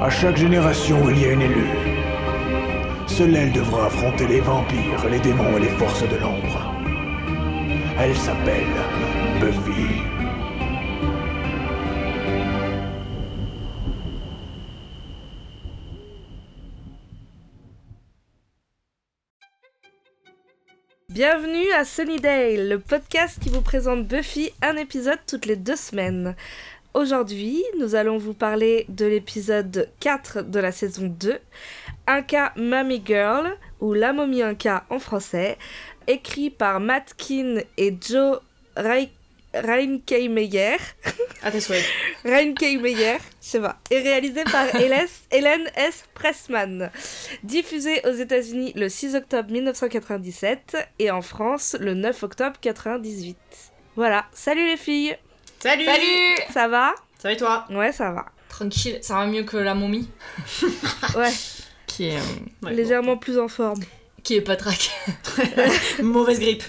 À chaque génération, il y a une élue. Seule elle devra affronter les vampires, les démons et les forces de l'ombre. Elle s'appelle Buffy. Bienvenue à Sunnydale, le podcast qui vous présente Buffy un épisode toutes les deux semaines. Aujourd'hui, nous allons vous parler de l'épisode 4 de la saison 2, un cas Mummy Girl, ou La momie Inca en français, écrit par Matt Keane et Joe Reik- Reinkemeyer, À tes souhaits. Reinkemeyer, je sais pas, et réalisé par LS Hélène S. Pressman. Diffusé aux États-Unis le 6 octobre 1997 et en France le 9 octobre 98. Voilà, salut les filles, Salut Salut ça va Ça va et toi Ouais, ça va. Tranquille, ça va mieux que la momie, Ouais, qui est, euh, Ouais, légèrement plus en forme. qui est patraque. bon. Mauvaise grippe.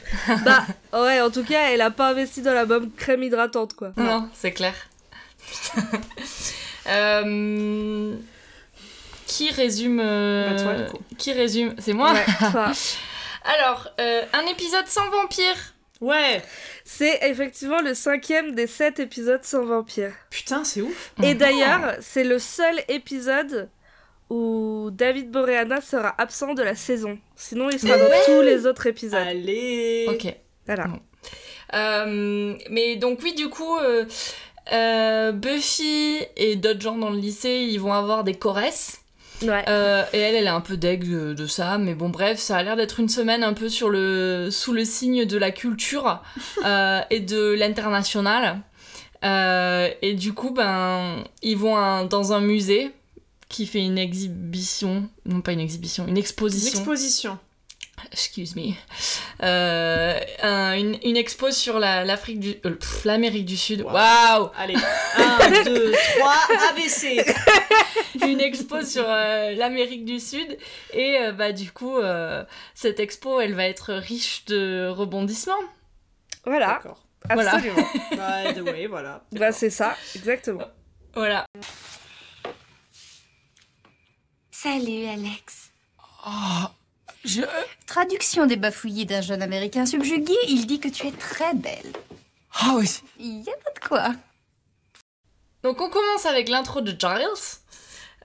Bah, ouais, en tout cas, elle a pas investi dans la bonne crème hydratante, quoi. Non, non, c'est clair. Putain. Euh, Qui résume euh, Bah, toi, du coup. Qui résume C'est moi Ouais, ça. Alors, euh, un épisode sans vampire Ouais C'est effectivement le cinquième des sept épisodes sans vampire. Putain, c'est ouf. Et Mhm. d'ailleurs, c'est le seul épisode où David Boreana sera absent de la saison. Sinon, il sera dans tous les autres épisodes. Allez Ok. Voilà. Euh, mais donc oui, du coup, euh, euh, Buffy et d'autres gens dans le lycée, ils vont avoir des choresses. Ouais. Euh, et elle, elle est un peu deg de, de ça, mais bon, bref, ça a l'air d'être une semaine un peu sur le, sous le signe de la culture euh, et de l'international. Euh, et du coup, ben, ils vont à un- dans un musée qui fait une exhibition, non pas une exhibition, une Une exposition. exposition. excuse me. Euh, un- une, une expo sur la- l'Afrique du, euh, pff, l'Amérique du Sud. Wow. Waouh! Allez, 1, 2, 3, ABC une expo sur euh, l'Amérique du Sud et euh, bah du coup euh, cette expo elle va être riche de rebondissements. Voilà, D'accord. voilà. absolument. By the way, voilà. bah, c'est ça, exactement. Voilà. Salut Alex. Oh, Je... Traduction des bafouillis d'un jeune Américain subjugué, il dit que tu es très belle. Ah oui. Il y a pas de quoi. Donc on commence avec l'intro de Giles,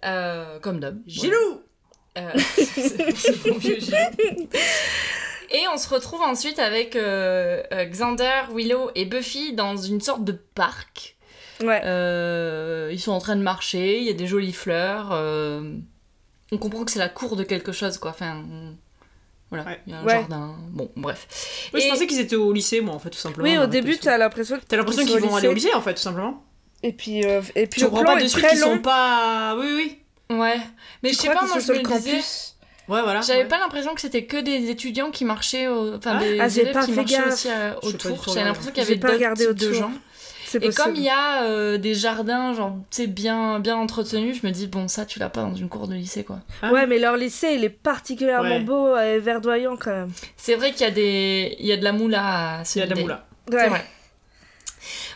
euh, comme d'hab. Gilou Euh, c'est- c'est mon vieux Gilou. Et on se retrouve ensuite avec euh, euh, Xander, Willow et Buffy dans une sorte de parc. Ouais. Euh, ils sont en train de marcher, il y a des jolies fleurs. euh, on comprend que c'est la cour de quelque chose, quoi. Enfin, on- voilà, Ouais. il y a un Ouais. jardin. Bon, bref. Oui, je Et- pensais qu'ils étaient au lycée, moi, en fait, tout simplement. Oui, dans au ma début, tête, ils sont- t'as l'impression T'as l'impression qu'ils sont vont aller au lycée. lycée, en fait, tout simplement. Et puis, euh, et puis tu le comprends plan pas de est suite qu'ils très long. sont pas... Oui, oui. Ouais, mais je sais crois pas, qu'ils moi sont je sur me le le disais, campus Ouais, voilà. j'avais ouais. pas l'impression que c'était que des étudiants qui marchaient, au- enfin Ah. des Ah, j'ai élèves pas qui fait marchaient gaffe. aussi euh, Je sais pas du autour. tout J'avais regarder. l'impression qu'il y J'ai avait pas d'autres regardé types de autour. gens. C'est Et comme possible. il y a euh, des jardins, genre, tu sais, bien, bien entretenus, je me dis, bon, ça, tu l'as pas dans une cour de lycée, quoi. a- Ouais, mais leur lycée, il est particulièrement Ouais. beau et verdoyant quand même. C'est vrai qu'il y a des, il y a de la moula à Il y a de la Sunnydale. moula. Ouais. C'est vrai.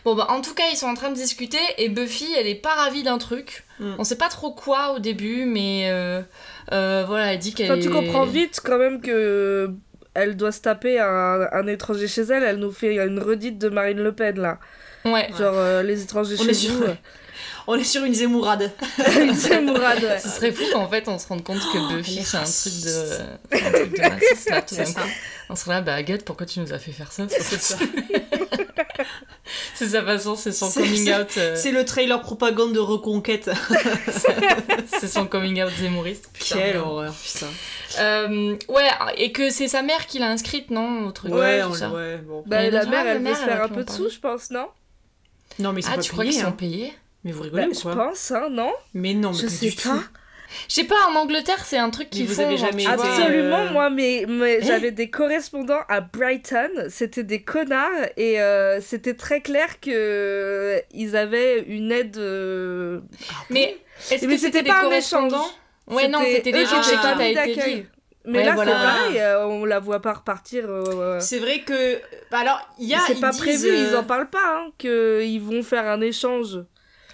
Bon bah en tout cas ils sont en train de discuter et Buffy elle est pas ravie d'un truc. Mm. On sait pas trop quoi au début mais euh, euh, voilà elle dit qu'elle Enfin, tu est- comprends vite quand même que elle doit se taper un, un étranger chez elle. Elle nous fait une redite de Marine Le Pen là. Ouais. Genre euh, les étrangers On chez est sur- vous. euh, On est sur une zémourade. une Zemmourade, ouais. Ce serait fou qu'en fait on se rende compte que Oh, elle Buffy est c'est un truc raciste. de, c'est un truc de raciste là tout d'un C'est ça. coup. On serait là bah Agathe pourquoi tu nous as fait faire ça C'est ça. C'est sa façon c'est son C'est- coming c'est- out. euh, C'est le trailer propagande de Reconquête. c'est son coming out zémouriste. Putain, Quelle merde. horreur, putain. Euh, ouais et que c'est sa mère qui l'a inscrite non au truc. Ouais, tout on- ça. ouais, bon. Bah, Mais la déjà, mère, Ah, la elle veut mère, se elle faire a un pu peu en de parler. sous, je pense, non Non, mais ils sont Ah pas tu crois payés, qu'ils sont hein. payés Mais vous rigolez Bah, ou Je quoi pense, hein, non Mais non, mais Je pas sais du pas. tout. Je sais pas, en Angleterre, c'est un truc Mais qui vous avez jamais été, Absolument, euh, moi, mais, mais eh j'avais des correspondants à Brighton, c'était des connards, et euh, c'était très clair que euh, ils avaient une aide. euh, Mais est-ce Mais que c'était c'était pas des un échange. correspondants Ouais, non, c'était eux des qui gens étaient chez qui Ah. t'as famille été d'accueil. libre. Mais Ouais, là, voilà. c'est pareil, euh, on la voit pas repartir. euh, C'est vrai que. bah alors, il y a. c'est ils pas disent, prévu, ils euh, en parlent pas, hein, qu'ils vont faire un échange.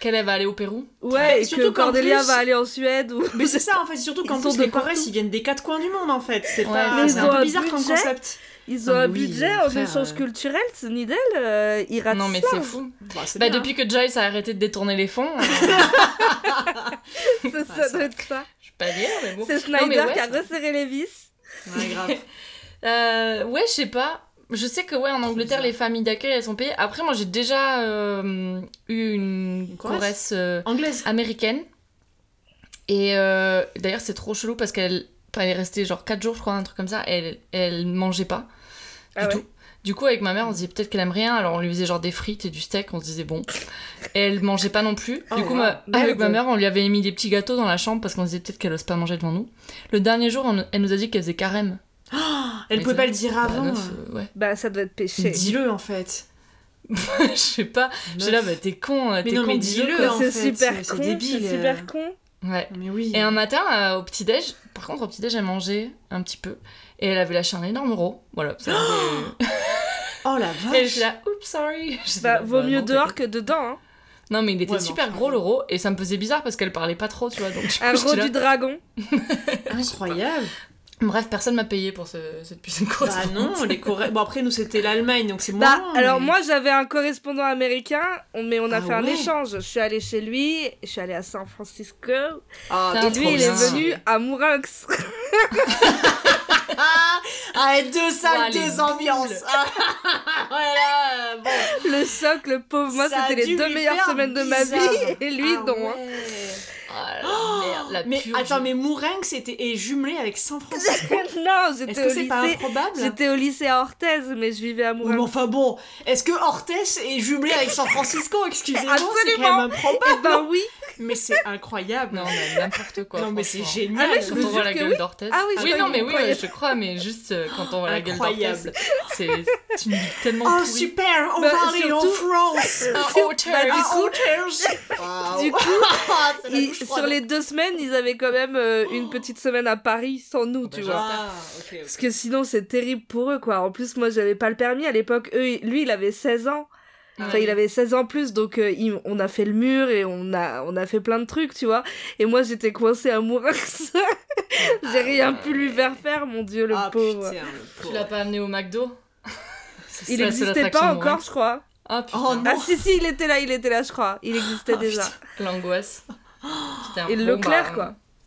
Qu'elle elle va aller au Pérou Ouais, Mais et que surtout qu'en Cordelia plus- va aller en Suède ou. Mais c'est ça en fait, surtout qu'en Ils sont plus de les Corses partout. ils viennent des quatre coins du monde en fait. C'est Ouais, pas mais c'est ils un ont un peu bizarre comme budget. concept. Ils ont Ah, un mais oui, budget en frère, échange euh. culturel, Nidel, euh, il rate Non, mais ça. c'est fou. Bah, c'est Bah, bien, depuis que Giles a arrêté de détourner les fonds, euh, Ça, Ah, ça ça. doit être ça. je peux pas dire, mais bon. C'est Non, mais Snyder ouais, qui a ça- resserré les vis. hein. Ouais, grave. Euh, ouais, je sais pas. Je sais que ouais, en Angleterre, bizarre. les familles d'accueil, elles sont payées. Après, moi, j'ai déjà euh, eu une Une choresse choresse euh, Anglaise. américaine. Et euh, d'ailleurs, c'est trop chelou parce qu'elle enfin, elle est restée genre 4 jours, je crois, un truc comme ça. Elle, elle mangeait pas du Ah ouais. tout. Du coup, avec ma mère, on se disait peut-être qu'elle aime rien. Alors, on lui faisait genre des frites et du steak. On se disait bon. Et elle mangeait pas non plus. Oh, du coup, wow. ma- Merde. avec ma mère, on lui avait mis des petits gâteaux dans la chambre parce qu'on se disait peut-être qu'elle ose pas manger devant nous. Le dernier jour, on- elle nous a dit qu'elle faisait carême. Elle Mais pouvait ça- pas le dire Bah, avant. euh, meuf, euh, ouais. Bah, ça doit être péché. Dis-le en fait. euh, je sais pas. Je suis là, bah t'es con, euh, Mais t'es non, con, mais dis-le. dis-le. quoi. Mais en C'est fait, super c'est- c'est con. débile, C'est euh. super con. Ouais. Mais oui. Et un matin, euh, au petit-déj, par contre, au petit-déj, elle mangeait un petit peu. Et elle avait lâché un énorme euro. Voilà. ça, c'est- Oh la et vache. j'étais là, oups, sorry. J'étais Bah, là, vaut bah, mieux non, dehors t'es que dedans. Hein. con. Non, mais il était Ouais, mais super enfin, gros bon. l'euro. Et ça me faisait bizarre parce qu'elle parlait pas trop, tu vois. Donc, du Un coup, gros j'étais là- du dragon. Incroyable. Bref, personne m'a payé pour ce- cette Ah, puissante grosse. Bah non, les Corées. Bon après nous c'était l'Allemagne donc c'est moins. Bah, loin, alors mais- moi j'avais un correspondant américain, on- mais on a Ah fait un ouais. échange. Je suis allée chez lui, je suis allée à San Francisco, Ah, Putain, et t'es lui trop il bien. est venu à Mourinx. Ah, ah, et deux Ouah, salles, les deux ambiances. Ah, voilà, bon. le choc, le pauvre, moi Ça a c'était dû les deux lui meilleures faire semaines de ma bizarre. vie, et lui Ah non. hein. ouais. Ah, la Oh, merde, la mais purge. attends, mais Mourinx était est jumelé avec San Francisco. non, Est-ce j'étais que au c'est pas lycée. improbable J'étais au lycée à Orthez, mais je vivais à Oui, mais Mourinx. enfin bon, est-ce que Orthez est jumelé avec San Francisco Excusez-moi, c'est quand Absolument. même improbable. Eh ben oui. Mais c'est incroyable. Non, mais n'importe quoi. Non, mais c'est franchement. génial. Ah ouais, je Quand vous on voit jure la que gueule oui. d'Orthez. Ah oui, je oui, croyais non, mais qu'on oui, croyait. je crois, mais juste euh, quand on voit la gueule d'Orthez, Incroyable. c'est c'est une vie tellement Oh pourrie. super, on Bah, va aller en surtout- France. Ah, Orthez. Ah, Ah, Orthez. Waouh. Du coup, Ah, c'est la Ils- bouche sur froide. Oh. les deux semaines, ils avaient quand même euh, une petite semaine à Paris sans nous, tu bah, vois. Ah, ok, ok. Parce que sinon, c'est terrible pour eux, quoi. En plus, moi, j'avais pas le permis à l'époque. Eux, ils- lui, il avait 16 ans. Ah Enfin, Ouais. il avait 16 ans plus, donc euh, il- on a fait le mur et on a, on a fait plein de trucs, tu vois. Et moi, j'étais coincée à Mourinx. J'ai rien pu lui faire faire, mon dieu, le Ah, pauvre. putain, le Tu pauvre. l'as pas amené au McDo C'est Il la seule existait attraction pas de encore, Montréal. je crois. Ah putain, Oh, non. Ah si, si, il était là, il était là, je crois. Il existait Ah, déjà. l'angoisse. Putain, Et le Oh, bon, Leclerc, bah,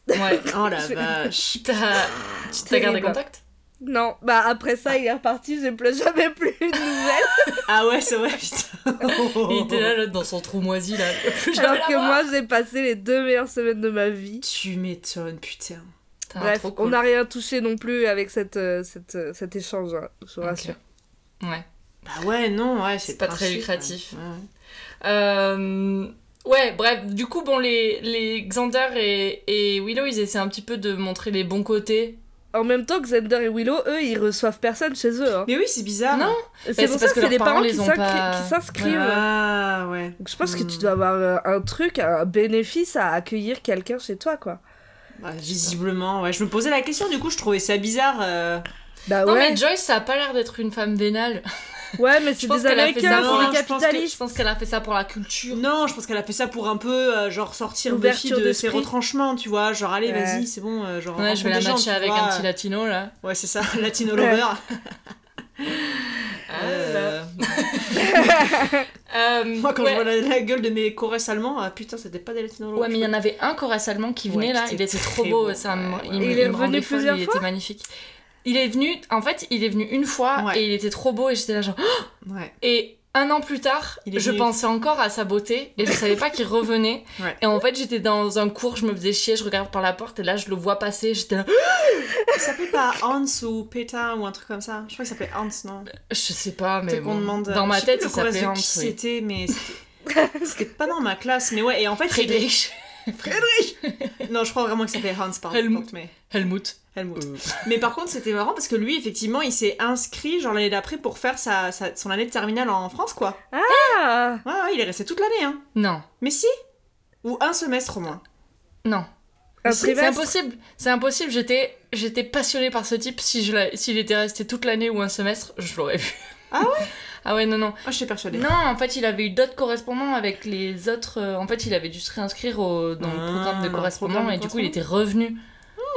quoi. Ouais. Oh la Je- vache. Tu t'as tu t'as gardé Terrible. contact Non, bah après ça, il est reparti, j'ai plus jamais plus de nouvelles. Ah ouais, c'est vrai, putain. Et Il était là, l'autre, dans son trou moisi, là. alors que moi, j'ai passé les deux meilleures semaines de ma vie. Tu m'étonnes, putain. Putain, Bref, trop cool. on n'a rien touché non plus avec cette, euh, cette, euh, cet échange, hein, je vous Ok. rassure. Ouais. Bah ouais, non, ouais, C'est le pas très principe, lucratif. ouais. Ouais. Euh, ouais, bref, du coup, bon, les, les Xander et, et Willow, ils essaient un petit peu de montrer les bons côtés. En même temps que Xander et Willow, eux, ils reçoivent personne chez eux. hein. Mais oui, c'est bizarre. Non, C'est Bah, c'est pour ça parce que que c'est les leurs parents parents qui les ont s'inscri- pas- qui s'inscrivent. hein. Ah ouais. Donc je pense que tu Hmm. dois avoir euh, un truc, un bénéfice à accueillir quelqu'un chez toi, quoi. Bah, visiblement, ouais. Je me posais la question, du coup, je trouvais ça bizarre. euh. Bah Non, ouais, mais Joyce, ça a pas l'air d'être une femme vénale. ouais, mais Je c'est pense des qu'elle a fait Américains, ça c'est pour c'est la des je pense que- Je capitalistes. pense qu'elle a fait ça pour la culture. Non, je pense qu'elle a fait ça pour un peu, euh, genre, sortir Buffy Ouverture de ses d'esprit. retranchements, tu vois. Genre, allez, Ouais. vas-y, c'est bon, euh, genre. Ouais, je vais la rencontre des gens, tu matcher avec vois. un petit latino là. Ouais, c'est ça, Latino Ouais. Lover. Euh, Ah, Euh, euh, Moi, quand bah. ouais. je vois la, la gueule de mes chorus allemands, ah, putain, c'était pas des Latino Lovers. Ouais, mais il y en avait un Coras allemand qui venait Ouais, là, qui il était était trop très beau, beau, ça me- ouais, il, ouais, me- ouais. il Il est me revenu rendait folle, plusieurs il fois était magnifique. Il est venu, en fait, il est venu une fois Ouais. et il était trop beau et j'étais là genre. Ouais. Et un an plus tard, Il est je venu. pensais encore à sa beauté et je savais pas qu'il revenait. Ouais. Et en fait, j'étais dans un cours, je me faisais chier, je regarde par la porte et là, je le vois passer, j'étais là. Il s'appelait pas Hans ou Peta ou un truc comme ça. Je crois qu'il s'appelait Hans, non Je sais pas, mais Peut-être qu'on bon. demande, euh, dans ma je sais tête, plus il le chorus s'appelait de Hans. qui oui. c'était, mais c'était- c'était pas dans ma classe. Mais ouais, et en fait, il était- Friedrich. non, je crois vraiment qu'il s'appelait Hans, par Helmut. Euh. contre, mais Helmut. Helmut. Mais par contre, c'était marrant parce que lui, effectivement, il s'est inscrit genre l'année d'après pour faire sa, sa- son année de terminale en France, quoi. Ah, Ouais, ouais, il est resté toute l'année, hein. Non, Mais si Ou un semestre au moins. non. un C'est c'est trimestre. impossible, c'est impossible. J'étais, j'étais passionnée par ce type. Si je l'a- s'il était resté toute l'année ou un semestre, je l'aurais vu. Ah ouais. Ah ouais, non, non. Moi, je suis persuadée. Non, en fait, il avait eu d'autres correspondants avec les autres. euh, En fait, il avait dû se réinscrire au- dans Ah, le programme dans de le correspondants programme de et du coup, il correspondants. était revenu.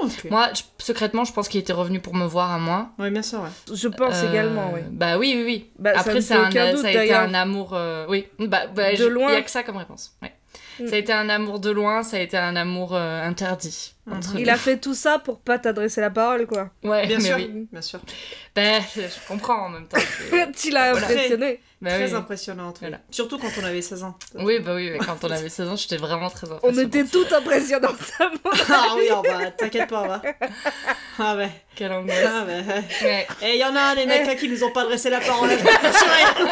Ah, ok. Moi, je- secrètement, je pense qu'il était revenu pour me voir à moi. Ouais, bien sûr, ouais. Je pense Euh, également, oui. Bah oui, oui, oui. Bah, ça ne Après, fait ça, a un- aucun doute, ça a été d'ailleurs. un amour. euh, oui, bah, bah, De je- loin. Il n'y a que ça comme réponse. ouais. Mm. Ça a été un amour de loin, ça a été un amour euh, interdit. Mhm. Entre... Mm. Il a fait tout ça pour pas t'adresser la parole, quoi. Ouais, Bien Eh, mais sûr, oui. bien sûr. Bah, je comprends en même temps. que- tu l'as Voilà. impressionné. bah, Très oui. impressionnant, truc. Voilà. Surtout quand on avait 16 ans. Oui, bah oui, mais quand on avait 16 ans, j'étais vraiment très On impressionnée. était toutes impressionnantes à mon ah oui, oh, bah, t'inquiète pas, va. Ah ouais, Quelle angoisse. ah ouais. Ouais. Et il y en a un, les mecs là, qui nous ont pas adressé la parole. je peux te rassurer.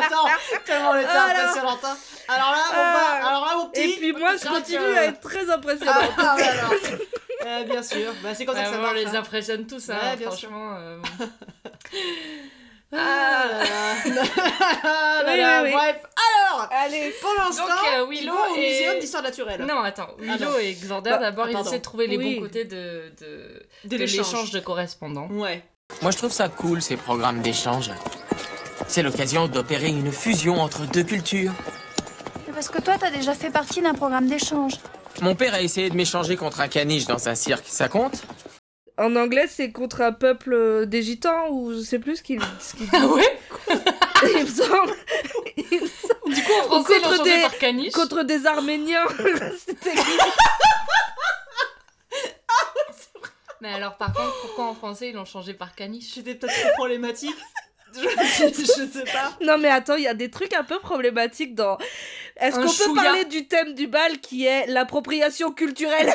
Attends, tellement on était Alors. impressionnante. hein. Alors là, mon Ah. bas, alors là, mon petit. Et puis moi, je Grave, continue euh, à être très Ah, impressionnante. ah, ouais, alors. Euh, bien sûr, bah, c'est comme ça que Ouais, ça moi, euh, on marche. les hein. impressionne tous, hein, Ouais, bien sûr. franchement. euh, bon. Ah là là. Ah là Oui, là, oui, oui. Bref, alors, Ah, Allez. pour l'instant, Donc, euh, ils Willow vont au et- muséum d'histoire naturelle. Non, attends, Willow non. et Xander, Bah, d'abord, ah, ils pardon. essaient de trouver les Oui. bons côtés de, de, de de l'échange l'échange. de correspondants. Ouais. Moi, je trouve ça cool, ces programmes d'échange. C'est l'occasion d'opérer une fusion entre deux cultures. Mais Parce que toi, t'as déjà fait partie d'un programme d'échange. Mon père a essayé de m'échanger contre un caniche dans un cirque, ça compte En anglais, c'est contre un peuple euh, des gitans ou je sais plus ce qu'il ce qu'il dit. Ah ouais Il me semble. Du coup, en français, ils l'ont contre changé des- par caniche. Contre des Arméniens. C'était- Mais alors, par contre, pourquoi en français, ils l'ont changé par caniche J'étais peut-être trop problématique. Je, je sais pas. non mais attends, il y a des trucs un peu problématiques dans. Est-ce Un qu'on peut chouïa. parler du thème du bal qui est l'appropriation culturelle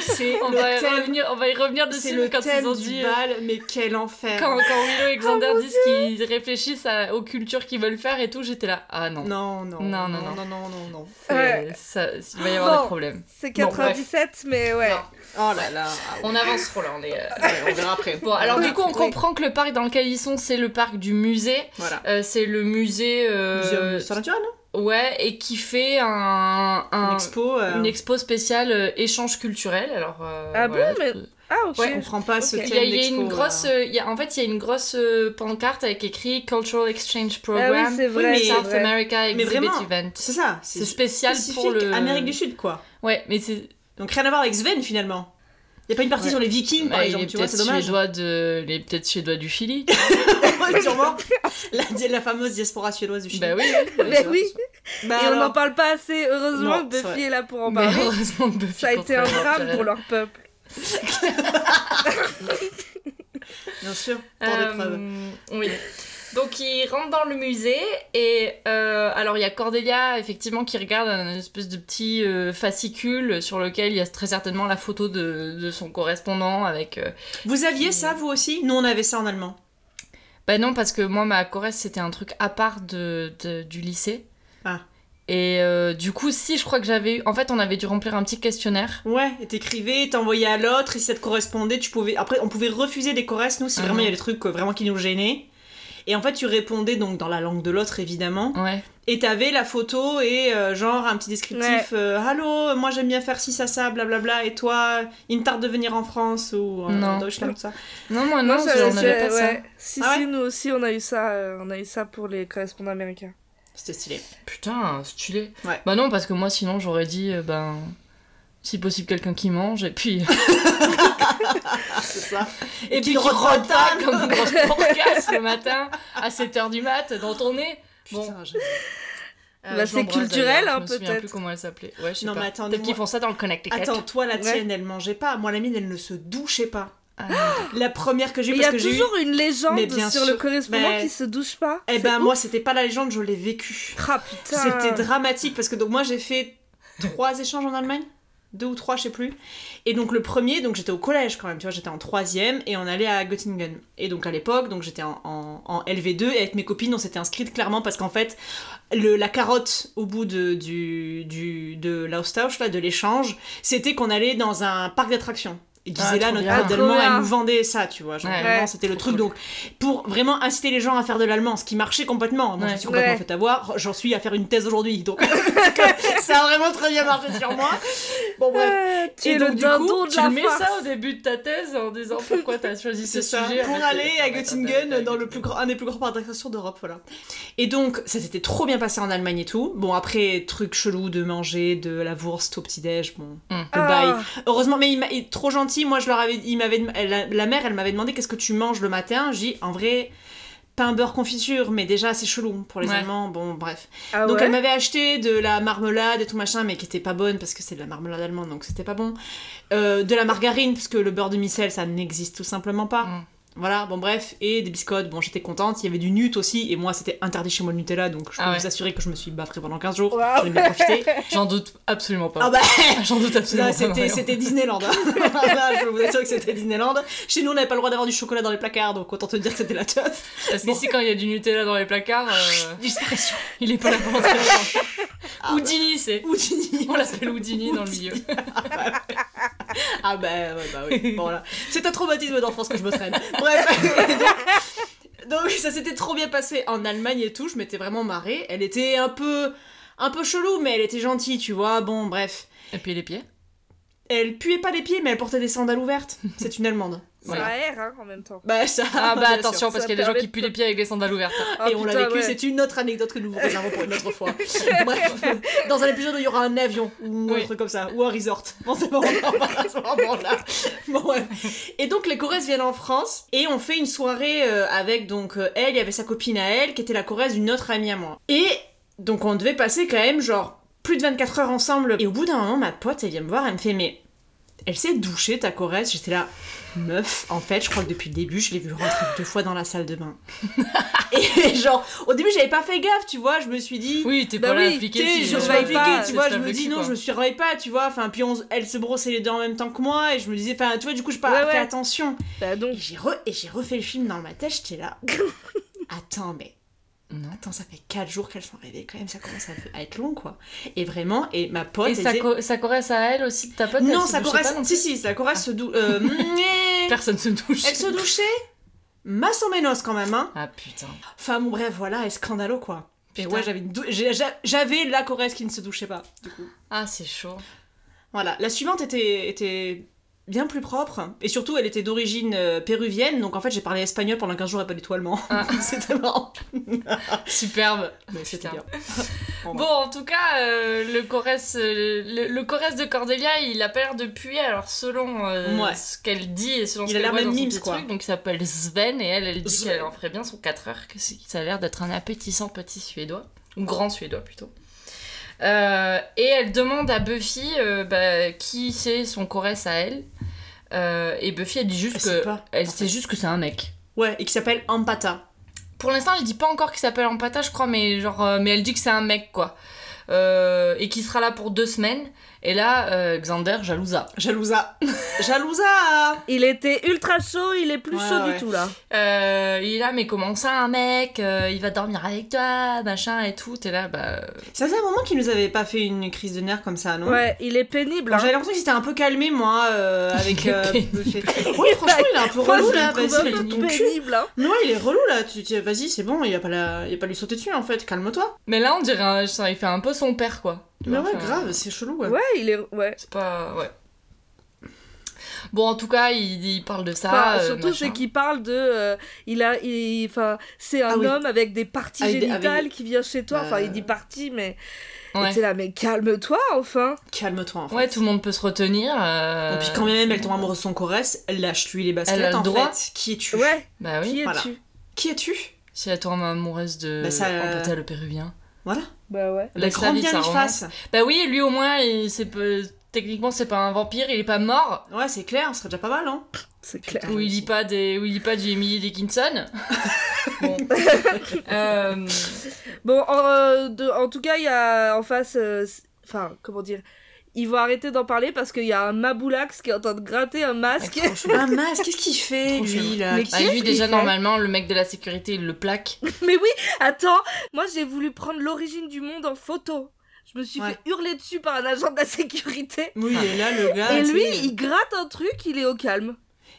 C'est on le va, y thème- revenir, on va y revenir C'est dessus le quand ils thème ont dit... du euh, bal, mais quel enfer. Quand, quand Willow Oh et Xander disent qu'ils réfléchissent à- aux cultures qu'ils veulent faire et tout, j'étais là, ah non, Non, non, non, Non, non, non. non, non, non, non, non. c'est- Ouais. ça- il va y avoir Bon. des problèmes. C'est Bon, bref. 97, mais ouais. Non. Oh là là. On avance trop là, on est... euh, Ouais, on verra après. Bon, alors du coup, on Oui. comprend que le parc dans lequel ils sont, c'est le parc du musée. Voilà. Euh, c'est le musée. euh, Muséum d'histoire naturelle, non ouais, et qui fait un, un- Une expo. euh, une expo spéciale euh, échange culturel. Alors, euh, Ah bon, voilà, mais- euh, Ah ok. Je comprends pas ce Ok. thème Il y a, il y a d'expo, une grosse, euh. euh, il y a- en fait, il y a une grosse euh, pancarte avec écrit Cultural Exchange Program, Ah oui, c'est vrai. mais c'est South vrai. America Mais Exhibit vraiment. Event. C'est ça. C'est spécial pour spécifique le. Amérique du Sud, quoi. Ouais, mais c'est. Donc rien à voir avec Sven finalement. Y a pas une partie Ouais. sur les Vikings par bah, il exemple, est tu vois, c'est peut-être dommage. suédois de, il est peut-être suédois du Chili. Sûrement. La, la fameuse diaspora suédoise du Chili. bah oui. Ouais, Mais c'est Ben oui. vrai, c'est vrai. Bah Et on alors, n'en parle pas assez. Heureusement Non, que c'est Buffy vrai. est là pour en Mais bah, parler. heureusement que Buffy Ça a été un contre la drame naturelle. pour leur peuple. Bien sûr. Tant de preuves. Euh, oui. Donc ils rentrent dans le musée et euh, alors il y a Cordelia effectivement qui regarde un espèce de petit euh, fascicule sur lequel il y a très certainement la photo de, de son correspondant avec. euh, Vous aviez ça vous aussi Nous on avait ça en allemand. Bah non parce que moi ma Corrèze c'était un truc à part de, de- du lycée. Ah. Et euh, du coup si je crois que j'avais eu en fait on avait dû remplir un petit questionnaire. Ouais, et t'écrivais, t'envoyais à l'autre, et si ça te correspondait, tu pouvais. Après, on pouvait refuser des corresses, nous, si Ah vraiment il y non. Mhm. a des trucs euh, vraiment qui nous gênaient. Et en fait, tu répondais donc dans la langue de l'autre, Mhm. évidemment. Ouais. Et t'avais la photo et euh, genre un petit Ouais. descriptif euh, Allô, moi j'aime bien faire ci, ça, ça, blablabla, et toi, il me tarde de venir en France ou euh, Non. en Deutschland, tout ça. Non moi non, Moi, j'en ça- avais ça- pas ça. ouais. Si, Ah si, ouais nous aussi, on a eu ça. euh, on a eu ça pour les correspondants américains. C'était stylé. Putain, stylé. Ouais. Bah non, parce que moi, sinon, j'aurais dit, euh, ben, si possible, quelqu'un qui mange, et puis... C'est ça. et puis qui retarde. retarde comme une grosse porcasse le matin, à 7h du mat, dans ton nez. Bon. Putain, j'ai- Euh, Bah, je c'est l'embrasse, culturel, hein, d'ailleurs, Je me souviens plus peut-être. comment elle s'appelait. Ouais, je sais Non, pas. mais attendez, Peut-être qu'ils moi- font ça dans le Connecticut. Attends, toi, la Ouais. tienne, elle mangeait pas. Moi, la mienne, elle ne se douchait pas. Ah, non. La première que j'ai Mais eue, il y parce a que j'ai eu. toujours une légende Mais bien sur sûr. le correspondant Mais- qui se douche pas. Eh C'est ben, ouf. moi, c'était pas la légende, je l'ai vécue. Ah putain. C'était dramatique parce que donc moi j'ai fait trois échanges en Allemagne, deux ou trois, je sais plus. Et donc le premier, donc j'étais au collège quand même, tu vois, j'étais en troisième et on allait à Göttingen. Et donc à l'époque, donc j'étais en, en- en LV2 et avec mes copines, on s'était inscrites clairement parce qu'en fait, le, la carotte au bout de, du, du, de l'Austausch, là, de l'échange, c'était qu'on allait dans un parc d'attractions. Et Ah, Gisela, trop notre bien. prof Ah, d'allemand, trop bien. elle nous vendait ça, tu vois. Genre, Ouais. vraiment, Ouais. c'était le Trop truc. cool. Donc, pour vraiment inciter les gens à faire de l'allemand, ce qui marchait complètement. Moi, je Ouais. suis complètement Ouais. fait avoir. J'en suis à faire une thèse aujourd'hui. Donc, c'est que ça a vraiment très bien marché sur moi. Bon, bref. Ah, tu Et es donc, le du coup, dindon de Tu la mets farce. ça au début de ta thèse en disant pourquoi t'as choisi ce C'est ça. sujet. Pour aller à Göttingen, dans le plus grand, un des plus grands parcs d'attractions d'Europe, voilà. Et donc, ça s'était trop bien passé en Allemagne et tout. Bon, après, truc chelou de manger de la wurst au petit-déj, bon, Mm. goodbye. Ah. Heureusement, mais il, m'a- il est trop gentil. Moi, je leur avais, il m'avait, dem- la, la mère, elle m'avait demandé qu'est-ce que tu manges le matin. J'ai dit, en vrai, pain beurre confiture, mais déjà c'est chelou pour les Ouais. Allemands. Bon, bref. Ah donc ouais elle m'avait acheté de la marmelade et tout machin, mais qui était pas bonne parce que c'est de la marmelade allemande, donc c'était pas bon. Euh, de la margarine parce que le beurre de micelle, ça n'existe tout simplement pas. Mm. Voilà, bon bref, et des biscottes, bon j'étais contente, il y avait du nut aussi, et moi c'était interdit chez moi le Nutella, donc je peux Ah ouais. vous assurer que je me suis baffrée pendant 15 jours, Waouh. j'en ai bien profité. J'en doute absolument pas. Ah bah J'en doute absolument Là, pas. c'était, voyons. c'était Disneyland. hein. Là, je peux vous assurer que c'était Disneyland. Chez nous, on n'avait pas le droit d'avoir du chocolat dans les placards, donc autant te dire que c'était la teuf. Parce Bon. qu'ici, quand il y a du Nutella dans les placards, euh, Disparition. Ah bah. il est pas là pour entrer. Houdini, c'est. Houdini. On l'appelle Houdini dans le milieu. Ah bah, ouais, bah oui, bon là. C'est un traumatisme d'enfance que je me traîne. Bref. donc, donc, ça s'était trop bien passé en Allemagne et tout, je m'étais vraiment marrée. Elle était un peu, un peu chelou, mais elle était gentille, tu vois. Bon, bref. Et puis les pieds. Elle puait pas les pieds, mais elle portait des sandales ouvertes. C'est une Allemande. Voilà. Ça aère hein, en même temps. Bah ça. Ah bah bien sûr. attention, parce ça qu'il y a des gens permet qui de- puent les pieds avec les sandales ouvertes. Ah, et on l'a putain, vécu, ouais. c'est une autre anecdote que nous vous réservons pour une autre fois. Bref, dans un épisode où il y aura un avion ou un Oui. truc comme ça, ou un resort. Bon, c'est bon, on va pas se rendre là. Bon, bref. Et donc les Corrèzes viennent en France et on fait une soirée euh, avec donc euh, elle, il y avait sa copine à elle qui était la Corrèze d'une autre amie à moi. Et donc on devait passer quand même genre plus de 24 heures ensemble. Et au bout d'un moment, ma pote, elle vient me voir, elle me fait mais elle s'est douchée ta Corrèze, j'étais là. Meuf, en fait, je crois que depuis le début, je l'ai vue rentrer deux fois dans la salle de bain. Et genre, au début, j'avais pas fait gaffe, tu vois, je me suis dit. Oui, t'es Bah pas là oui, à tu fliquer. sais, si- je euh, surveille ouais, pas, pas, tu si vois, se je tape me le dis cul, non, quoi. je me surveille pas, tu vois, enfin, puis on- elle se brossait les dents en même temps que moi, et je me disais, enfin, tu vois, du coup, je pas Ouais, ouais. fait attention. Bah donc. Et j'ai re- et j'ai refait le film dans ma tête, j'étais là. Attends, mais Non. attends, ça fait 4 jours qu'elles sont réveillées quand même, ça commence à, à être long, quoi. Et vraiment, et ma pote. Et elle ça, disait- co- ça corresse à elle aussi de ta pote elle Non, se ça douchait corresse. pas non Si, plus Ah. si, ça corresse. se dou- euh, mais- Personne se douche. Elle se douchait Masse en ménos quand même, hein. Ah putain. Enfin bon bref, voilà, et scandalo quoi. Et Putain. ouais, j'avais une dou- j'ai- j'a- j'avais la Corrèze qui ne se douchait pas. Ah, c'est chaud. Voilà, la suivante était était bien plus propre et surtout elle était d'origine euh, péruvienne, donc en fait j'ai parlé espagnol pendant 15 jours et pas du tout allemand. Ah. c'était marrant. Superbe. Mais c'était Putain. bien. Bon, en tout cas, euh, le, Corrèze, euh, le, le Corrèze de Cordelia, il a pas l'air de puer, alors selon euh, Ouais. ce qu'elle dit et selon Il a ce qu'elle l'air voit même dans son mimes, petit quoi. truc, donc il s'appelle Sven, et elle, elle dit Sven. qu'elle en ferait bien son 4 heures, que c'est- ça a l'air d'être un appétissant petit Suédois, ou grand Suédois plutôt. Euh, et elle demande à Buffy euh, bah, qui c'est son Corrèze à elle, Euh, et Buffy, elle dit juste Elle sait que... pas, Elle en sait fait. juste que c'est un mec. Ouais, et qui s'appelle Ampata. Pour l'instant, elle dit pas encore qu'il s'appelle Ampata, je crois, mais genre, euh, mais elle dit que c'est un mec, quoi. Euh, et qui sera là pour deux semaines. Et là, euh, Xander, jalousa. Jalousa. Jalousa Il était ultra chaud, il est plus Ouais, chaud ouais. du tout là. Euh, il est là, mais comment ça, un mec Euh, Il va dormir avec toi, machin et tout. T'es là, bah. euh, Ça faisait un moment qu'il nous avait pas fait une crise de nerfs comme ça, non Ouais, il est pénible. Hein Bon, hein. J'avais l'impression qu'il s'était un peu calmé, moi, euh, avec. euh, Ok. Buffet. oui, franchement, il est un peu Moi, relou je le là. trouve Vas-y, un il peu nous cul. pénible. hein. Non, il est relou là, tu tu- vas-y, c'est bon, il a pas la... il a pas lui sauter dessus en fait, calme-toi. Mais là, on dirait, un- ça, il fait un peu son père, quoi. Tu Mais vois, ouais, enfin, grave, c'est chelou ouais. Ouais, il est. Ouais. C'est pas. Ouais. Bon, en tout cas, il, il parle de ça. Bah, Enfin, euh, surtout, machin. c'est qu'il parle de. euh, il a. il- Enfin, c'est un Ah oui. homme avec des parties Avec des- avec- génitales qui vient chez toi. Enfin, Euh. il dit parties, mais. Ouais. Et t'es là, mais calme-toi enfin. Calme-toi en fait. Ouais, tout le monde peut se retenir. euh, Et puis quand même elle tombe amoureuse de son corresse, lâche-lui les baskets Elle a le en droit. fait. Qui es-tu Ouais, Bah oui. qui es-tu voilà. Qui es-tu Si elle tombe amoureuse de Bah, ça, euh, Ampata, le péruvien. Voilà. Bah ouais. La Laisse la grande vie, bien ça lui romance. face. Bah oui, lui au moins, il- c'est peu- techniquement, c'est pas un vampire, il est pas mort. Ouais, c'est clair, ce serait déjà pas mal hein. C'est clair. Ou il lit pas des, ou il lit pas du Emily Dickinson. Bah, bon. Euh, Bon, en, euh, de- en tout cas, il y a en face. euh, c- Enfin, comment dire Ils vont arrêter d'en parler parce qu'il y a un Maboulax qui est en train de gratter un masque. trop chaud. Ah mince, qu'est-ce qu'il fait Trop lui chelou. là Mais qui- Bah, Qu'est-ce lui qu'il déjà fait normalement, le mec de la sécurité, il le plaque. Mais oui, attends, moi j'ai voulu prendre l'origine du monde en photo. Je me suis Ouais. fait hurler dessus par un agent de la sécurité. Oui, et là, le gars. et Ah, tu lui, sais, il gratte un truc, il est au calme.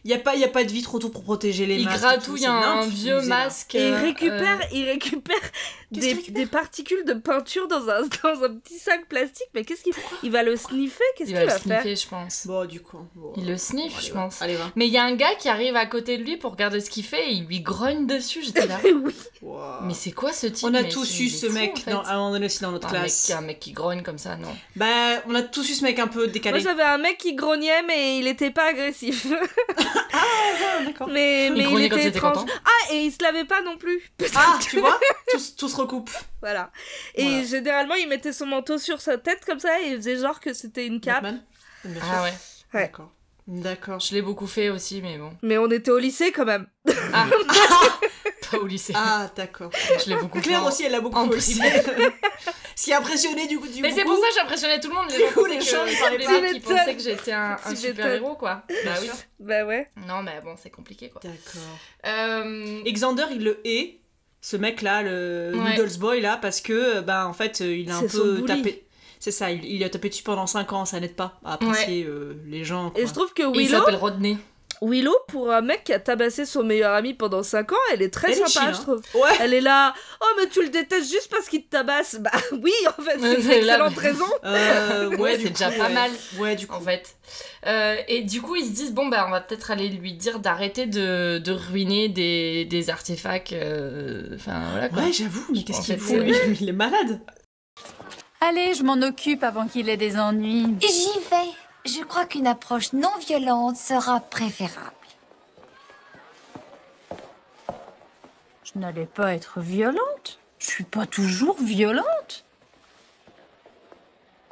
Il n'y a, pas- il y a pas de vitre autour pour protéger les Il masques. et gratouille tout, un, c'est un nimp, vieux il est là. masque. Et il euh, récupère, euh, il récupère qu'il des, des particules de peinture dans un, dans un petit sac plastique. Mais qu'est-ce qu'il Il va le sniffer Qu'est-ce il qu'il va va, le faire sniffer, je pense. Bon, du coup. bon. Il le Bon, sniffe, allez, je va. pense. Allez, va. Mais il y a un gars qui arrive à côté de lui pour regarder ce qu'il fait et il lui grogne dessus. J'étais là. Mais oui. Wow. Mais c'est quoi ce type On a Mais tous c'est- eu il est ce fou, mec en fait. dans, à un moment donné aussi dans notre un mec, euh, classe. un mec qui grogne comme ça, non. Bah, on a tous eu ce mec un peu Moi décalé. j'avais un mec qui grognait mais il était pas agressif. d'accord. mais Il mais il grognait quand il était était étrange. content. Ah et il se lavait pas non plus. Ah, tu vois tous, tous se recoupent. Voilà. Et Voilà. généralement, il mettait son manteau sur sa tête comme ça et il faisait genre que c'était une cape. Batman Bien sûr. Ah ouais. Ouais. D'accord. D'accord. Je l'ai beaucoup fait aussi, mais bon. Mais on était au lycée quand même. Ah. Pas au lycée. Ah, d'accord. Je l'ai beaucoup fait. Claire en- aussi, elle l'a beaucoup en aussi. Ce qui a impressionné du coup. Du Mais c'est pour beaucoup. ça que j'impressionnais tout le monde. Les Du gens coup, pensaient les que- gens, ils tous parlaient les pas. mecs, ils Tu m'étonnes. pensaient que j'étais un, un Tu super héros, quoi. Bah oui. Bah ouais. Non, mais bon, c'est compliqué, quoi. D'accord. Euh, Et Xander, il le hait, ce mec-là, le Ouais. Noodles Boy, là, parce que, ben, en fait, euh, il a un C'est son peu bully. tapé. C'est ça, il, il a tapé dessus pendant 5 ans, ça n'aide pas à apprécier euh, les gens. Et quoi. je trouve que Il Willow, s'appelle Rodney. Willow, pour un mec qui a tabassé son meilleur ami pendant 5 ans, elle est très Elle est sympa, hein. je chill, trouve. Ouais, Elle est là, oh mais tu le détestes juste parce qu'il te tabasse. Bah oui, en fait, Ouais, c'est une c'est là, excellente mais- raison. euh, ouais, Ouais, du c'est coup, déjà pas ouais. mal. Ouais, du coup. en fait. Euh, et du coup, ils se disent bon, bah, on va peut-être aller lui dire d'arrêter de, de ruiner des, des artefacts. euh, Enfin, voilà quoi. Ouais, j'avoue, mais qu'est-ce En qu'il fait, faut c'est- lui Il est malade. Allez, je m'en occupe avant qu'il ait des ennuis. J'y vais. Je crois qu'une approche non violente sera préférable. Je n'allais pas être violente. Je suis pas toujours violente.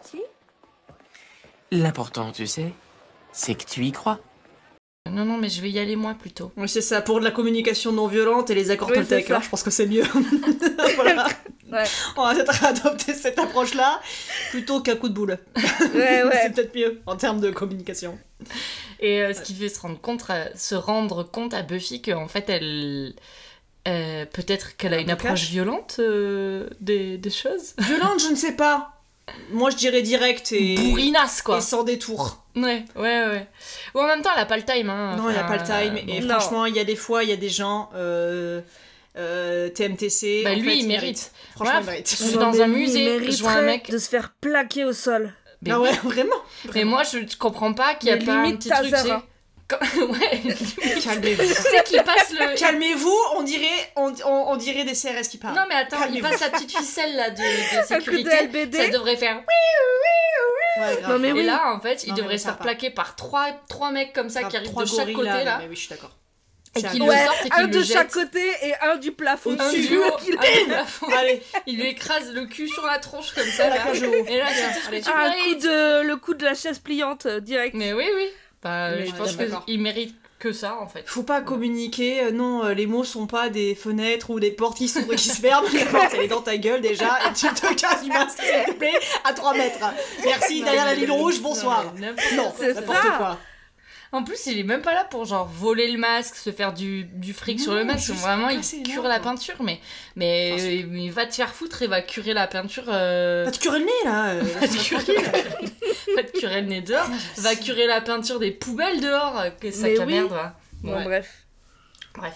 Si L'important, tu sais, c'est que tu y crois. Non, non, mais je vais y aller moi plutôt. Ouais, c'est ça, pour de la communication non violente et les accords Oui, c'est Toltec, ça. hein, je pense que c'est mieux. Voilà. Ouais. On va peut-être adopter cette approche-là plutôt qu'un coup de boule. Ouais, ouais. C'est peut-être mieux en termes de communication. Et euh, ce qui fait se rendre compte, à- se rendre compte à Buffy qu'en fait, elle. euh, peut-être qu'elle a Un une blocage. approche violente euh, des, des choses. Violente, je ne sais pas. Moi, je dirais direct et, Bourrinasse quoi. et sans détour. Ouais, ouais, ouais. Ou en même temps, elle a pas le time. Hein. Non, il n'y a Enfin, pas le time. euh, Et bon. franchement, il y a des fois, il y a des gens euh, euh, TMTC. Bah, en lui, fait, il ils mérite. méritent. Franchement, Voilà. il mérite. Je suis dans mais un lui, il musée, je vois un mériterait mec. de se faire plaquer au sol. Mais Ah oui. ouais, vraiment. Mais moi, je je comprends pas qu'il y a Mais pas un limite petit truc. Tazer, c'est- hein. Comme- ouais. Calmez-vous. Tu sais qu'il passe le. Calmez-vous, on dirait, on, on- on dirait des CRS qui parlent. Non mais attends, il Calmez-vous. passe sa petite ficelle là de, de Un coup de sécurité. Ça LBD. devrait faire. Ouais, grave. Non mais Et oui. là en fait, il Non, mais devrait oui, se ça faire va. plaquer par trois trois mecs comme ça Grave, qui arrivent trois de chaque gorilles, côté là, Mais oui, je suis d'accord. et C'est qui un- le Ouais, sortent et qui un le de jettent. chaque côté et un du plafond. Un Tu duo, vois qu'il- un du plafond. Allez, il lui écrase le cul sur la tronche comme ça la là. cage au haut. Et là c'est tout ce que Allez. tu Ah, un coup mérites. de, le coup de la chaise pliante euh, direct. Mais oui oui. Bah Mais je ouais, pense d'accord. qu'il mérite que ça en fait. Faut pas communiquer, euh, non, euh, les mots sont pas des fenêtres ou des portes qui s'ouvrent et qui se ferment. La porte, elle est dans ta gueule déjà, et tu te casses du masque, s'il te plaît, à 3 mètres. Merci, Non, derrière la mais- ligne rouge, non, bonsoir. mais n'importe Non, C'est n'importe ça. quoi. En plus, il est même pas là pour genre voler le masque, se faire du, du fric sur le Non, masque. juste Vraiment, il casser les cure normes. la peinture, mais mais, Enfin, euh, mais va te faire foutre et va curer la peinture. euh, Bah, tu curer le nez là. euh, Va te curer, va te curer le nez dehors, Ah, va curer la peinture des poubelles dehors, euh, que ça Mais la oui. merde. va. Bon, Ouais, bref. Bref,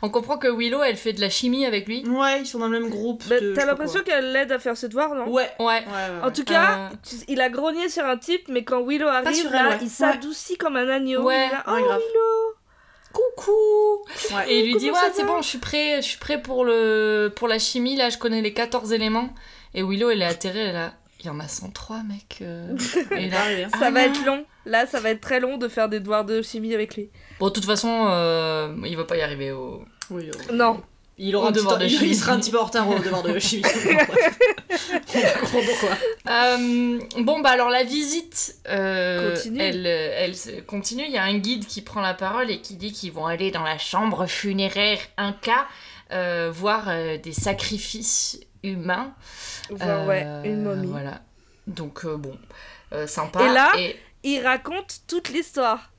on comprend que Willow elle fait de la chimie avec lui. Ouais, ils sont dans le même groupe. Bah, de- je T'as sais pas l'impression qu'elle l'aide à faire ses devoirs, non quoi. Ouais. Ouais, Ouais, ouais, En ouais. tout Euh, cas, tu- il a grogné sur un type, mais quand Willow arrive, sur elle, là, ouais. il s'adoucit comme un agneau. Ouais. Il est là, Ouais, oh, grave. coucou. Ouais. Et il lui dit Ah, Comment ça ouais, c'est va bon, je suis prêt, je suis prêt pour le pour la chimie là, je connais les 14 éléments. Et Willow elle est atterrée, elle a il y en a 103 mec. euh. Et là, Ouais, ouais. ça va Ah non. être long. Là, ça va être très long de faire des devoirs de chimie avec lui. Bon, de toute façon, euh, il va pas y arriver au. Oui, euh, Non. Il aura Au un petit devoir temps- de il- chimie. il sera un petit peu en retard au devoir de chimie. On comprend pourquoi. Euh, bon, bah alors la visite, euh, Continue. elle, euh, elle se- continue. Il y a un guide qui prend la parole et qui dit qu'ils vont aller dans la chambre funéraire Inca euh, voir euh, des sacrifices humains. Voir, Euh, ouais, une momie. Voilà. Donc, euh, bon, euh, sympa. Et là, Et- Il raconte toute l'histoire.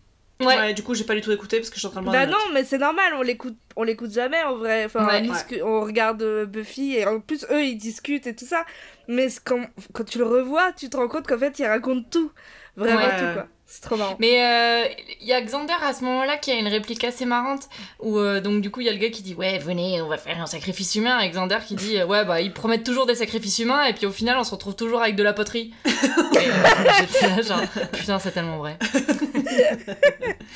Ouais. Ouais, du coup, j'ai pas du tout écouté parce que je suis en train de boire Bah des non, notes. mais c'est normal, on l'écoute, on l'écoute jamais en vrai. Enfin, Ouais. on, discu- on regarde euh, Buffy et en plus eux ils discutent et tout ça. Mais c'est quand, quand tu le revois, tu te rends compte qu'en fait ils racontent tout, vraiment Ouais, tout ouais. quoi. C'est trop marrant. Mais euh, il y a Xander à ce moment-là qui a une réplique assez marrante où euh, donc du coup il y a le gars qui dit ouais venez on va faire un sacrifice humain et Xander qui dit euh, ouais bah ils promettent toujours des sacrifices humains et puis au final on se retrouve toujours avec de la poterie. Et, euh, J'étais là genre putain c'est tellement vrai.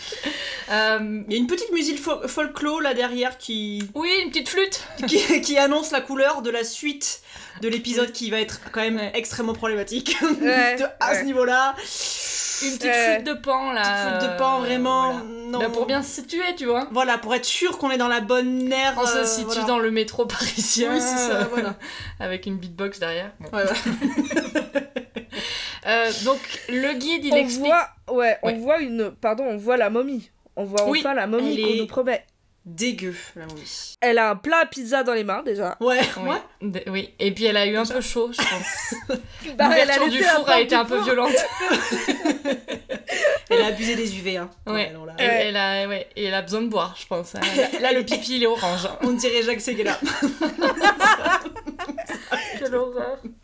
Euh, Il y a une petite musique fo- folklore là derrière qui, oui une petite flûte. qui, qui annonce la couleur de la suite de l'épisode qui va être quand même Ouais. extrêmement problématique Ouais, de- à ce ouais. niveau-là. Une petite Ouais. flûte de pan là. Euh, Petite flûte de pan, euh, vraiment. voilà. Non. Bah, pour bien se situer tu vois. Voilà, pour être sûr qu'on est dans la bonne ère. On se euh, situe voilà. dans le métro parisien. Oui, c'est ça, euh, voilà. Avec une beatbox derrière. Bon. Ouais, ouais. Euh, donc le guide il on explique. voit, ouais, on Ouais. voit une, pardon, on voit la momie. On voit Oui, enfin la momie elle qu'on est- nous promet. Dégueu, la momie. Elle a un plat à pizza dans les mains déjà. Ouais, Oui. ouais. D- oui. Et puis elle a eu un peu chaud, je pense. Bah, elle a L'ouverture laissé du la four porte a été du un peu four. violente. Elle a abusé des UV. Hein. Ouais. non, là, Elle, elle a, ouais, et elle a besoin de boire, je pense. hein. Là, là, le pipi, il est orange. hein. on dirait Jacques Seguela.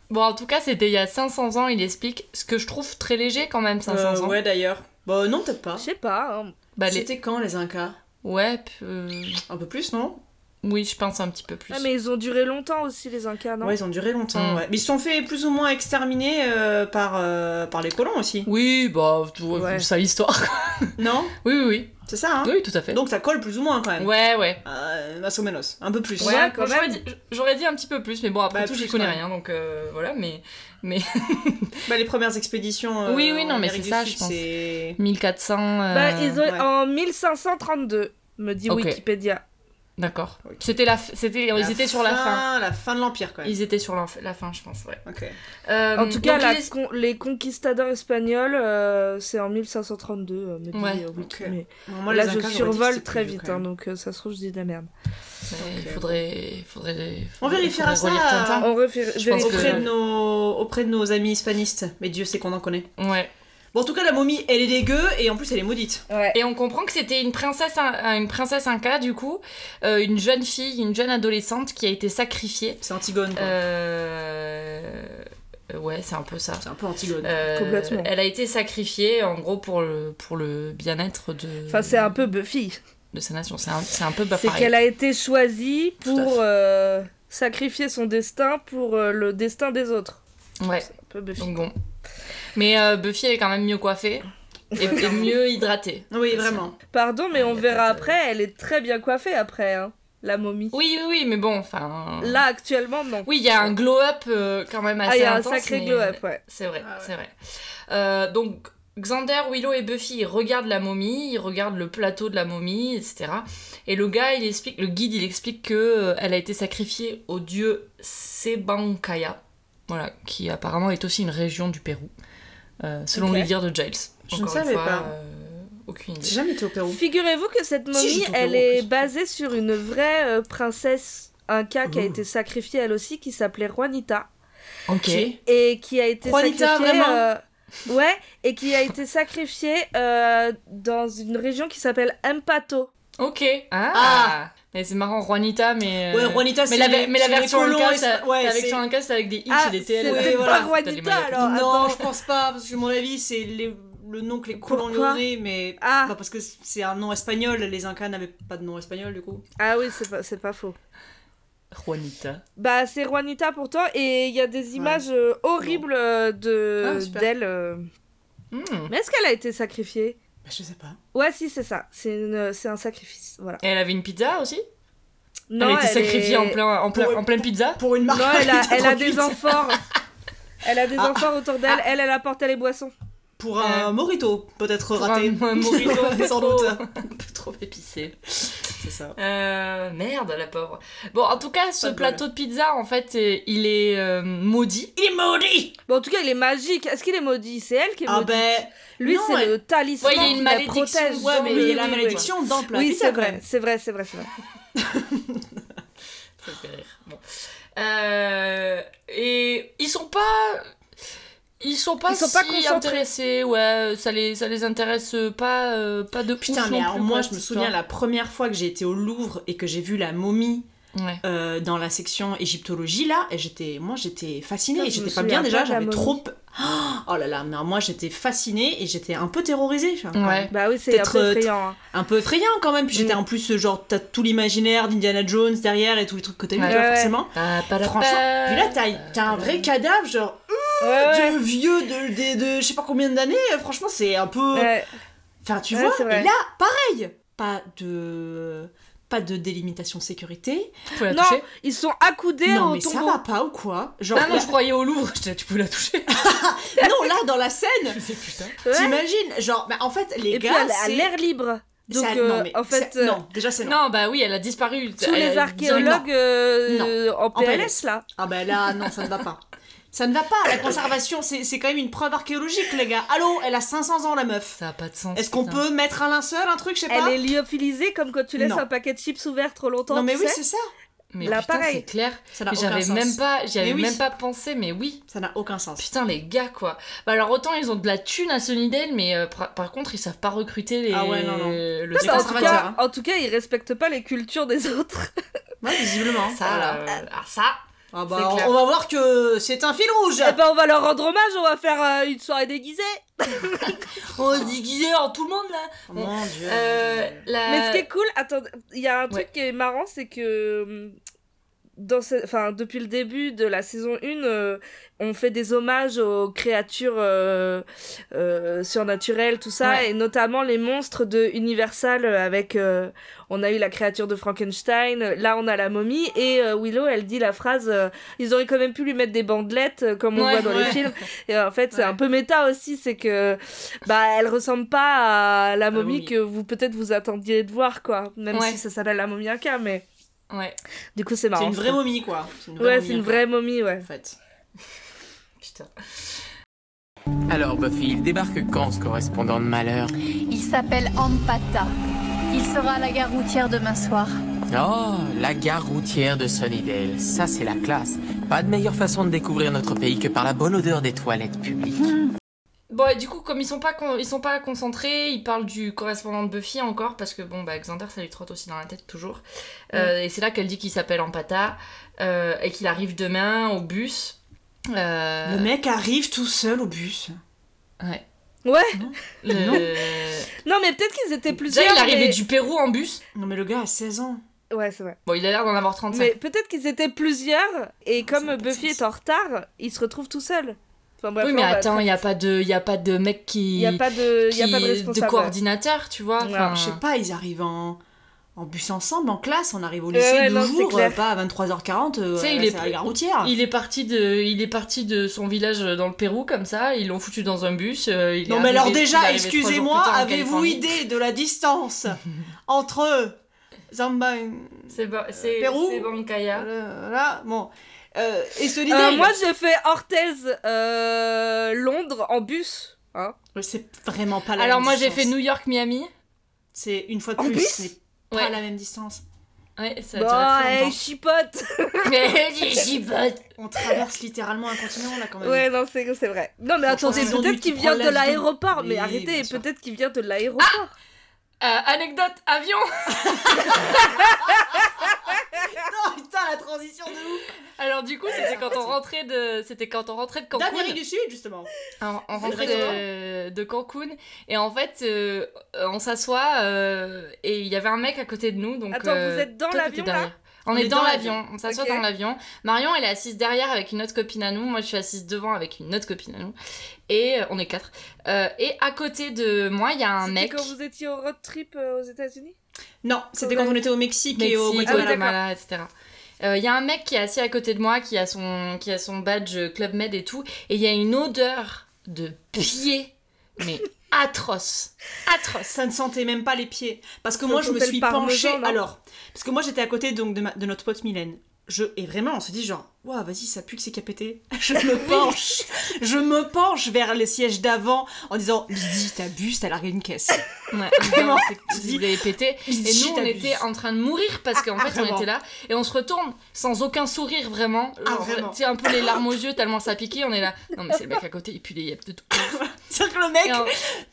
Bon, en tout cas, c'était il y a 500 ans, il explique. Ce que je trouve très léger quand même, 500 Euh, ans. ouais, d'ailleurs. Bah, non, peut-être pas. Je sais pas. hein. Bah, les... C'était quand les Incas Ouais, p- euh, Un peu plus, non oui, je pense un petit peu plus. Ouais, Ah, mais ils ont duré longtemps aussi les Incas, non Ouais, ils ont duré longtemps. Mm. Ouais. Mais ils se sont fait plus ou moins exterminer euh, par, euh, par les colons aussi. Oui, bah, tu vois, Ouais. ça l'histoire. non Oui, oui, oui. C'est ça, hein Oui, tout à fait. Donc ça colle plus ou moins quand même. Ouais, ouais. Euh, más o menos. Un peu plus. Ouais, Ouais, quand j'aurais même. dit- J'aurais dit un petit peu plus, mais bon, après Bah, tout, j'y plus, connais ouais. rien, donc euh, voilà, mais Bah, les premières expéditions. euh, Oui, oui, non, en mais Amérique du c'est ça, Sud, je pense. c'est- 1400... euh, Bah, ils ont ouais. en 1532, me dit Ok. Wikipédia. D'accord. Ok. C'était la, f- c'était, ils étaient sur la fin. La fin de l'Empire quand même. Ils étaient sur l'enf- la fin, je pense, ouais. Ok. Euh, En tout cas, donc, la les- con- les conquistadors espagnols, euh, c'est en 1532, euh, me dit Ouais. euh, Wiki, Ok. mais Bon, moi, là, les je Incas, j'aurais dit que survole c'était très plus vieux, vite, quand hein, même. donc euh, ça se trouve, je dis de la merde. Il faudrait, faudrait, On faudrait- vérifiera faudrait ça. relire Tintin. On refait- Je je vais pense les- que- Auprès de, nos... Auprès de nos amis hispanistes. Mais Dieu sait qu'on en connaît. Ouais. Bon, en tout cas, la momie, elle est dégueu et en plus, elle est maudite. Ouais. Et on comprend que c'était une princesse, in- une princesse inca du coup, euh, une jeune fille, une jeune adolescente qui a été sacrifiée. C'est Antigone. quoi. Euh, Ouais, c'est un peu ça. C'est un peu Antigone. Euh, Complètement. Elle a été sacrifiée en gros pour le pour le bien-être de Enfin, c'est un peu Buffy. de sa nation. C'est un, c'est un peu bah, C'est pareil. qu'elle a été choisie Tout à pour euh, sacrifier son destin pour euh, le destin des autres. Ouais. C'est un peu Buffy. Donc bon. Mais euh, Buffy elle est quand même mieux coiffée et, et mieux hydratée. Oui, vraiment. Pardon, mais on y a verra peut-être, après, elle est très bien coiffée après, hein, la momie. Oui, oui, oui, mais bon, enfin. Là, actuellement, non. Oui, il y a un glow-up euh, quand même assez ah, il y a un intense, sacré mais- glow-up, ouais. C'est vrai, Ah ouais. c'est vrai. Euh, donc, Xander, Willow et Buffy ils regardent la momie, ils regardent le plateau de la momie, etc. Et le gars, il explique, le guide, il explique que euh, elle a été sacrifiée au dieu Sebankaya, voilà, qui apparemment est aussi une région du Pérou, euh, selon Ok. les dires de Giles. Je Encore ne une savais fois, pas. euh, aucune idée. J'ai jamais été au Pérou. Figurez-vous que cette momie, j'ai tombé elle en est plus. basée sur une vraie euh, princesse inca qui a Mmh. Ouh. été sacrifiée elle aussi, qui s'appelait Juanita. Ok. et qui a été Juanita, sacrifiée vraiment euh, ouais et qui a été sacrifiée euh, dans une région qui s'appelle Empato. Ok. Ah. Ah. Mais c'est marrant, Juanita, mais. euh, Ouais, Juanita, Mais c'est la, les- mais la c'est les version colons Inca, et- ça- ouais, la c'est- version Inca, c'est avec des X Ah, et des TL. c'était ouais, pas Juanita, T'as des maillots. alors. non, attends. je pense pas, parce que à mon avis, c'est les- le nom que les colons lui Pourquoi ont donné, mais. Ah. Bah, parce que c'est un nom espagnol, les Incas n'avaient pas de nom espagnol du coup. Ah oui, c'est pas, c'est pas faux. Juanita. Bah, c'est Juanita pourtant, et il y a des images euh, horribles euh, de Ah, super. d'elle. euh. Hmm. Mais est-ce qu'elle a été sacrifiée Bah, je sais pas. Ouais, si, c'est ça. C'est une- c'est un sacrifice, voilà. Et elle avait une pizza aussi Non, Elle a été est- sacrifiée en, plein, en, plein, Pour- en pleine pizza Pour une Non, marque. elle a, elle a des amphores. Elle a des Ah. amphores autour d'elle. Elle, elle apportait les boissons. Pour un morito, peut-être raté. un- un mojito, sans trop- doute. Un peu trop épicé. C'est ça. Euh, merde, la pauvre. Bon, en tout cas, ce de bol. plateau de pizza, en fait, euh, il est euh, maudit. Il est maudit Bon, en tout cas, il est magique. Est-ce qu'il est maudit C'est elle qui est Ah maudite. ben. Lui, Non, c'est elle- le talisman Ouais, il y a qui une la malédiction, protège. ouais, dans Ouais, mais Oui, le- il y oui, a la oui, malédiction dans le plat. Oui, Pizza, c'est quand vrai, même. c'est vrai, c'est vrai, c'est vrai. Ça me fait rire. Bon. Euh, et ils sont pas. Ils sont pas Ils sont si pas concentrés. intéressés, ouais, ça les, ça les intéresse euh, pas, euh, pas de Putain, ouf mais non alors plus, moi, quoi, je me cette souviens histoire. la première fois que j'ai été au Louvre et que j'ai vu la momie Ouais. euh, dans la section égyptologie là, et j'étais, moi j'étais fascinée, Putain, et Ah, je j'étais me pas souviens bien déjà, pas de la j'avais momie. trop. pe- Oh là là, mais alors moi j'étais fascinée et j'étais un peu terrorisée, je suis encore Ouais. Bah oui, c'est un Peut-être, peu euh, effrayant. hein. un peu effrayant quand même. Puis j'étais Mm. en plus euh, genre t'as tout l'imaginaire d'Indiana Jones derrière et tous les trucs que t'as vu Ouais. euh, Ouais, ouais. forcément. Ah, pas la Franchement, peine. puis là t'as t'as un vrai cadavre genre Ah, Ouais, de vieux de, de, de je sais pas combien d'années. euh, Franchement c'est un peu. ouais. ouais. Enfin, tu Ouais, c'est vois, vrai. et là, pareil Pas de... Pas de délimitation sécurité. Tu peux la Non, toucher ils sont accoudés non, au mais ça tombeau. va pas ou quoi Genre, Ah non, je croyais au Louvre, j'étais là, tu peux la toucher. Ah, là- non, là, dans la scène, Je sais, putain. Ouais. t'imagines Genre, bah, en fait, les Et puis gars, à- à c'est- l'air libre. ça- Donc euh, non, mais en fait, c'est- euh, Non, déjà, c'est non. Non, bah oui, elle a disparu. tous Elle- les directement. archéologues euh, en En PLS. PLS là. Ah bah là, non, ça ne va pas. Ça ne va pas, la conservation, c'est c'est quand même une preuve archéologique, les gars. Allô, elle a 500 ans, la meuf. Ça a pas de sens. Est-ce qu'on putain. peut mettre un linceul, un truc, je sais Elle pas est lyophilisée comme quand tu laisses Non. un paquet de chips ouvert trop longtemps. Non, mais tu oui, sais. c'est ça. Mais Là, putain, pareil. c'est clair. Ça n'a Mais aucun J'avais sens. même pas, j'y avais Mais oui. même pas pensé, mais oui. Ça n'a aucun sens. Putain, les gars, quoi. Bah alors, autant ils ont de la thune à Sunnydale, mais euh, par par contre, ils savent pas recruter les. Ah ouais, non, non. Le Ah, Les bah, en, tout conservateurs, cas, hein. en tout cas, ils respectent pas les cultures des autres. Ouais, visiblement. hein. Ça, euh, là. Ah, ça. Ah C'est bah, on, clair. on va voir que c'est un fil rouge. Eh ben, on va leur rendre hommage, on va faire euh, une soirée déguisée. On se déguisait en tout le monde, là. Oh, Mon dieu. Euh, la- Mais ce qui est cool, attends, il y a un truc ouais. qui est marrant, c'est que hum, dans ce- enfin, depuis le début de la saison 1, euh, on fait des hommages aux créatures euh, euh, surnaturelles, tout ça, Ouais. et notamment les monstres de Universal euh, avec... euh, on a eu la créature de Frankenstein, euh, là on a la momie, et euh, Willow, elle dit la phrase, euh, ils auraient quand même pu lui mettre des bandelettes, euh, comme on Ouais, voit dans les ouais. films. Et en fait, c'est Ouais. un peu méta aussi, c'est que bah elle ressemble pas à la momie, momie. que vous peut-être vous attendiez de voir quoi, même Ouais. si ça s'appelle la momie Inca, mais Ouais. du coup c'est marrant. C'est une vraie je trouve. momie, quoi. C'est une Ouais, momie, c'est une en vraie momie, ouais. fait, En fait. Putain. Alors, Buffy, il débarque quand ce correspondant de malheur Il s'appelle Ampata. Il sera à la gare routière demain soir. Oh, la gare routière de Sunnydale, ça c'est la classe. Pas de meilleure façon de découvrir notre pays que par la bonne odeur des toilettes publiques. Bon, et du coup, comme ils sont pas, con- ils sont pas concentrés, ils parlent du correspondant de Buffy encore, parce que bon, bah, Xander, ça lui trotte aussi dans la tête toujours. Mm. Euh, et c'est là qu'elle dit qu'il s'appelle Empata, euh, et qu'il arrive demain au bus. Euh, Le mec arrive tout seul au bus. Ouais. Ouais. Le- Non, mais peut-être qu'ils étaient Déjà, plusieurs. il arrivait mais- du Pérou en bus. Non, mais le gars a 16 ans. Ouais, c'est vrai. Bon, il a l'air d'en avoir 35. Mais peut-être qu'ils étaient plusieurs et ça comme a pas de Buffy sens. est en retard, ils se retrouvent tout seuls. Enfin bref, oui, là, mais on va attends, très il n'y a vite. pas de, y a pas de mec qui. bah, y a pas de y a qui- pas de responsable. coordinateur, tu vois. Ouais, enfin, Je sais pas, ils arrivent en, en bus ensemble, en classe. On arrive au Ouais, lycée ouais, deux non, c'est jours, clair. euh, pas à 23h40. euh, Tu sais, il là, est c'est à pris- la gare routière. Il est parti de, il est parti de son village dans le Pérou comme ça. Ils l'ont foutu dans un bus. euh, il est Non, mais arrivé- alors il est déjà, arrivé trois jours plus excusez-moi, tard en avez-vous Californie. idée de la distance entre Zamba et... C'est ba- c'est Pérou c'est Bancaya. euh, Là, bon. Euh, et Euh, Solidale moi, j'ai fait Orthez euh, Londres en bus. Hein C'est vraiment pas la Alors même moi j'ai distance. fait New York Miami. C'est une fois de En plus, bus ce n'est pas Ouais. la même distance. Ouais, ça a Bon, duré très hey, longtemps. Bah, chipote. Mais j'ai gibote. On traverse littéralement un continent là quand même. Ouais, non, c'est c'est vrai. Non, mais attendez, ils ont dû peut-être qu'il tout vient prendre de l'avion. l'aéroport. Mais Oui, arrêtez, bien sûr. peut-être qu'il vient de l'aéroport. Euh, anecdote avion. Non, Oh, putain, la transition de ouf Alors du coup c'était Euh, quand on rentrait de, c'était quand on rentrait de Cancun. D'Amérique du Sud, justement. On, on rentre Exactement. de, de Cancun et en fait euh, on s'assoit euh, et il y avait un mec à côté de nous donc Attends, euh, vous êtes dans toi, t'étais l'avion, derrière. là on, est dans l'avion, on s'assoit Ok. dans l'avion. Marion, elle est assise derrière avec une autre copine à nous. Moi, je suis assise devant avec une autre copine à nous. Et euh, on est quatre. Euh, et à côté de moi, il y a un C'était mec. quand vous étiez au road trip euh, aux États-Unis Non, c'était quand on était au Mexique, et au Mexique, Ah, Guatemala. Guatemala, etc. Il Euh, y a un mec qui est assis à côté de moi, qui a son, qui a son badge euh, Club Med et tout, et il y a une odeur de pied, mais atroce, atroce. ça ne sentait même pas les pieds. Parce que Ça moi, je me sentait le suis parmesan, penchée. non Alors, parce que moi, j'étais à côté donc de, ma- de notre pote Mylène. je et vraiment on se dit genre waouh vas-y ça pue que c'est capété je me penche je me penche vers les sièges d'avant en disant Lydie t'abuses t'as largué une caisse Ouais, Vraiment. c'est que tu dis, vous avez pété. Et Je dis, nous, on t'abuses. était en train de mourir parce qu'en Ah, fait, on vraiment. était là et on se retourne sans aucun sourire, vraiment. Ah, Genre, vraiment. Tu sais, un peu les larmes aux yeux, tellement ça piquait. On est là. Non, mais c'est le mec à côté, il pue les yeux de tout. c'est-à-dire que le mec Et, en-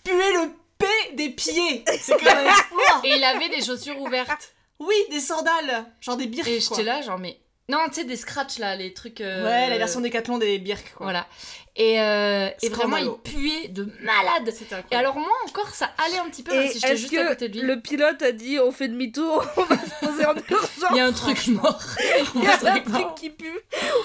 puait le P des pieds c'est comme un exploit et il avait des chaussures ouvertes. oui des sandales genre des birks Et quoi. j'étais là, genre, mais. Non, tu sais, des scratchs là, les trucs. euh, ouais la version décathlon des birks quoi Voilà. Et, euh, et vraiment, il Scandalo. puait de malade. c'était Et incroyable alors, moi encore, ça allait un petit peu, même Et si j'étais est-ce juste à côté que de lui. le pilote a dit on fait demi-tour, on va se poser en Il y urgence a un truc mort. Il y a un mort. truc qui pue,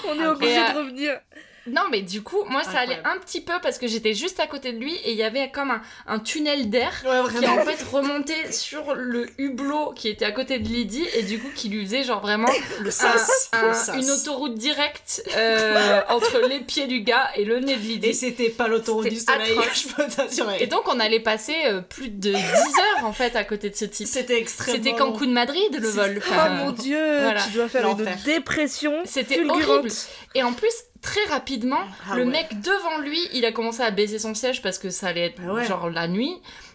on est obligé Et, de revenir. Non, mais du coup, moi, ça allait Incroyable. un petit peu parce que j'étais juste à côté de lui et il y avait comme un, un tunnel d'air ouais qui vraiment en fait remontait sur le hublot qui était à côté de Lydie et du coup qui lui faisait genre vraiment le un- sas, un- le sas. une autoroute directe euh, entre les pieds du gars et le nez de et Lydie. c'était pas l'autoroute du C'était soleil atroce. je peux t'assurer Et donc on allait passer euh, plus de 10 heures en fait à côté de ce type. c'était extrêmement C'était Cancun Madrid le C'est- vol. Oh Enfin, mon dieu, voilà, tu dois faire une l'enfer. dépression C'était horrible. fulgurante. Et en plus très rapidement Ah le ouais. mec devant lui, il a commencé à baiser son siège parce que ça allait être Bah ouais. genre la nuit.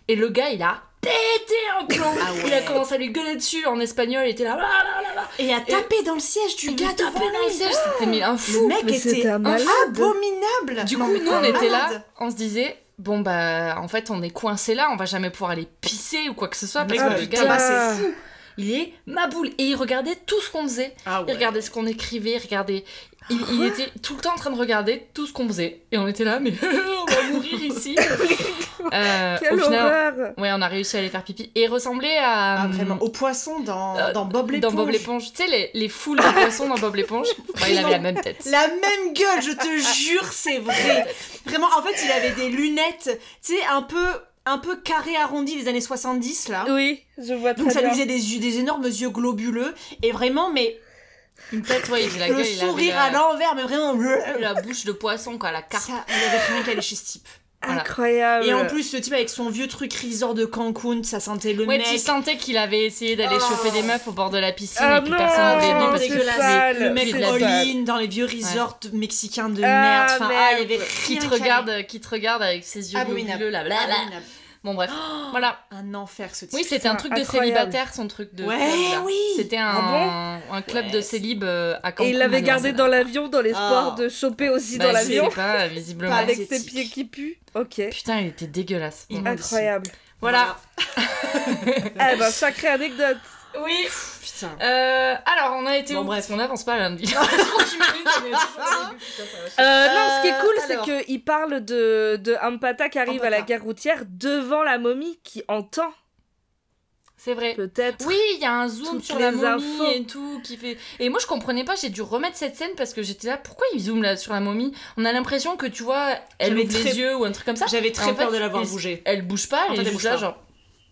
Et le gars, il a pété un plomb. Ah ouais. Il a commencé à lui gueuler dessus en espagnol. Il était là. Ah, là, là, là. et à taper dans le siège Le du gars gars tapait devant dans le lui siège. C'était mais un le fou. mec Mais c'était était un malade. abominable Du coup, nous, on était là. On se disait. Bon bah en fait on est coincé là, on va jamais pouvoir aller pisser ou quoi que ce soit parce Ah, que le putain, gars bah, là, c'est c'est euh, fou. il est ma boule et il regardait tout ce qu'on faisait, ah il regardait ce qu'on écrivait, il regardait, il, il était tout le temps en train de regarder tout ce qu'on faisait et on était là mais on va mourir ici. Euh, Quelle au final, horreur Ouais, on a réussi à aller faire pipi. Et il ressemblait à. Ah, vraiment, au poisson dans, euh, dans Bob Dans l'éponge. Bob l'éponge. Tu sais, les, les foules de poissons dans Bob l'éponge. Bah, il avait la même tête. La même gueule, je te jure, c'est vrai. Vraiment, en fait, il avait des lunettes, tu sais, un peu, un peu carré arrondi des années 70, là. Oui, je vois très Donc ça lui bien. faisait des, yeux- des énormes yeux globuleux. Et vraiment, mais Une tête, ouais, il avait la le gueule. il avait sourire la- à l'envers, mais vraiment... La bouche de poisson, quoi, la carte. Ça, il avait rien qu'à aller chez ce type. Voilà. Incroyable. Et en plus, le type avec son vieux truc resort de Cancun, ça sentait le Ouais, mec. tu sentais qu'il avait essayé d'aller Oh. choper des meufs au bord de la piscine ah et que non, personne n'avait n'avait aimé c'est parce que dégueulasse. Ah sale. le Le mec c'est C'est sale. all-in dans les vieux resorts mexicains de Ah, merde. Enfin, ah, il y avait merde. qui rien te qu'à aller. regarde, qui te regarde avec ses yeux Abominable. globuleux, là, blabla. Abominable. Oh. Bon bref, voilà. Un enfer ce type. Oui, c'était Putain, un truc de incroyable. célibataire, son truc de. club, ouais, là. oui. C'était un, un club Ouais. de célib euh, à Cancun. Et il l'avait gardé dans l'avion dans l'espoir Ah. de choper aussi Bah, dans je sais l'avion pas, visiblement. Pas avec ses asiatique. pieds qui puent. Ok. Putain, il était dégueulasse. Il Bon. m'a- Incroyable. Voilà. Eh ben, sacrée anecdote. Oui. Putain. Euh, alors, on a été Bon, où bref. Parce qu'on avance pas lundi. Euh, non, ce qui est cool, alors. c'est qu'il parle de, de Ampata qui arrive à la Ampata. gare routière devant la momie qui entend C'est vrai. peut-être. Oui, il y a un zoom Toutes sur la les momie infos. et tout qui fait. Et moi, je comprenais pas. J'ai dû remettre cette scène parce que j'étais là. Pourquoi ils zooment là sur la momie On a l'impression que tu vois, elle J'avais ouvre très- les yeux ou un truc comme ça. J'avais Et très en peur fait, de l'avoir ils- bougé. Elle bouge pas. En fait, Elle est elle juste bouge là, pas. genre.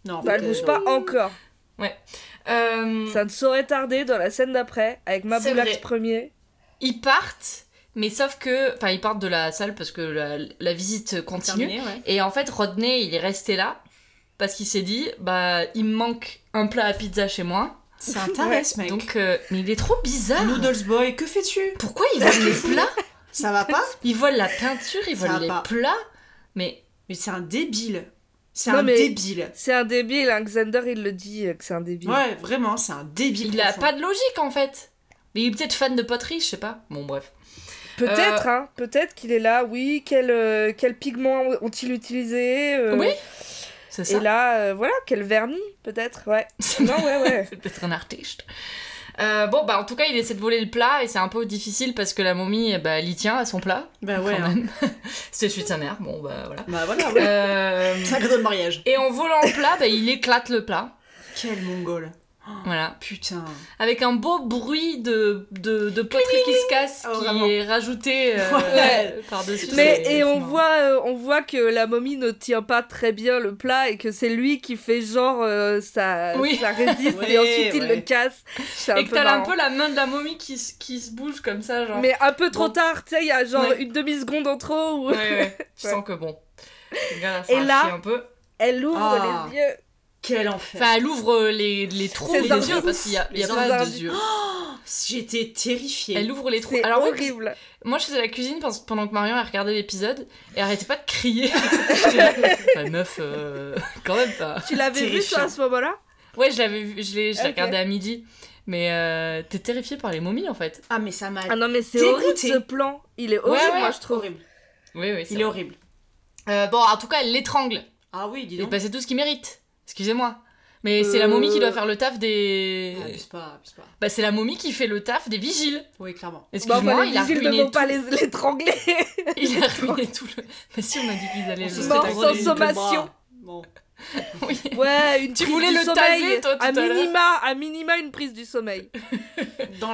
Non, en Bah, fait, elle euh, bouge pas encore. Euh, Ça ne saurait tarder dans la scène d'après avec C'est vrai. Maboulax premier. Ils partent, mais sauf que, enfin, ils partent de la salle parce que la, la visite continue. terminé, ouais. Et en fait, Rodney, il est resté là parce qu'il s'est dit, bah, il me manque un plat à pizza chez moi. C'est un tarès, mec. Ah. Donc, euh, mais il est trop bizarre. Noodles Boy, que fais-tu Pourquoi il vole les plats Ça va pas Il vole la peinture, il Ça vole va les pas. plats. Mais Mais c'est un débile. C'est Non, un mais- débile. C'est un débile, hein, Xander il le dit euh, que c'est un débile. Ouais, vraiment, c'est un débile. il a profond. pas de logique en fait. Mais il est peut-être fan de poterie, je sais pas. Bon, bref. Euh. Peut-être, hein, peut-être qu'il est là, oui, quel, euh, quel pigment ont-ils utilisé euh, Oui, C'est ça. Et là, euh, voilà, quel vernis, peut-être, ouais. C'est Non, ouais, ouais. C'est peut-être un artiste. Euh, bon, bah en tout cas, il essaie de voler le plat et c'est un peu difficile parce que la momie, eh bah, elle y tient à son plat. Bah Quand ouais. hein. même. c'est celui de sa mère. Bon, bah voilà. Bah voilà, ouais. Euh, C'est un cadeau de mariage. et en volant le plat, bah, il éclate le plat. Quel mongol. Voilà. Putain. Avec un beau bruit de, de, de poterie qui se casse Oh, qui vraiment. est rajouté euh, Ouais. par-dessus. Mais C'est- et on c'est marrant. voit, euh, on voit que la momie ne tient pas très bien le plat et que c'est lui qui fait genre euh, ça, Oui. ça résiste Ouais, et ensuite il ouais. le casse. C'est un Et que peu t'as un marrant. peu la main de la momie qui, se- qui se bouge comme ça, genre. Mais un peu trop Bon. tard, tu sais, il y a genre Ouais. une demi seconde en trop où Ouais, ouais. Tu sens que bon. le gars, là, ça Et a là- chié un peu. elle ouvre Ah. les yeux. Quel enfer. Enfin, elle ouvre euh, les, les trous Ses des orbites. yeux parce qu'il n'y a, il y a Les pas orbites. Oh, deux yeux. J'étais terrifiée. Elle ouvre les trous. C'est Alors, oui, horrible. moi, je faisais la cuisine pen- pendant que Marion a regardé l'épisode et arrêtait pas de crier. J'étais là, Bah, meuf, euh, quand même pas. Tu l'avais vu toi Terrifiant. à ce moment-là Ouais, je l'avais vu, je l'ai je l'ai Ok. regardé à midi. Mais euh, t'es terrifiée par les momies en fait. Ah, mais ça m'a. Ah non mais c'est Dégoûté. horrible ce plan. Il est horrible Ouais, ouais. moi je trouve. horrible. Oui, oui. Il c'est est vrai. horrible. Euh, bon, en tout cas, elle l'étrangle. Ah oui, dis Et donc. bah, c'est tout ce qu'il mérite. Excusez-moi. Mais c'est la momie qui doit faire le taf des. Ah, Bah, Abuse pas, abuse pas. Bah, c'est la momie qui fait le taf des vigiles. Oui, clairement. Excuse-moi, Bon, enfin, les il a vigiles ne ruiné vont pas les l'étrangler. tout- il a ruiné tout le. Bah, si, on a dit qu'ils allaient On le. se Mort serait sans brûlé le bras. sommation. Bon. Oui. ouais, une Tu prise voulais du le sommeil. taser, toi, tout à à l'heure. minima, à minima une prise du sommeil. Dans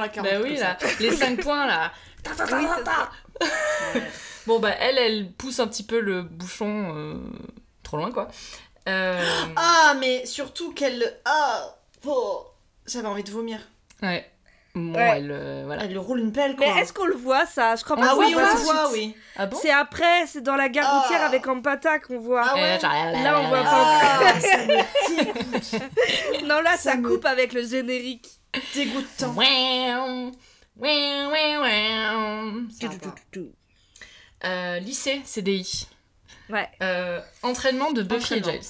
la carte. Bah oui, là, les 5 points là. Ta, ta, ta, Oui, ta, c'est ta. Bon, bah, elle, elle pousse un petit peu le bouchon euh, trop loin, quoi. Euh, Ah, mais surtout qu'elle. Ah, oh. J'avais envie de vomir. Ouais. Bon, Ouais. elle. euh, voilà. Elle le roule une pelle, quoi. Mais est-ce qu'on le voit ça Je crois pas Ah qu'on oui, on voit tout le de voit, suite. oui. Ah bon C'est après, c'est dans la gare Ah. routière avec Ampata qu'on voit. Ah ouais. Euh, genre, Là, on voit pas. Ah, ça me Non, là, Ça ça me- coupe avec le générique. dégoûtant. Ouin, ouin, ouin, ouin. Sympa. Euh, lycée, CDI. Ouais. Euh, entraînement de Buffy et Entraînement. Giles.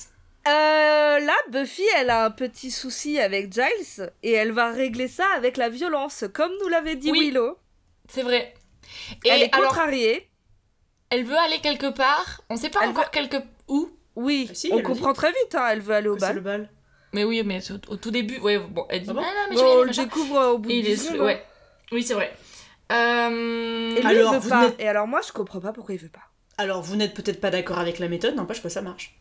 Euh, là, Buffy, elle a un petit souci avec Giles et elle va régler ça avec la violence, comme nous l'avait dit Oui. Willow. C'est vrai. Et elle est alors, contrariée. elle veut aller quelque part. On sait pas Elle encore quelque où. Oui, Ah si, on elle le comprend très vite, hein, elle veut aller au Que C'est bal. le bal. Mais oui, mais au, au tout début, ouais, bon, elle dit Ah bon non, non, mais je Bon, vais on aller, le machin. découvre au bout Et du il est, film. ouais. Oui, c'est vrai. Euh, Et lui, Alors, il vous veut pas. n'êtes- Et alors, moi, je comprends pas pourquoi il veut pas. Alors, vous n'êtes peut-être pas d'accord avec la méthode, n'empêche que ça marche.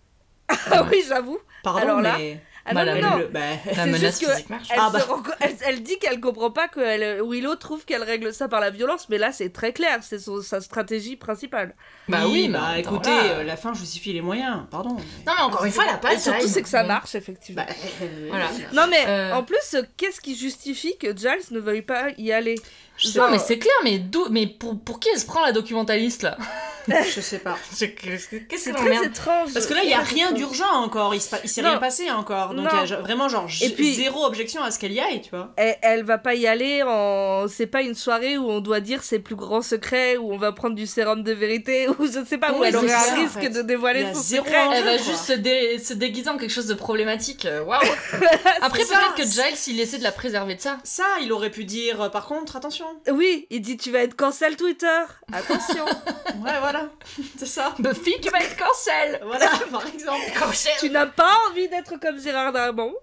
Ah oui, j'avoue. Pardon, Alors là, mais. Ah non, Voilà, non, non. Le- bah, la c'est menace juste que- physique marche. Elle, Ah se bah. rend- elle- elle dit qu'elle comprend pas que elle- Willow trouve qu'elle règle ça par la violence, mais là, c'est très clair, c'est son- sa stratégie principale. Bah oui, mais bah attends, écoutez, là- euh, la fin justifie les moyens, pardon. Non, mais encore une fois, la Et page. surtout, c'est que ça marche, effectivement. Ah, Bah, euh, Voilà. non, mais euh, en plus, euh, qu'est-ce qui justifie que Giles ne veuille pas y aller Je sais, Non, pas, mais c'est clair, mais, d'où- mais pour, pour qui elle se prend la documentaliste là je sais pas. Je- Qu'est-ce que C'est qu'est-ce que très l'emmerde étrange. Parce que là, il y a rien d'urgent encore, il, se pa- il s'est Non. rien passé encore. Donc, Non. il y a ge- vraiment, genre, j- Et puis- zéro objection à ce qu'elle y aille, tu vois. Elle, elle va pas y aller en. C'est pas une soirée où on doit dire ses plus grands secrets, où on va prendre du sérum de vérité, ou je sais pas, où Oui, elle c'est aurait ça, un en risque fait. de Il y dévoiler a son zéro secret. Elle va quoi. juste se, dé- se déguiser en quelque chose de problématique. euh, Waouh Après, ça, peut-être que c'est- Giles, il essaie de la préserver de ça. Ça, il aurait pu dire, euh, par contre, attention. Oui, il dit tu vas être cancel Twitter. Attention, Ouais, voilà. c'est ça. Buffy, tu vas être cancel Voilà, par exemple. Cancel tu n'as pas envie d'être comme Gérard Darmon.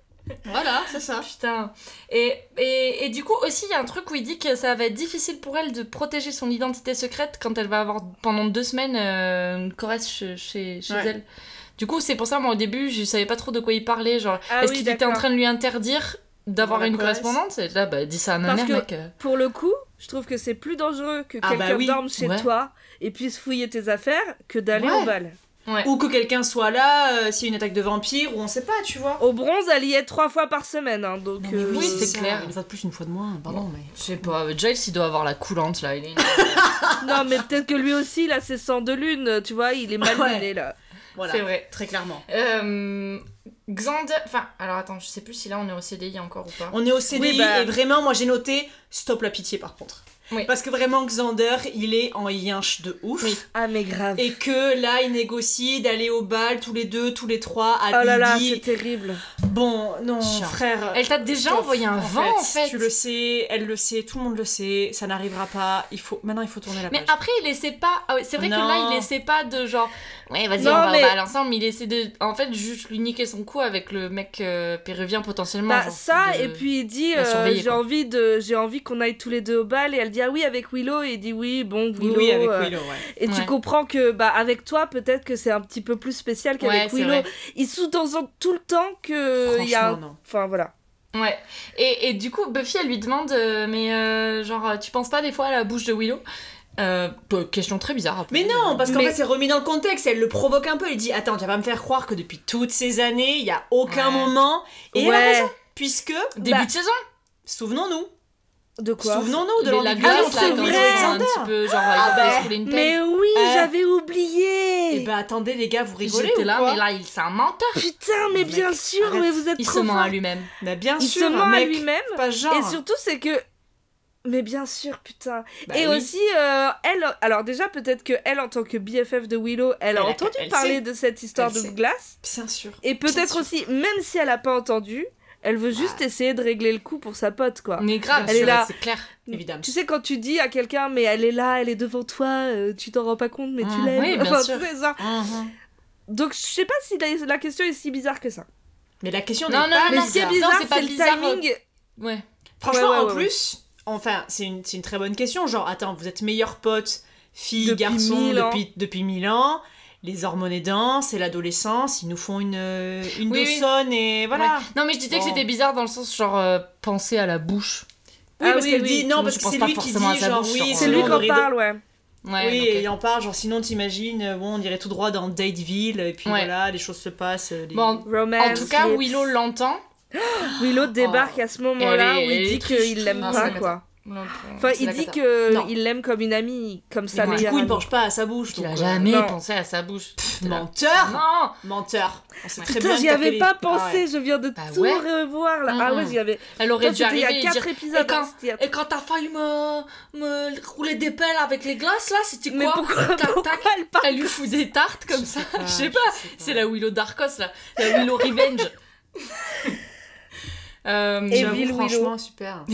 Voilà, c'est ça. Putain. Et, et, et du coup, aussi, il y a un truc où il dit que ça va être difficile pour elle de protéger son identité secrète quand elle va avoir pendant deux semaines euh, une choresse che- chez, chez Ouais. elle. Du coup, c'est pour ça, moi, au début, je savais pas trop de quoi il parlait. Genre, Ah est-ce oui, qu'il était en d'accord. train de lui interdire D'avoir d'avoir la une choresse. correspondante Et là, bah, dis ça à ma Parce mère, que- mec. euh. Pour le coup, je trouve que c'est plus dangereux que Ah bah quelqu'un oui. dorme chez Ouais. toi et puisse fouiller tes affaires que d'aller Ouais. au bal. Ouais. Ou que quelqu'un soit là, euh, s'il y a une attaque de vampire, ou on sait pas, tu vois. Au bronze, elle y est trois fois par semaine, hein, donc. Non, mais euh, oui, c'est ça, clair. Une fois de plus, une fois de moins, pardon, mais. Je sais pas, euh, Giles, il doit avoir la coulante, là. Il est... Non, mais peut-être que lui aussi, là, c'est sang de lune, tu vois, il est mal Ouais. mené, là. Voilà. C'est vrai. Très clairement. Euh, Xand... Enfin, alors attends, je sais plus si là, on est au CDI encore ou pas. On est au CDI Oui, bah- et vraiment, moi j'ai noté stop la pitié par contre. Oui. Parce que vraiment, Xander, il est en yinche de ouf. Oui. Ah, mais grave. Et que là, il négocie d'aller au bal tous les deux, tous les trois, à Oh là là, c'est midi. terrible. bon, non, Chiant. frère. Elle t'a déjà stop, envoyé un en vent, en fait. Tu le sais, elle le sait, tout le monde le sait, ça n'arrivera pas. Il faut... Maintenant, il faut tourner la Mais page. après, il laissait pas. ah ouais, c'est vrai que là, Non. il laissait pas de genre. Ouais, vas-y, Non, on va mais- au bal ensemble. Il laissait de. En fait, juste lui niquer son coup avec le mec euh, péruvien potentiellement. Bah, genre, ça, de- et puis il dit la euh, surveiller, J'ai quoi. envie, de... j'ai envie qu'on aille tous les deux au bal. Et elle dit Ah oui, avec Willow. Et il dit Oui, bon, Oui, Willow. oui, avec euh, Willow, ouais. Et tu Ouais. comprends que, bah, avec toi, peut-être que c'est un petit peu plus spécial Ouais, qu'avec c'est Willow. vrai. Il sous-entend tout le temps que. il y a... Franchement, un- non. Enfin, voilà. Ouais. Et, et du coup, Buffy, elle lui demande euh, Mais euh, genre, tu penses pas des fois à la bouche de Willow Euh, bah, Question très bizarre. après. Mais non, parce qu'en Mais- fait, c'est remis dans le contexte. Elle le provoque un peu. Elle dit Attends, tu vas pas me faire croire que depuis toutes ces années, il y a aucun Ouais. moment. Et elle a ouais. raison, puisque, Début bah- de saison souvenons-nous, De quoi Souvenons-nous de Mais la l'ambiguïté glace, c'est là, quand vrai. il est un Alexander. petit peu, genre, Ah il bah. roule une pelle. Mais oui, Eh. j'avais oublié Et bah attendez les gars, vous rigolez J'étais ou là, quoi mais là, il c'est un menteur. Putain, mais Mec, bien sûr, arrête. mais vous êtes Il se trop ment forts. à lui-même. Bah, bien Il sûr, se ment à mec. lui-même. Pas genre. Et surtout, c'est que. Mais bien sûr, putain. Bah et oui. aussi, euh, elle. Alors, déjà, peut-être que elle, en tant que BFF de Willow, elle, a Elle a- entendu elle parler sait. de cette histoire Elle de sait. glace. Bien sûr. Et peut-être aussi, même si elle a pas entendu, elle veut juste essayer de régler le coup pour sa pote, quoi. Mais grave, Ah, Elle est là. C'est clair, évidemment. Tu sais, quand tu dis à quelqu'un, mais elle est là, elle est devant toi, euh, tu t'en rends pas compte, mais tu Mhm. l'aimes. Oui, bien Enfin, sûr. tu sais, genre. Donc, je sais pas si la, la question est si bizarre que ça. Mais la question n'est Non, non, pas Ah, non, mais non, ce qui est bizarre. bizarre, c'est pas c'est le bizarre, euh, timing. Ouais. Franchement, Ouais, ouais, en ouais, plus, enfin, c'est une, c'est une très bonne question. Genre, attends, vous êtes meilleurs potes, fille, Depuis garçon, mille ans. depuis, depuis mille ans. Les hormones aidant, c'est l'adolescence, ils nous font une, euh, une Oui, oui. dossonne et voilà. Ouais. Non, mais je disais que Bon. c'était bizarre dans le sens, genre, euh, penser à la bouche. Oui, Ah parce oui, qu'elle oui. dit non, Moi, parce je que pense c'est pas lui qui forcément à dit sa genre bouche, oui, genre, C'est Sinon, lui on qui en qu'on parle, ouais. Ouais, oui, donc, euh, et il en parle, genre sinon t'imagines, euh, bon, on dirait tout droit dans Dateville, et puis Ouais. voilà, les choses se passent. euh, les- Bon, Romance. en tout cas, Willow- Willow l'entend. Willow débarque à ce moment-là Et elle est- où elle il dit est triste. qu'il l'aime Non, pas, c'est la quoi. l'entend. Enfin, C'est il la dit cata. que Non. il l'aime comme une amie, comme sa Mais du meilleure coup, il amie. ne penche pas à sa bouche. Il donc, a euh, jamais non. pensé à sa bouche. T'es là. Menteur Non Menteur On sait Ouais. très bien Putain, que j'y t'as avais fait pas les- pensé, Ah ouais. je viens de Bah tout ouais. revoir là. Ah Mhm. ouais, j'y avais. Elle aurait Putain, dû C'était il y arriver a et dire 4 épisodes. Et quand- hein, c'était- Et quand t'as failli me, me rouler des pelles avec les glaces, là, c'était quoi Mais pourquoi, Tac, tac. pourquoi elle parle Elle lui fout des tartes comme ça. Je sais pas. C'est la Willow Darkos, là. La Willow Revenge. euh, Et J'avoue, Ville Willow. franchement, super.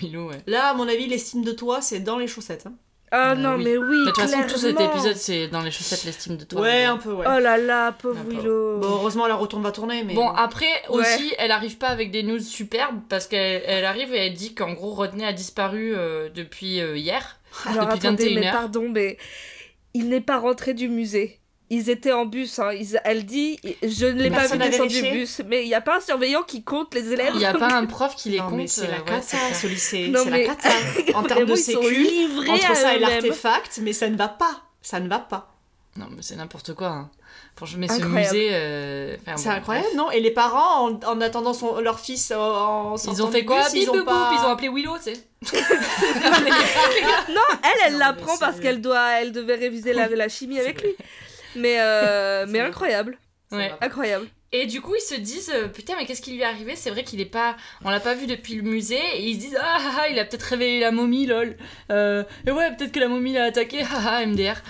Willow, ouais. Là, à mon avis, l'estime de toi, c'est dans les chaussettes. hein. Ah Bah non, oui. mais oui. De toute façon, tout cet clairement. épisode, c'est dans les chaussettes l'estime de toi. ouais, Willow. un peu, ouais. Oh là là, pauvre Ah, pauvre. Willow. Bon, heureusement, la retourne va tourner, mais. Bon, après Ouais. aussi, elle arrive pas avec des news superbes parce qu'elle elle arrive et elle dit qu'en gros, Rodney a disparu euh, depuis euh, hier. Alors depuis attendez, mais 21h. pardon, mais il n'est pas rentré du musée. Ils étaient en bus, hein. Ils- elle dit, je ne l'ai pas vu Personne n'a descendre du vérifié bus, mais il n'y a pas un surveillant qui compte les élèves. Il y a pas un prof qui les Non, compte. mais c'est euh, la ouais, cata, c'est clair. ce lycée. Non, c'est mais- la cata. En termes de Vraiment, ils sont sécu, livrés à entre ça et eux-mêmes. l'artefact, mais ça ne va pas. Ça ne va pas. Non, mais c'est n'importe quoi. Hein. Franchement, mais ce Incroyable. musée. euh, enfin, C'est bon, incroyable, bref. non Et les parents, en, en attendant son, leur fils euh, en Ils sortant ont fait du quoi bus, Bip, ils ont boup, pas... boup, Ils ont appelé Willow, tu sais. Non, elle, elle Non, l'apprend mais parce c'est- qu'elle doit, elle devait réviser la, la chimie avec lui. Mais, euh, mais vrai. incroyable, Ça Ouais. Ah, va pas. incroyable. Et du coup, ils se disent euh, Putain, mais qu'est-ce qui lui est arrivé C'est vrai qu'il est pas. On l'a pas vu depuis le musée. Et ils se disent Ah, ah, ah, il a peut-être réveillé la momie, lol. Euh, et ouais, peut-être que la momie l'a attaqué. Ah, ah, MDR.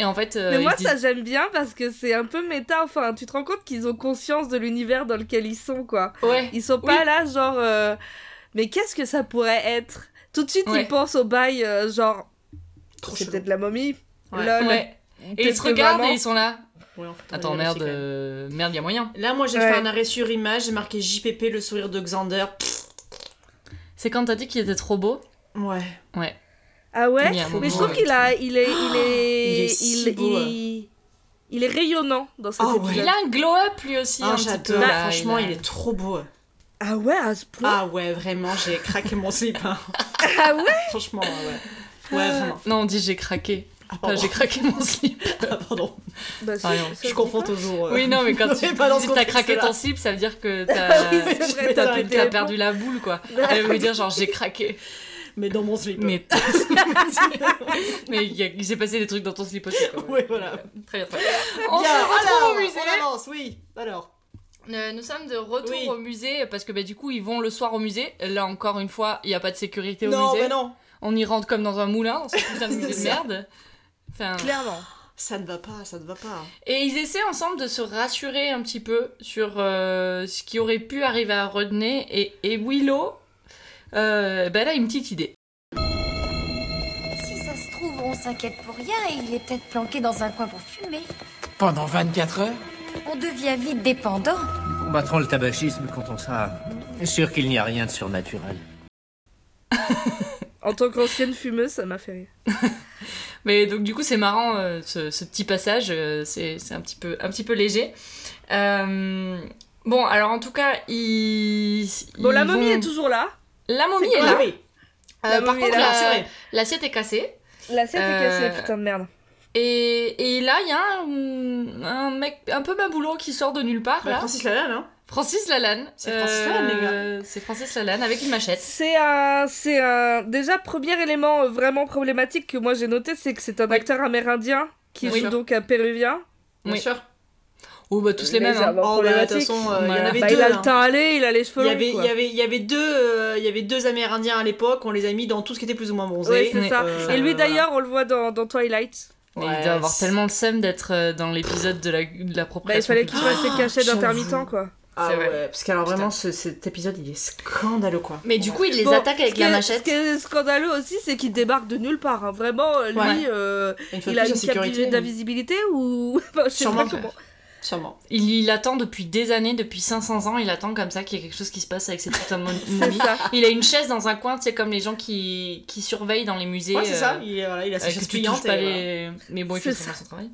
Et en fait, euh, mais ils moi, se disent, ça j'aime bien parce que c'est un peu méta. Enfin, tu te rends compte qu'ils ont conscience de l'univers dans lequel ils sont, quoi. Ouais. Ils sont pas là, genre. euh, mais qu'est-ce que ça pourrait être Tout de suite, Ouais. ils pensent au bail, euh, genre. Trop C'est chelou. peut-être la momie. Ouais. Lol. Ouais. Et ils Peut-être se que regardent vraiment- et ils sont là. Ouais, en fait, on Attends, va vérifier merde, quand même. euh, merde, il y a moyen. Là, moi, j'ai Ouais. fait un arrêt sur image, j'ai marqué JPP, le sourire de Xander. C'est quand t'as dit qu'il était trop beau Ouais. Ah ouais Il y a un Mais je moment, trouve qu'il a, il est, il est, il est si il, beau, hein. il- il est rayonnant dans cet Ah ouais. épisode. Il a un glow-up lui aussi. Ah, un petit peu, j'adore. là, Franchement, a- il est trop beau. Ah ouais, à ce point. Ah ouais, vraiment, j'ai craqué mon slip. hein. Ah, ouais. Franchement, ouais. Ouais, vraiment. Non, on dit j'ai craqué. Ah, Enfin, pardon. j'ai craqué mon slip. Ah, pardon. Bah, c'est- Ah non, ça Je dit confonds pas. toujours. euh, Oui, non, mais quand on tu est pas dans ce dis t'as craqué contexte-là. ton slip, ça veut dire que t'as Oui, c'est vrai, Euh, t'as t'as pu- pété t'as les perdu Ah la boule, quoi. Elle veut dire genre j'ai craqué. Mais dans mon slip. Mais mais il y a- il s'est passé des trucs dans ton slip aussi. quoi. Ouais, voilà. Très bien. très bien. On Bien, se retrouve alors, au musée. On avance, oui. Alors. Euh, nous sommes de retour Oui. au musée parce que bah, du coup ils vont le soir au musée. Là encore une fois, il n'y a pas de sécurité au Non, musée. mais non. On y rentre comme dans un moulin, dans ce putain de musée de C'est ça. merde. Enfin, Clairement. Ça ne va pas, ça ne va pas. et ils essaient ensemble de se rassurer un petit peu sur euh, ce qui aurait pu arriver à Rodney et, et Willow. Euh, bah là, une petite idée. Si ça se trouve, on s'inquiète pour rien et il est peut-être planqué dans un coin pour fumer. Pendant 24 heures On devient vite dépendant. Nous combattrons le tabagisme quand on sera sûr qu'il n'y a rien de surnaturel. En tant qu'ancienne fumeuse, ça m'a fait rire. Mais donc du coup c'est marrant euh, ce, ce petit passage, euh, c'est c'est un petit peu un petit peu léger. Euh, bon alors en tout cas ils. Bon, ils la momie vont- est toujours là. La momie C'est est là. quoi Oui. Euh, La par momie est là. contre la- Rassuré. l'assiette est cassée. L'assiette est Euh, cassée, putain de merde. Et, et là il y a un, un mec un peu maboulot qui sort de nulle part Bah, Ah, là. Francis Lalanne, hein. Francis Lalanne. euh, C'est Francis Lalanne, les gars. C'est Francis Lalanne avec une machette. C'est un, c'est un. Déjà, premier élément euh, vraiment problématique que moi j'ai noté, c'est que c'est un acteur amérindien qui Oui. joue donc un péruvien. Bien Oui. sûr. Oh, bah Euh, tous les mêmes. hein. Légèrement Oh, bah, de toute problématique. façon, euh, il y en Voilà. avait Bah, deux. il a le hein. teint allé, il a les cheveux Il y longs. avait, il quoi. y avait, il y avait deux, euh, il y avait deux Amérindiens à l'époque. On les a mis dans tout ce qui était plus ou moins bronzé. Ouais, c'est Oui. ça. Euh, Et lui voilà. d'ailleurs, on le voit dans, dans Twilight. Mais Ouais, il doit avoir c'est- tellement le seum d'être euh, dans l'épisode de la de Bah, il l'appropriation fallait qu'il culturelle. fasse ses cachets j'avoue. d'intermittent, quoi. Ah C'est vrai. ouais, parce qu'alors vraiment, ce- cet épisode, il est scandaleux quoi. Mais du coup, il les Bon, attaque avec Ce qui la est- machette. Ce qui est scandaleux aussi, c'est qu'il débarque de nulle part. hein. Vraiment, euh, lui, Ouais. euh, une fois il de a plus, une la sécurité, capacité d'invisibilité ou. Enfin, je sais Sûrement, pas comment. Sûrement. Il, il attend depuis des années, depuis 500 ans, il attend comme ça qu'il y ait quelque chose qui se passe avec cette putain de mon- C'est momie. ça. Il a une chaise dans un coin, tu sais, comme les gens qui, qui surveillent dans les musées. Ouais, c'est ça. euh, Il, voilà, il a euh, sa que chaise tu touches pliante. et pas voilà. les... Mais bon, il C'est fait ça. sûrement son travail.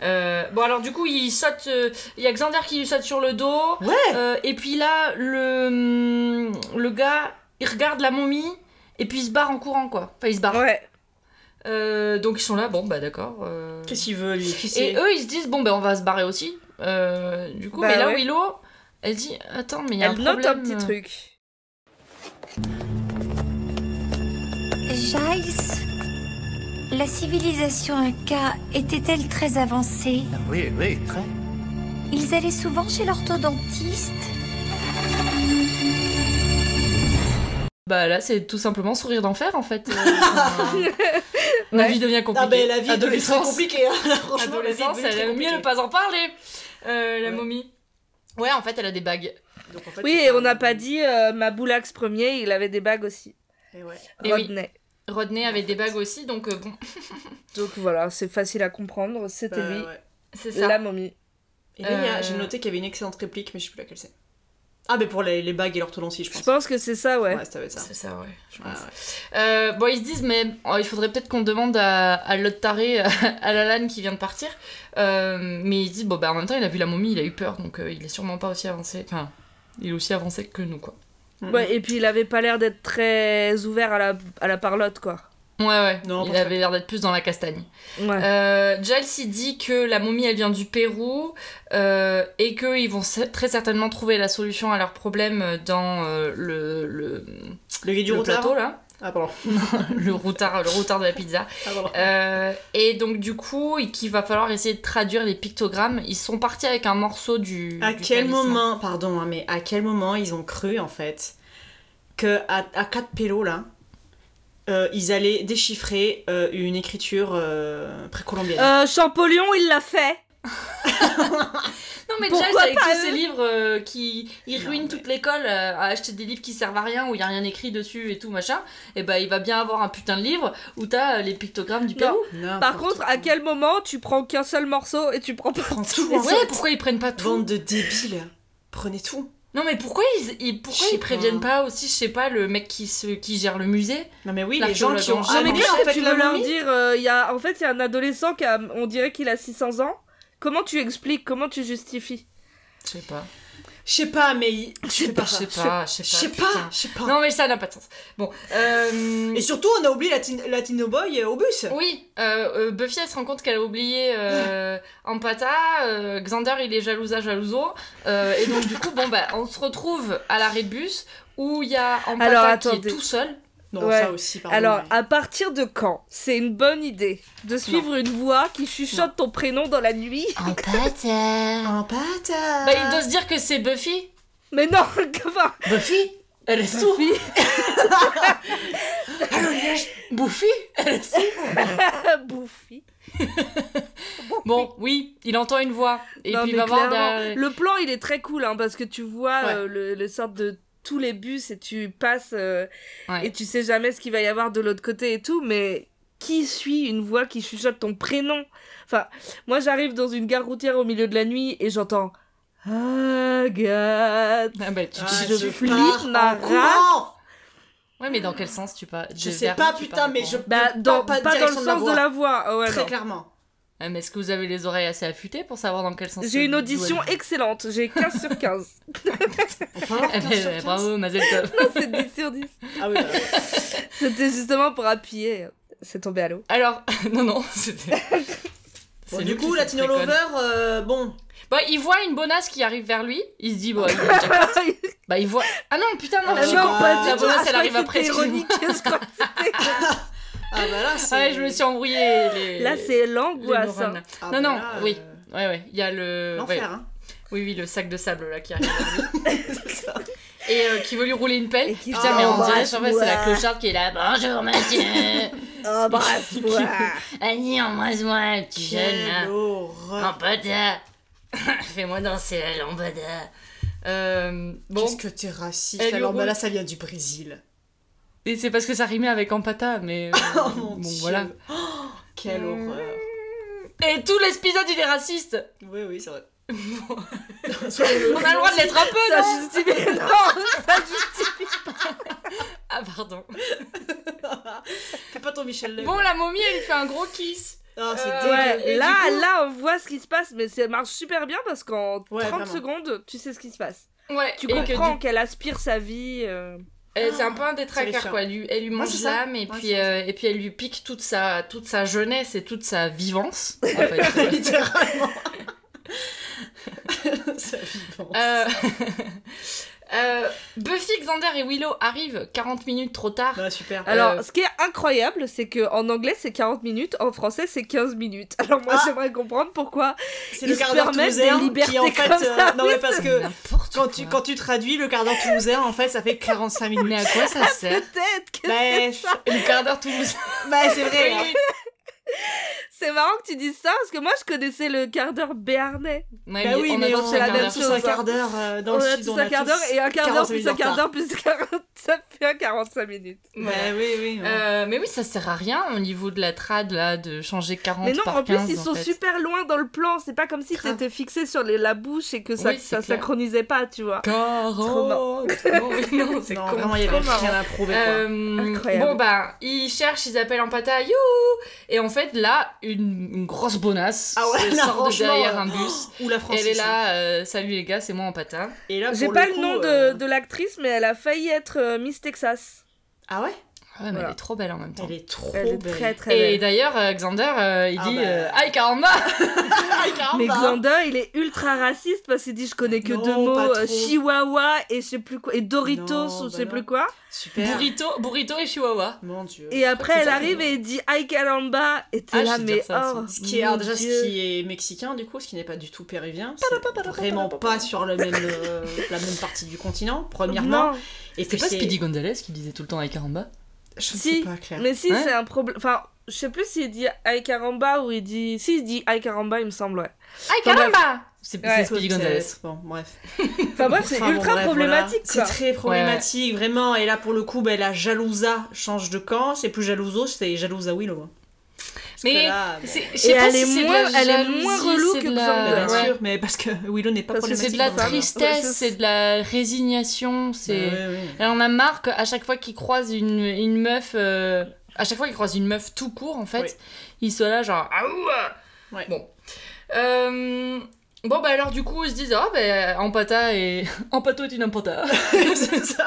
Euh, bon, alors du coup, il saute. euh, Il y a Xander qui lui saute sur le dos. Ouais. Euh, et puis là, le, le gars, il regarde la momie. Et puis il se barre en courant, quoi. Enfin, il se barre. Ouais. Euh, donc ils sont là, bon, bah d'accord. euh. Qu'est-ce qu'il veut lui Qui c'est Et eux, ils se disent, bon, ben on va se barrer aussi. Euh, du coup, Bah mais là, ouais. Willow, elle dit, attends, mais il y a Elle un note un problème. euh. petit truc. Giles, la civilisation Inca était-elle très avancée Ah Oui, oui, très. Ils allaient souvent chez l'orthodontiste Bah là, c'est tout simplement sourire d'enfer, en fait. Euh, euh, La vie devient compliquée. Ah ben la vie devient très Adolescence. compliquée. hein. Franchement, la vie Adolescence, devient elle très aime mieux ne compliquée. pas en parler. Euh, la Ouais. momie. Ouais, en fait, elle a des bagues. Donc, en fait, Oui, c'est et pas- on n'a pas dit euh, Maboulax premier, il avait des bagues aussi. Et ouais. Et oui. Rodney. Rodney avait des bagues aussi, donc euh, bon, Donc voilà, c'est facile à comprendre, c'était Bah, lui, ouais. c'est ça. la momie. Et là, il y a- Euh, j'ai noté qu'il y avait une excellente réplique, mais je sais plus laquelle c'est. Ah, mais pour les, les bagues et l'orthodontie, je Je pense. pense que c'est ça, ouais. Ouais, ça doit être ça. C'est ça, ouais, je Ah Ouais, pense. ouais. Euh, bon, ils se disent, mais oh, il faudrait peut-être qu'on demande à, à l'autre taré, euh, à Lalanne qui vient de partir. Euh, mais il dit, bon, bah en même temps, il a vu la momie, il a eu peur, donc euh, il est sûrement pas aussi avancé. Enfin, il est aussi avancé que nous, quoi. Mhm. Ouais, et puis il avait pas l'air d'être très ouvert à la, à la parlotte, quoi. Ouais, ouais, Non, il pas avait l'air d'être plus dans la castagne. Ouais. Euh, Giles, il dit que la momie, elle vient du Pérou euh, et qu'ils vont se- très certainement trouver la solution à leur problème dans euh, le, le, Le guide du le routard. plateau, là. Ah, pardon. Le routard, le routard de la pizza. Ah, pardon. Euh, et donc du coup, il- qu'il va falloir essayer de traduire les pictogrammes. Ils sont partis avec un morceau du. À du quel talisman. moment, pardon, hein, mais à quel moment ils ont cru en fait que à, à 4 pélos là, euh, ils allaient déchiffrer euh, une écriture euh, précolombienne Euh, Champollion, il l'a fait. Non mais Pourquoi déjà, avec pas tous eux ces livres euh, qui ils Non, ruinent mais- toute l'école euh, à acheter des livres qui servent à rien où il y a rien écrit dessus et tout machin. Et ben il va bien avoir un putain de livre où t'as euh, les pictogrammes du Pérou. Par contre, à quel moment tu prends qu'un seul morceau et tu prends pas Prends tout tout, les hein. Ouais, autres pourquoi ils prennent pas tout Bande de débiles, prenez tout. Non mais pourquoi ils, ils- pourquoi Je sais ils préviennent pas. pas aussi je sais pas le mec qui se qui gère le musée. Non mais oui, les gens qui ont L'archéologue en Non, Ah, mais allongé, qu'est-ce que en fait, tu la veux leur momie. dire euh, il y a, En fait, il y a un adolescent qui a, on dirait qu'il a 600 ans. Comment tu expliques Comment tu justifies Je sais pas. Je sais pas, mais je sais pas, Je sais pas, je je sais sais pas, putain. je sais pas. Non mais ça n'a pas de sens. Bon. Euh... Et surtout, on a oublié Latin- Latino Boy euh, au bus. Oui, euh, euh, Buffy elle se rend compte qu'elle a oublié euh, Ampata, euh, Xander il est jalouse à jalouso, euh, et donc du coup bon bah on se retrouve à l'arrêt de bus où il y a Ampata Alors, qui est attendez. tout seul. Non, Ouais. ça aussi, pardon. Alors, mais- à partir de quand c'est une bonne idée de suivre une voix qui chuchote ton prénom dans la nuit Ampata. un pâtard. Bah il doit se dire que c'est Buffy. Mais non, enfin, Buffy, elle est sourde. Buffy. bouffi. Bon oui, il entend une voix et Non, puis il mais va voir. clairement, derrière- Le plan, il est très cool, hein, parce que tu vois Ouais. euh, le, le sort de tous les bus et tu passes euh, Ouais. et tu sais jamais ce qu'il va y avoir de l'autre côté et tout, mais qui suit une voix qui chuchote ton prénom Enfin, moi j'arrive dans une gare routière au milieu de la nuit et j'entends Agathe. Ah bah, tu- Ah, Je tu flippe pars ma en courant. Ouais mais dans quel sens tu pas Je sais pas, putain, mais je Bah, peux dans, pas, pas, de dans le direction sens de la voix. voix. Ah ouais, Très non. clairement. Ah, mais est-ce que vous avez les oreilles assez affûtées pour savoir dans quel sens J'ai une doit- audition excellente, j'ai 15 sur 15. Eh ben, ouais, bravo Mazel Tov. non, c'est 10 sur 10. Ah oui, bah, C'était justement pour appuyer. C'est tombé à l'eau. Alors, non, non, c'était. Bon, C'est du lui qui coup, se Latino préconne. Lover, euh, bon. Bah, il voit une bonasse qui arrive vers lui, il se dit, bah, il va déjà- bah, il voit. Ah non, putain, non, Ah je- non, pas du la tout. bonasse, Ah, je elle croyais arrive que après. c'était excuse-moi. ironique. je crois que c'était- Ah bah là, c'est. Ah ouais, je me suis embrouillée. les- Là, c'est les l'angoisse. neurones, là. hein. Ah Non, bah non, là, euh, oui. Ouais, ouais, il y a le. ouais. L'enfer, hein. Oui, oui, le sac de sable là qui arrive. C'est ça. et euh, qui veut lui rouler une pelle. Et qui Putain, fait, mais on embrasse-moi. dirait, en fait, c'est la clocharde qui est là. Bonjour, Mathieu. Oh, bah, Embrasse-moi. Vas-y, embrasse-moi, petit jeune là. Quelle Ah, horreur. Lambada Fais-moi danser la lambada euh, Bon, Qu'est-ce que t'es raciste Elle lui Alors bah roule. là, ça vient du Brésil. et c'est parce que ça rimait avec Ampata, mais. euh, Oh mon bon, dieu. voilà. Oh, quelle Mm. horreur. Et tout l'épisode, il est raciste Oui, oui, c'est vrai. On a le droit de l'être un peu, Ça non justifie. Non, ça justifie. Ah, pardon. Fais pas ton Michel Legrand. Bon, la momie, elle lui fait un gros kiss. Ah, c'est Euh, dégueulasse. Ouais, Et du là, coup- là, on voit ce qui se passe, mais ça marche super bien parce qu'en Ouais, 30 vraiment. secondes, tu sais ce qui se passe. Ouais, Tu et que comprends du- qu'elle aspire sa vie. euh, euh, c'est un peu un C'est détraqueur, méchant. quoi. Elle lui, elle lui Ouais, mange c'est ça. l'âme, et, Ouais, puis c'est euh, et puis elle lui pique toute sa, toute sa jeunesse et toute sa vivance. en fait. Littéralement. ça vivance. Euh, euh, Buffy, Xander et Willow arrivent 40 minutes trop tard. Ah, super. Alors, ce qui est incroyable, c'est que en anglais c'est 40 minutes, en français c'est 15 minutes. Alors moi Ah. j'aimerais comprendre pourquoi. C'est Ils le se quart d'heure permettent des toulousain qui en libertés fait. comme euh, ça, non oui, mais parce que N'importe quand tu, quoi. quand tu traduis le quart d'heure toulousain, en fait, ça fait 45 minutes. Mais à quoi ça sert Peut-être que Bah, Le quart d'heure toulousain. bah, c'est vrai. hein. c'est marrant que tu dises ça parce que moi je connaissais le quart d'heure béarnais. Ouais, Bah oui, on mais a on, tous c'est la un quart même d'heure. a tous un chose, quart d'heure euh, dans on le a sud. tous on un quart d'heure tous et un quart d'heure 45 plus minutes un en quart retard. d'heure plus 40, ça fait un 45 minutes. Bah oui, oui. ouais. Euh, mais oui, ça sert à rien au niveau de la trad là de changer 40 Mais non, par en plus 15, ils sont fait. super loin dans le plan, c'est pas comme si Grave. t'étais fixé sur les- la bouche et que ça, Oui, c'est ça clair. synchronisait pas, tu vois. 40 Trop Non, oui, non, c'est Oh, non, con. vraiment, il y avait marrant. rien à prouver. quoi. Euh, Incroyable. bon bah ils cherchent, ils appellent en pata, youhou Et en fait là, une, une grosse bonasse Ah ouais, se là, sort de franchement, derrière euh, un Oh, bus. Ou la France. Elle est là, euh, salut les gars, c'est moi en patin. Et là, J'ai pour pas le le coup, nom euh, de, de l'actrice, mais elle a failli être euh, Miss Texas. Ah ouais Ouais, mais Voilà. elle est trop belle en même temps. Elle est trop Elle est belle. très très Et belle. d'ailleurs, euh, Xander, euh, il Ah dit bah. euh, Aïe, caramba Ah, caramba. Mais Xander, il est ultra raciste parce qu'il dit je connais que Non, deux mots, pas euh, trop. chihuahua et je sais plus quoi, et Doritos Non, ou je bah sais non. plus quoi. Super. burrito, burrito et Chihuahua. Mon dieu. Et après c'est elle ça, arrive non. et il dit Ay caramba et t'es Ah, je là sais mais dire ça oh, Ce qui est, alors déjà, ce Dieu. qui est mexicain, du coup, ce qui n'est pas du tout péruvien, c'est vraiment pas sur le même, euh, la même partie du continent, premièrement. non, Et C'est puis pas Speedy Gonzalez qui disait tout le temps Aïe, caramba Je ne Si. sais pas, Claire. mais si Hein c'est un problème. Enfin, je sais plus s'il dit Ay caramba ou il dit si il dit Ay caramba il me semble ouais. Aïe, Enfin, bref. caramba C'est Ouais. c'est Speedy Gonzalez. Peut-être. Bon, bref. Enfin bref c'est Enfin, bon, ultra bref, problématique voilà. quoi. C'est très problématique, vraiment. Et là, pour le coup, ben, la jalousa change de camp. C'est plus jalouso, c'est jalousa Willow. hein. Parce Mais que là, bon, C'est- je Et sais pas elle si est c'est de moins- la elle est moins jalousie, relou c'est que de la- Xander. ben, bien Ouais. sûr, mais parce que Willow n'est pas Parce que C'est problématique. de la dans un- Ouais, tristesse, c'est- c'est de la résignation, c'est... Ben Elle en a marre qu'à chaque fois qu'il croise une, une meuf, euh, à chaque fois qu'il croise une meuf tout court, en fait, Oui. il soit là genre ah ouah Ouais. Bon. Euh, Bon bah alors du coup ils se disent ah ben Ampata et Ampato est une Ampata c'est ça.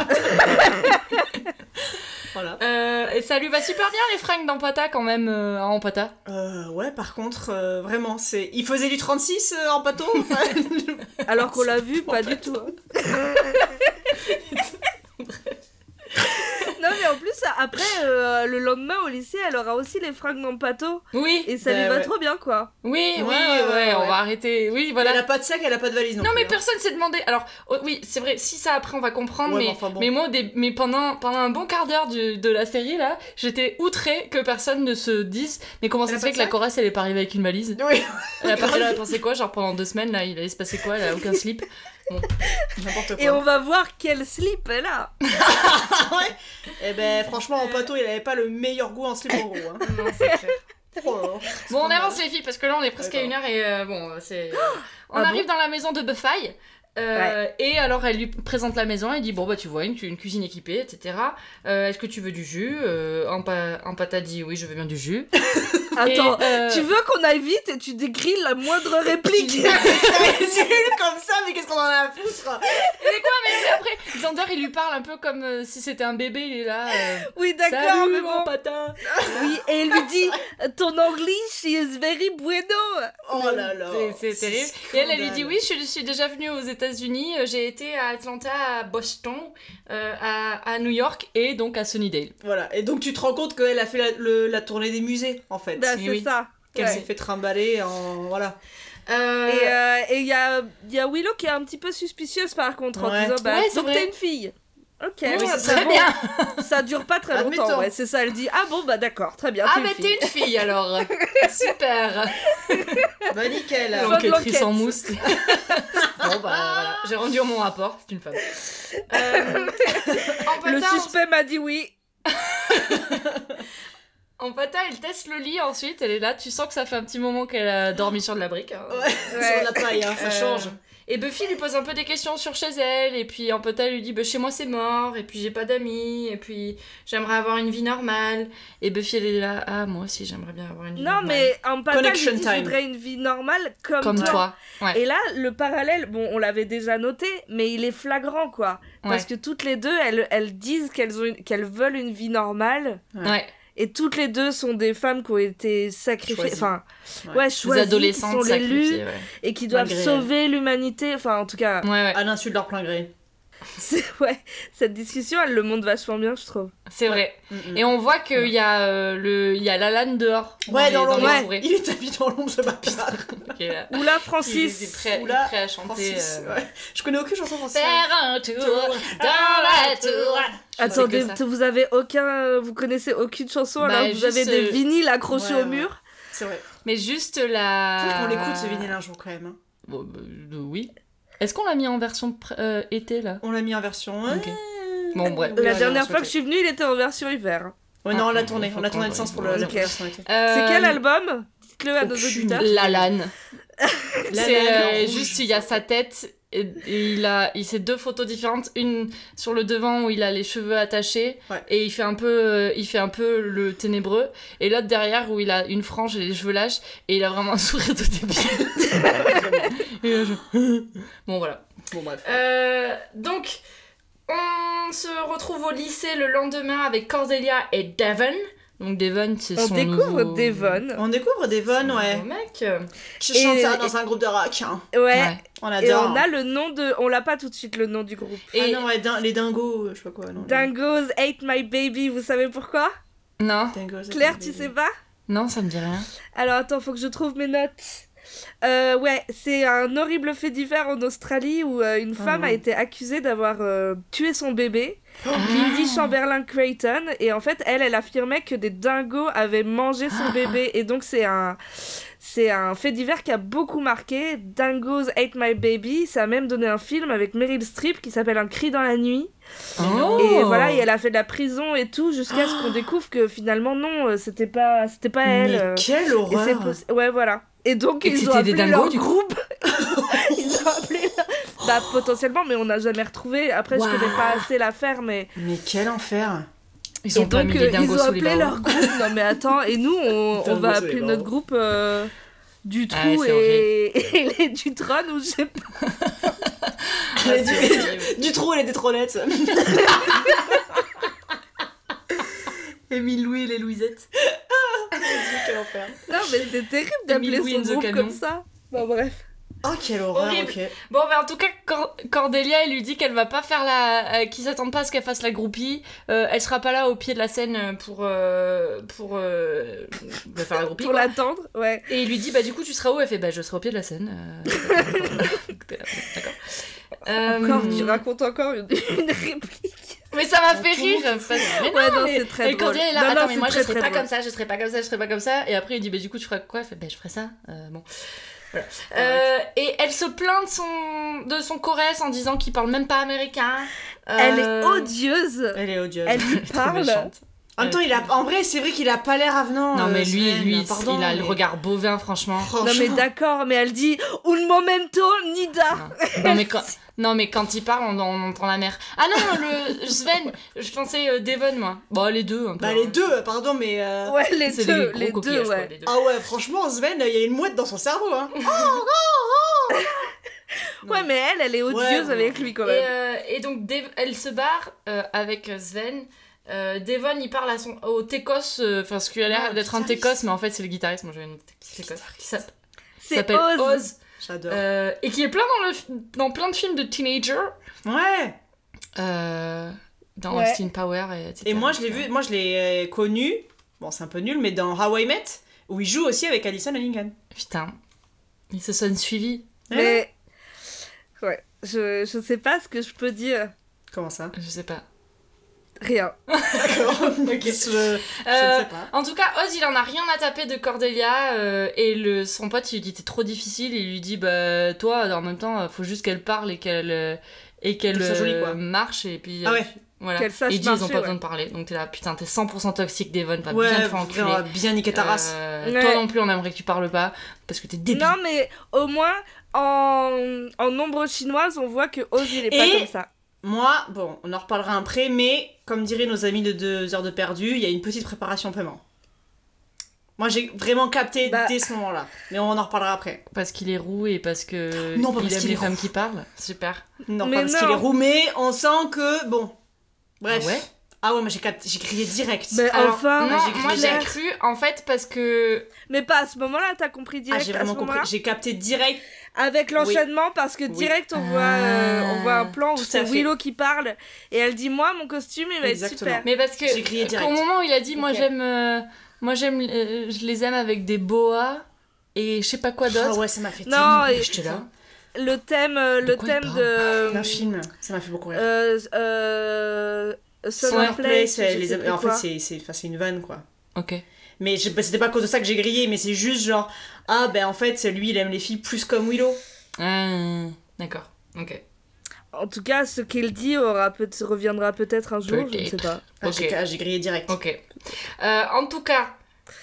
voilà. Euh, et ça lui va super bien les fringues d'Ampata quand même euh, à Ampata Euh, ouais, par contre, euh, vraiment, c'est. Il faisait du 36 euh, en pâteau enfin, Alors qu'on l'a vu pas du tout. hein. Non mais en plus après euh, le lendemain au lycée elle aura aussi les fringues dans le pâteau Oui et ça Bah lui va ouais. trop bien quoi. oui oui Ouais, ouais, ouais, ouais, on ouais. va arrêter oui voilà Elle a pas de sac, elle a pas de valise. Non, Non, mais plus, hein. personne s'est demandé. Alors, oh, oui, c'est vrai, si ça après on va comprendre, Ouais, mais, mais enfin bon. mais moi, au dé- mais pendant, pendant un bon quart d'heure du- de la série, là, j'étais outrée que personne ne se dise Mais comment Elle ça a se pas fait de que la sac Corrèze elle est pas arrivée avec une valise Oui, elle a, pas- elle a pensé quoi Genre pendant deux semaines, là, il allait se passer quoi Elle a aucun slip n'importe quoi. Et on va voir quel slip elle a. Eh ben, franchement, en pâteau, il avait pas le meilleur goût en slip en gros. Hein. Oh là là. Bon, on avance, les filles, parce que là, on est presque à D'accord. une heure et euh, bon, c'est. on Ah bon arrive dans la maison de Buffy. euh, Et alors elle lui présente la maison, elle dit bon bah tu vois une, une cuisine équipée, etc. Euh, Est-ce que tu veux du jus euh, Un pata dit oui je veux bien du jus. Et, Attends, euh, tu veux qu'on aille vite et tu dégrilles la moindre réplique. Elle est nulle comme ça, mais qu'est-ce qu'on en a à foutre hein. Et après, Xander, il lui parle un peu comme euh, si c'était un bébé, il est là. euh, oui d'accord Salut, mais mon bon. patin Oui et il lui dit Ton English is very bueno. Oh là là. C'est c'est terrible. Et elle, elle lui dit oui, je, je suis déjà venue aux États-Unis, euh, j'ai été à Atlanta, à Boston, euh, à, à New York et donc à Sunnydale. Voilà. Et donc tu te rends compte qu'elle a fait la, le- la tournée des musées en fait. Bah, si, c'est Eh oui. ça. Qu'elle Ouais. s'est fait trimballer en voilà. Euh, Et euh, et il y, a, il y a Willow qui est un petit peu suspicieuse par contre en Ouais. disant bah Ouais, c'est donc vrai. t'es une fille. Ok, oui, bon, c'est très Oh, très bon. bien. Ça dure pas très longtemps, Admettons. ouais, c'est ça. Elle dit ah bon bah d'accord, très bien. Ah t'es bah une t'es fille. une fille alors. Super. Bah nickel. Fin de l'enquête. L'enquêtrice en mousse. bon bah voilà, j'ai rendu mon rapport, c'est une femme. Euh, en Le pata, suspect m'a dit oui. en, en pata, elle teste le lit ensuite, elle est là, tu sens que ça fait un petit moment qu'elle a dormi sur de la brique. hein. Ouais. Sur Ouais. la paille, hein, ça Euh, change. Et Buffy lui pose un peu des questions sur chez elle, et puis Ampota lui dit bah, Chez moi c'est mort, et puis j'ai pas d'amis, et puis j'aimerais avoir une vie normale. Et Buffy elle est là Ah, moi aussi j'aimerais bien avoir une vie Non normale. mais en patate, Connection il dit, je time. voudrais une vie normale comme, Comme toi. toi. Ouais. Et là, le parallèle, bon, on l'avait déjà noté, mais il est flagrant, quoi. Parce Ouais. que toutes les deux, elles, elles disent qu'elles ont une- qu'elles veulent une vie normale. Ouais. Et toutes les deux sont des femmes qui ont été sacrifiées, Choisies. enfin, ouais, Ouais. Les choisies, qui sont adolescentes les sacrifiées. Mm. lues Ouais, et qui doivent Malgré sauver l'humanité. Enfin, en tout cas, ouais. ouais. À l'insu de leur plein gré. c'est- ouais, cette discussion, elle le montre vachement bien, je trouve. c'est vrai. Mm-mm. Et on voit qu'il y a euh, le, il y a Lalanne dehors. Ouais, dans les- l'ombre. les ouais. forêts. Il est habillé dans l'ombre, ce bâtard. Qui est là. Ou là, Il est Francis. prêt, il est Oula, prêt à chanter. Francis, euh, ouais. Je connais aucune chanson française. Faire un tour dans la tour. Je Attendez, sais que ça. vous avez aucun, vous connaissez aucune chanson, Bah, alors vous juste, avez des euh, vinyles accrochés ouais, au ouais. mur. C'est vrai. Mais juste Faut la. qu'on l'écoute ce vinyle un jour quand même. hein. Bon, bah, euh, oui. Est-ce qu'on l'a mis en version pr- euh, été là On l'a mis en version. Ok. Bon, bref. La dernière fois que je suis venue, il était en version hiver. Ouais, non, on l'a Ah, tourné. faut On a tourné qu'on le sens pour le- le- la Ok. version été. C'est quel Euh, album Dites-le à nos aucune auditeurs. La Lanne. C'est Lalanne en euh, rouge. juste il y a sa tête et, et il a il c'est deux photos différentes une sur le devant où il a les cheveux attachés Ouais. et il fait un peu euh, il fait un peu le ténébreux et l'autre derrière où il a une frange et les cheveux lâches et il a vraiment un sourire de débile. Et là, je- bon voilà. Bon, bref. Euh, donc, on se retrouve au lycée le lendemain avec Cordelia et Devon. Donc Devon, c'est On son découvre nouveau- Devon. On découvre son Devon, nouveau ouais. mec. Qui Et- chante ça dans un groupe de rock. hein. Ouais. Ouais. On Et adore. on a le nom de. On l'a pas tout de suite le nom du groupe. Ah Et non, ouais, din- les dingos, euh, je sais pas quoi. Non, les- Dingos Hate My Baby, vous savez pourquoi non, Dingos, Claire, les- tu sais pas non, ça me dit rien. Alors attends, faut que je trouve mes notes. Euh, ouais, c'est un horrible fait divers en Australie où euh, une femme non. a été accusée d'avoir euh, tué son bébé, Lindy Chamberlain Creighton, et en fait elle, elle affirmait que des dingos avaient mangé son bébé, et donc c'est un, c'est un fait divers qui a beaucoup marqué. Dingos Ate My Baby, ça a même donné un film avec Meryl Streep qui s'appelle Un cri dans la nuit. Oh. Oh. Et voilà, et elle a fait de la prison et tout jusqu'à ce qu'on découvre que finalement non, euh, c'était pas, c'était pas elle. euh. Mais quelle Et c'est horreur! possi- Ouais, voilà. Et donc, Et ils ont c'était des appelé dingos, leur du coup groupe. ils ont appelé leur- Bah, potentiellement, mais on n'a jamais retrouvé. Après, je Waouh. connais pas assez l'affaire, mais... Mais quel enfer! Ils ont et pas donc, mis euh, les ils dingos ont sous les appelé barreaux. leur groupe. Non, mais attends, et nous, on, on Dingos va sous les appeler notre barreaux. groupe... euh, Du Ah, trou c'est et... et les du trône ou je sais pas. Ah, Du trou et les détronettes! Émile Louis et les Louisettes. quel enfer! Non mais c'est terrible d'appeler Emily son and the groupe Canon. comme ça. Bah bref. Oh, quelle horreur! Horrible. ok. Bon, bah en tout cas, Cor- Cordelia, elle lui dit qu'elle va pas faire la. euh, qu'ils s'attendent pas à ce qu'elle fasse la groupie. Euh, elle sera pas là au pied de la scène pour. euh, pour. euh, bah, faire la groupie. Pour quoi. l'attendre, ouais. Et il lui dit, bah du coup, tu seras où Elle fait, bah je serai au pied de la scène. Euh, D'accord. Euh, Encore, Bah, tu racontes encore une, une réplique. Mais ça m'a fait Tout le rire. monde parce- Ouais, Mais non, Eh mais- c'est très et quand drôle. il est là, Non, non, attends, mais c'est moi très, je serai très pas drôle. comme ça, je serai pas comme ça, je serai pas comme ça. Et après il dit, bah du coup tu feras quoi Elle fait, bah je ferai ça. Euh, bon. Voilà. Euh, et elle se plaint de son, de son chorès en disant qu'il parle même pas américain. Euh, Elle est odieuse. Elle est odieuse. Elle lui trop parle. Oh, méchante. En même temps, il a... en vrai, c'est vrai qu'il a pas l'air avenant. Non euh, mais lui, Sven, lui, pardon, il a le mais- regard bovin franchement. Non mais Franchement. d'accord, mais elle dit un momento nida. Non mais quand, non, mais quand il parle, on, on entend la mer. Ah non, le Sven, je pensais euh, Devon, moi. Bon, les deux, un peu. Bah, hein. les deux, pardon, mais. euh, Ouais, les C'est deux, des gros les coquillages, deux, quoi, ouais. les deux. Ah ouais, franchement, Sven, il y a une mouette dans son cerveau, hein! Non. Ouais, mais elle, elle est odieuse Ouais, avec lui quand Et, même. euh, et donc, Dev- elle se barre euh, avec Sven Euh, Devon, il parle à son, au Técos, euh, enfin ce qui a l'air Ah, d'être un guitariste. Técos, mais en fait c'est le guitariste, moi j'avais noté Técos, qui s'app- qui C'est s'appelle Oz. Oz, J'adore. euh, et qui est plein dans, le, fi- dans plein de films de teenager, Ouais. euh, dans Ouais. Austin Power, et, etc. Et moi, je l'ai vu, moi, je l'ai euh, connu. Bon, c'est un peu nul, mais dans How I Met, où il joue aussi avec Alison Hunningham. Putain, ils se sont suivis, Mais. Hein Ouais, je, je sais pas ce que je peux dire. Comment ça je sais pas. Rien. D'accord. je, Euh, ne sais pas. En tout cas, Oz, il en a rien à taper de Cordelia. euh, et le, son pote, il lui dit T'es trop difficile. Il lui dit Bah, toi, en même temps, faut juste qu'elle parle et qu'elle euh, et qu'elle Qu'elle soit jolie, euh, quoi. marche. Et puis. Ah euh, ouais. Voilà. Qu'elle sache Et il dit Ils ont pas marcher, besoin de parler. Donc t'es là, putain, t'es 100% toxique, Devon. Pas bien Ouais, te faire enculer. vraiment, bien niquer ta race. Euh, Ouais. Toi non plus, on aimerait que tu parles pas. Parce que t'es débile. Non, mais au moins, en, en nombre chinoise, on voit que Oz, il est Et- pas comme ça. Moi, bon, on en reparlera après, mais comme diraient nos amis de 2 heures de perdu, il y a une petite préparation paiement. Moi, j'ai vraiment capté Bah. dès ce moment-là. Mais on en reparlera après. Parce qu'il est roux et parce que. Non, pas il parce aime qu'il les est femmes roux. qui parlent. Super. Non, Mais pas parce qu'il non. est roumé, on sent que. Bon. Bref. Ah ouais Ah ouais, moi j'ai capté- j'ai crié direct. Ah, Mais euh, Alors, enfin, non, j'ai cru moi j'ai direct. cru, en fait, parce que. mais pas à ce moment-là, t'as compris Ah, direct j'ai à ce vraiment compris. moment-là. J'ai capté direct. Avec l'enchaînement, parce que Oui. Ah, direct, on, Ah. voit, euh, on voit un plan où Tout à c'est fait. Willow qui parle et elle dit Moi, mon costume, il va Exactement. être super. Mais parce que J'ai crié direct. Au moment où il a dit moi Ok. j'aime euh, moi j'aime euh, je les aime avec des boas et je sais pas quoi Ah d'autre. ouais, ça m'a fait Non, tellement et- J'étais là. Le thème, euh, De le quoi il thème parle rire. D'un de. film, ça m'a fait beaucoup rire. Euh, euh, Summer Summer Place. Place, je euh, sais les- plus en fait, quoi. c'est- c'est enfin, c'est une vanne quoi. OK. Mais je- bah, c'était pas à cause de ça que j'ai grillé, mais c'est juste genre, ah ben en fait, lui il aime les filles plus comme Willow. Ah, D'accord. OK. En tout cas, ce qu'il dit aura peut reviendra peut-être un jour, je ne sais Peut-être. pas. Ah, j'ai- Ok. ah, j'ai grillé direct. OK. Euh, en tout cas,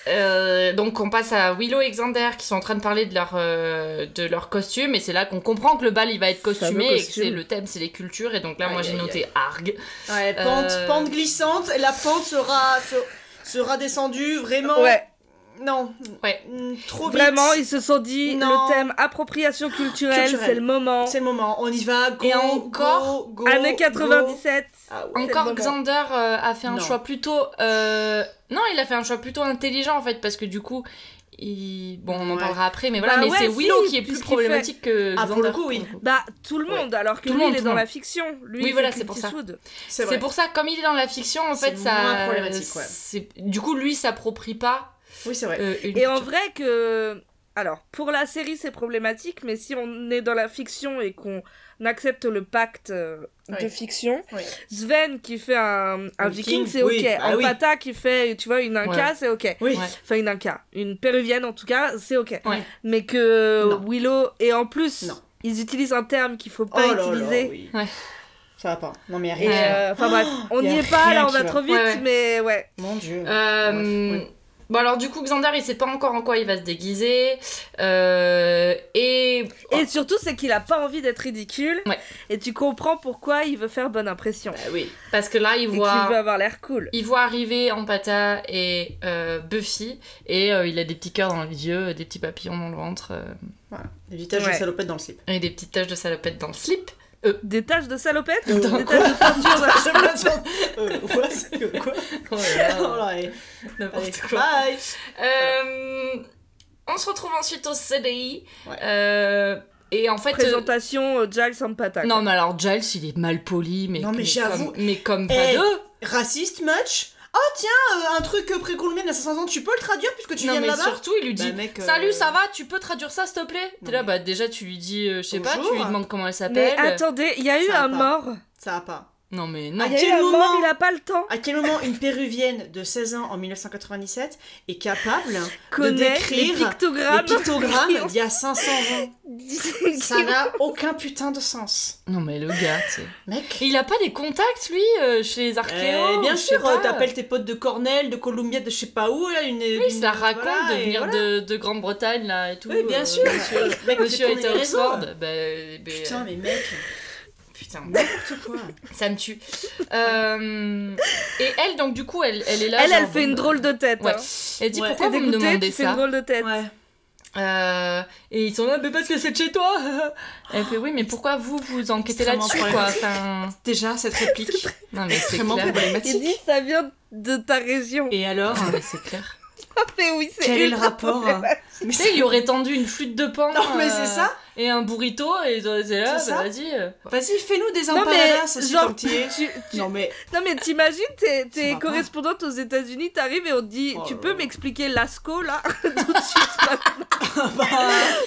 euh, donc on passe à Willow et Xander qui sont en train de parler de leur euh, de leur costume et c'est là qu'on comprend que le bal il va être Fameux costumé et que costume. c'est le thème c'est les cultures et donc là moi Aïe, j'ai aïe, noté arg. Ouais, pente, Euh. pente glissante, et la pente sera, se- sera descendue vraiment. Ouais, Non. Ouais. Mm, Trop vite. vraiment, ils se sont dit Non. le thème appropriation culturelle, Culturelle. c'est le moment. C'est le moment, on y va, go, Et encore, go, Ah go, Année go. 97. Ah ouais. Encore le moment. Xander euh, a fait un Non. choix plutôt. euh, Non, il a fait un choix plutôt intelligent en fait, parce que du coup. Il... Bon, on en Ouais. parlera après, mais voilà, Bah mais ouais, c'est si, Willow qui est plus puisqu'il problématique que Ah, Xander. pour le coup, oui. Bah, tout le Ouais. monde, alors que Tout le lui, monde, il est tout dans le la monde. fiction. Lui, Oui, il voilà, fait c'est pour Clint ça. Eastwood. C'est C'est vrai. pour ça, comme il est dans la fiction, en C'est fait, ça. moins problématique, ouais. c'est- Du coup, lui s'approprie pas. Oui, c'est vrai. euh, une Et en culture. vrai que... Alors, pour la série, c'est problématique, mais si on est dans la fiction et qu'on accepte le pacte euh, de Oui. fiction, Oui. Sven qui fait un, un Un viking, viking, c'est oui, ok. bah un oui. pata qui fait, tu vois, une inca, Ouais. c'est ok. Oui. Ouais. Enfin, une inca. Une péruvienne, en tout cas, c'est ok. Ouais. Mais que Non. Willow... Et en plus, Non. ils utilisent un terme qu'il faut Oh pas là là, utiliser. oui. Ouais. Ça va pas. Non, mais Et rien. euh, enfin bref, on y n'y a est pas, rien là on qui va va. trop vite, Ouais, ouais. mais ouais. Oh Mon dieu. Euh, Bref, Bon, alors, du coup, Xander, il sait pas encore en quoi il va se déguiser. euh, Et. Et surtout, c'est qu'il a pas envie d'être ridicule. Ouais. Et tu comprends pourquoi il veut faire bonne impression. Bah oui. Parce que là, il Et qu'il voit. veut avoir l'air cool. Il voit arriver Ampata et euh, Buffy, et euh, il a des petits cœurs dans les yeux, des petits papillons dans le ventre, euh, Voilà. Des vitages Ouais. de salopette dans le slip. et des petites taches de salopette dans le slip. Des taches de salopette Euh, Des quoi taches de peinture dans- Ça me l'a fait. Euh, what Que- quoi Oh Oh là, allez. Allez, n'importe quoi. Bye. Euh, on se retrouve ensuite au CDI. Ouais. euh, et en fait. Présentation euh, Giles Sampata. euh, quoi. non, mais alors Giles, il est mal poli, mais, Non, mais mais j'avoue. comme, mais comme Eh. pas deux. Raciste much Oh tiens, euh, un truc précolombien de 500 ans, tu peux le traduire puisque tu non, viens de mais là-bas surtout, il lui dit Bah, mec, euh, Salut, ça va, tu peux traduire ça, s'il te plaît T'es Non, là, mais- bah déjà, tu lui dis, euh, je sais pas, tu Bonjour. lui demandes comment elle Mais s'appelle. attendez, il y a eu Ça va un pas. mort. Ça va pas. Non, mais Il non. y a eu quel un mort, moment il a pas le temps. À quel moment une péruvienne de 16 ans en 1997 est capable Connaît les décrire pictogrammes. des pictogrammes d'il y a 500 ans Ça n'a aucun putain de sens. Non, mais le gars, tu sais. Mec Et Il a pas des contacts, lui, euh, chez les archéos Eh, ou bien je sais sûr, pas. euh, t'appelles tes potes de Cornell, de Columbia, de je sais pas où, là, une. Oui, ça raconte voilà, de et venir voilà. de, de Grande-Bretagne, là, et tout. Oui, bien euh, sûr. Monsieur, Mec, monsieur fais a tourner été à les réseaux. Oxford. Bah, ben, Putain, euh, mais mec, putain, n'importe quoi. ça me tue. Euh, et elle, donc, du coup, elle, elle est là. Elle, elle genre, fait bon, une drôle de tête. Ouais. hein. Elle dit, Ouais. pourquoi T'es vous me dégoûtée, demandez tu fais une ça drôle de tête. Ouais. Euh, et ils sont là, mais parce que c'est de chez toi Elle fait, oui, mais pourquoi vous vous enquêtez Extrêmement là-dessus, quoi enfin, Déjà, cette réplique, Non, mais c'est extrêmement clair. Il problématique. dit ça vient de ta région. Ah, Et alors, Ah, mais c'est clair. Mais oui, c'est quel est le ultra rapport hein Mais Tu sais, c'est- il aurait tendu une flûte de pan Non, mais euh, c'est ça. et un burrito, et ils auraient été là, C'est bah, ça. vas-y. euh. Vas-y, fais-nous des Non mais, empanadas, c'est si genre, tant que t'y es. tu- tu- Non mais, non mais t'imagines, t'es, t'es va pas. correspondante aux États-Unis, t'arrives et on te dit, Oh tu là peux là. m'expliquer l'ASCO là tout de suite maintenant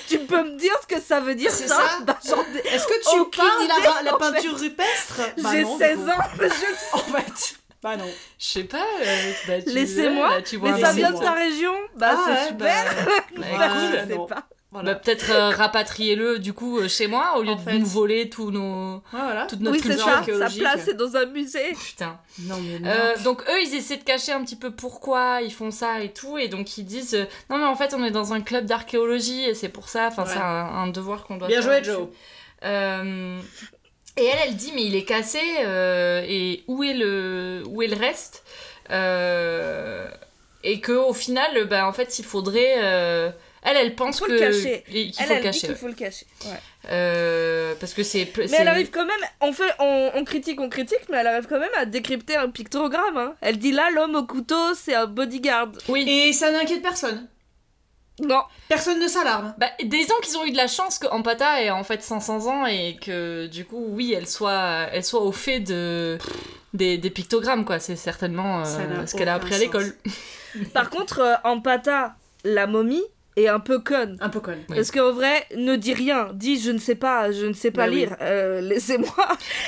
Tu peux me dire ce que ça veut dire C'est ça, ça. Bah, j'en ai- bah, est-ce que tu Aucune parles idée, la, la en fait. peinture rupestre Bah J'ai non, du 16 coup. ans, je- En fait, bah non. Je sais pas, euh, bah, tu- Laissez-moi, ouais, bah, tu vois mais un ça vient burrito. de ta région Bah Ah c'est ouais, super Bah, Bah, écoute, je cool. sais Non. pas. bah, Voilà. peut-être euh, rapatrier-le du coup euh, chez moi au lieu En de fait. nous voler tous nos, Ouais, voilà. toute notre oui c'est culture ça, sa archéologique. place est dans un musée. Putain. Non mais Euh, donc eux, ils essaient de cacher un petit peu pourquoi ils font ça et tout, et donc ils disent euh, non mais en fait on est dans un club d'archéologie et c'est pour ça, enfin Ouais. c'est un, un devoir qu'on doit Bien joué, faire. Joe. là-dessus. Euh, et elle, elle dit mais il est cassé euh, et où est le où est le reste Euh, et que au final, bah en fait il faudrait euh, elle, elle pense Faut que le cacher. et- qu'il Elle, faut le elle dit cacher. qu'il ouais. faut le cacher. ouais. Euh, parce que c'est Mais elle arrive quand même, on, fait, on, on critique, on critique, mais elle arrive quand même à décrypter un pictogramme. hein. Elle dit là, l'homme au couteau, c'est un bodyguard. Oui. Et ça n'inquiète personne. Non, Personne ne s'alarme. Bah, disons qu'ils ont eu de la chance que Ampata ait en fait 500 ans et que du coup, oui, elle soit, elle soit au fait de, des, des pictogrammes, quoi. C'est certainement euh, Ça n'a ce qu'elle a aucun appris à sens. l'école. par contre, euh, Ampata, la momie, est un peu conne. Un peu conne. Oui. Parce qu'en vrai, ne dis rien, dis je ne sais pas, je ne sais pas Bah oui. lire, Euh, laissez-moi,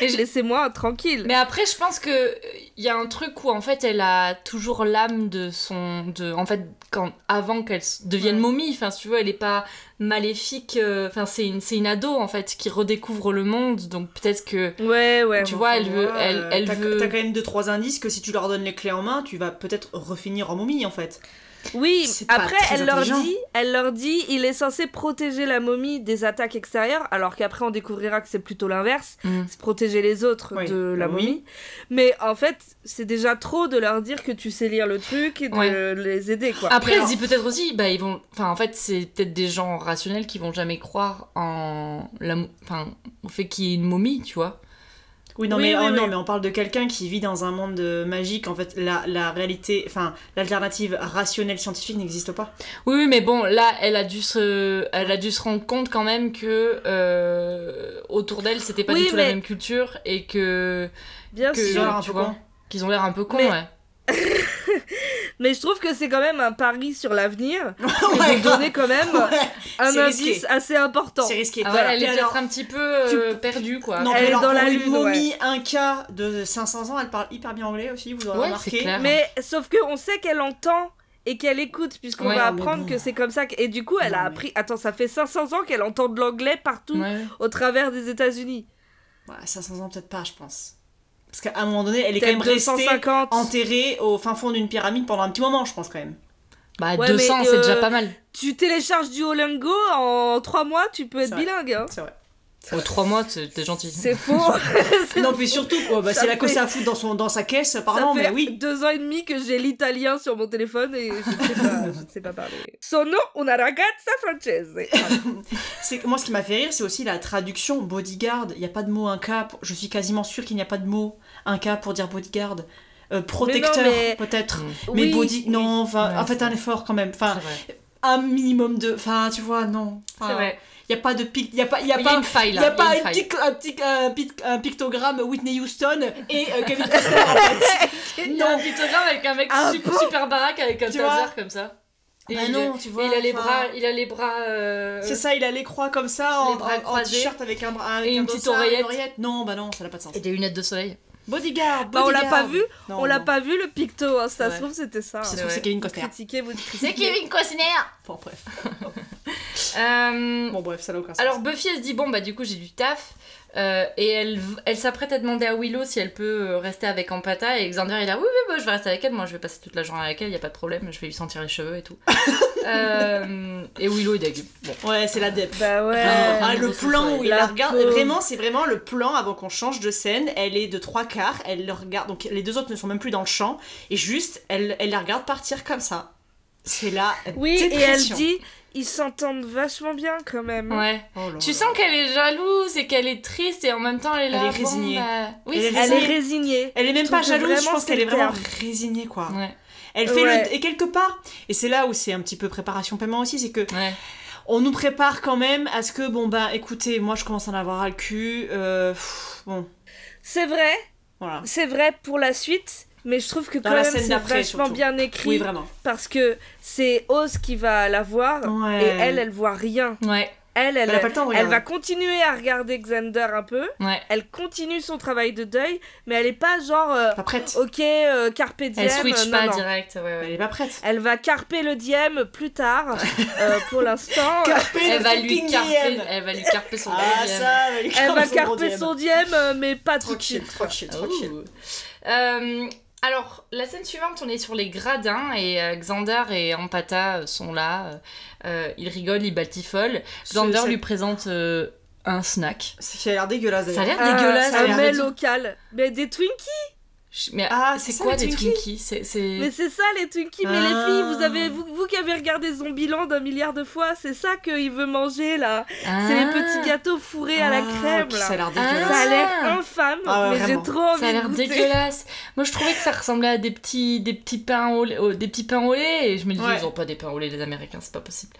Et je- laissez-moi tranquille. Mais après, je pense que euh, il y a un truc où en fait, elle a toujours l'âme de son, de, en fait, quand avant qu'elle s- devienne Ouais. momie. Enfin, si tu veux, elle est pas maléfique. euh, Enfin, c'est une, c'est une ado en fait qui redécouvre le monde. Donc peut-être que Ouais, ouais. tu bon. vois, Enfin, elle veut, moi, elle, euh, elle t'as- veut. T'as quand même deux trois indices que si tu leur donnes les clés en main, tu vas peut-être refinir en momie en fait. Oui, C'est pas après, très elle leur, intelligent. dit, elle leur dit, il est censé protéger la momie des attaques extérieures, alors qu'après, on découvrira que c'est plutôt l'inverse. Mm. C'est protéger les autres Oui, de la oui. momie. Mais en fait, c'est déjà trop de leur dire que tu sais lire le truc et de Ouais. les aider, quoi. Après, Mais elle se dit peut-être aussi, bah ils vont, enfin en fait c'est peut-être des gens rationnels qui vont jamais croire en la, mo- enfin au fait qu'il y ait une momie, tu vois. Oui, non, Oui, mais, oui, oh, oui. non mais on parle de quelqu'un qui vit dans un monde euh, magique. En fait, la, la réalité, enfin, l'alternative rationnelle scientifique n'existe pas. Oui, oui, mais bon, là elle a dû se, elle a dû se rendre compte quand même que euh, autour d'elle c'était pas Oui, du tout mais- la même culture et que Bien que- sûr. Genre, un tu peu vois. con. qu'ils ont l'air un peu cons, Mais- ouais. Mais je trouve que c'est quand même un pari sur l'avenir que Ouais, de donner quand même un C'est indice risqué. assez important. C'est risqué. Ah ouais, Voilà. elle est Et peut-être alors- un petit peu euh, perdue, quoi. Non, Elle mais est alors, dans pour la une lune, momie, un cas de 500 ans, elle parle hyper bien anglais aussi, vous aurez Ouais, c'est remarqué. clair. Mais sauf que on sait qu'elle entend et qu'elle écoute puisqu'on Ouais, va mais apprendre bon. que c'est comme ça que- et du coup elle Non, a mais- appris attends ça fait 500 ans qu'elle entend de l'anglais partout Ouais. au travers des États-Unis. Ouais, 500 ans, peut-être pas, je pense. Parce qu'à un moment donné, elle est quand Peut-être même restée 250. enterrée au fin fond d'une pyramide pendant un petit moment, je pense quand même. Bah Ouais, 200, mais, c'est euh, déjà pas mal. Tu télécharges du Olingo en 3 mois, tu peux être C'est vrai. bilingue hein. C'est vrai. Au 3 mois, t'es t'es gentil. C'est faux. C'est Non, puis surtout, quoi, bah, Ça c'est la fait- cause à foutre dans, son, dans sa caisse, Ça pardon, fait mais oui. deux ans et demi que j'ai l'italien sur mon téléphone et je ne sais pas, je ne sais pas parler. Sono una ragazza francese. Ah, C'est que moi ce qui m'a fait rire, c'est aussi la traduction bodyguard. Il n'y a pas de mot un cas. pour- Je suis quasiment sûre qu'il n'y a pas de mot un cas pour dire bodyguard. Euh, protecteur mais- peut-être. Mm. Mais Oui, body, oui. non. Enfin, Ouais, en fait c'est un vrai. effort quand même. C'est Enfin, vrai. un minimum de. Enfin, tu vois, non. Enfin, C'est vrai. Il n'y a pas de pic. Il n'y a pas. Il y a Il y a pas. une faille Il là. n'y a pas une un faille. petit, un, petit, un pic- un pictogramme Whitney Houston et euh, Kevin Costner en fait. Il y a un pictogramme avec un mec Ah sup- super baraque avec un Tu taser comme ça. Et Bah il- non, tu vois, et Il a les enfin- bras, il a les bras. euh, C'est ça, il a les croix comme ça en, Les bras en- en croisés. t-shirt avec un bras. avec Et un une petite dossard, oreillette. Non, bah non, ça n'a pas de sens. Et des lunettes de soleil. Bodyguard, bodyguard. Bah, on l'a pas vu, Non, on l'a non. pas vu le picto, hein, ça Ouais. se trouve c'était ça. Ça se hein. trouve, Ouais. c'est Kevin Costner. Critiquer, vous critiquez. C'est Kevin Costner. Bon, bref. Euh, Bon bref, ça n'a aucun sens. Alors Buffy elle se dit bon bah du coup j'ai du taf euh, et elle, v- elle s'apprête à demander à Willow si elle peut euh, rester avec Ampata et Xander il a oui oui bah, je vais rester avec elle moi je vais passer toute la journée avec elle y a pas de problème je vais lui sentir les cheveux et tout. Euh, et Willow est dégueu. Bon. ouais, c'est la dep. Bah ouais. Ah, Ah, le Rose plan Soleil. où il La la, regarde, pauvre. vraiment, c'est vraiment le plan avant qu'on change de scène. Elle est de trois quarts, elle le regarde, donc les deux autres ne sont même plus dans le champ, et juste, elle, elle la regarde partir comme ça. C'est là. Oui, et elle dit, ils s'entendent vachement bien quand même. Ouais. Oh Tu sens qu'elle est jalouse et qu'elle est triste et en même temps elle est là. Elle est bon, résignée. bah, Oui, Elle est c'est Elle ça. est résignée. Elle est même Je pas trouve que jalouse, je vraiment, pense c'est qu'elle le est vraiment terme. résignée, quoi. Ouais. Elle fait le. Ouais. Et quelque part, et c'est là où c'est un petit peu préparation paiement aussi, c'est que Ouais. on nous prépare quand même à ce que, bon, bah écoutez, moi je commence à en avoir ras le cul, euh, pff, bon, C'est vrai, voilà. c'est vrai pour la suite, mais je trouve que Dans quand la même scène c'est d'après, vachement surtout. bien écrit Oui, vraiment. parce que c'est Oz qui va la voir Ouais. et elle, elle voit rien. Ouais. Elle, elle, Elle a pas le temps de elle regarder. va continuer à regarder Xander un peu. Ouais. Elle continue son travail de deuil, mais elle est pas genre euh, Pas prête. ok euh, carpe diem. Elle euh, switch non, pas non. direct. ouais, ouais. Elle est pas prête. Elle va carper le diem plus tard. euh, pour l'instant, Elle va lui carper, elle va lui carper son Ah, deuxième. ça, elle, elle va carper son diem, euh, mais pas tout de Tranquille, suite. tranquille, Oh. tranquille. Euh, alors, la scène suivante, on est sur les gradins et euh, Xander et Ampata euh, sont là. euh, euh, ils rigolent, ils batifolent. C'est- Xander c'est- lui présente euh, un snack. C'est qui a l'air dégueulasse Ça a d'ailleurs. l'air Ah, dégueulasse. a Un l'air mets de- local. Mais des Twinkies, Je- Mais Ah, c'est c'est ça, quoi les des Twinkies Twinkies C'est- c'est- mais c'est ça les Twinkies. Mais les Ah. filles, vous avez vous, vous qui avez regardé Zombieland un milliard de fois, c'est ça qu'il veut manger là. Ah. C'est les petits gâteaux fourrés à la Ah, crème puis là. Ça a l'air Ah. Ça dégueulasse. a l'air infâme, Ah ouais, mais j'ai vraiment. trop envie Ça a l'air de goûter. dégueulasse. Moi, je trouvais que ça ressemblait à des petits, des petits pains au lait, au- des petits pains au lait, et je me disais, Ouais. ils ont pas des pains au lait les Américains, c'est pas possible.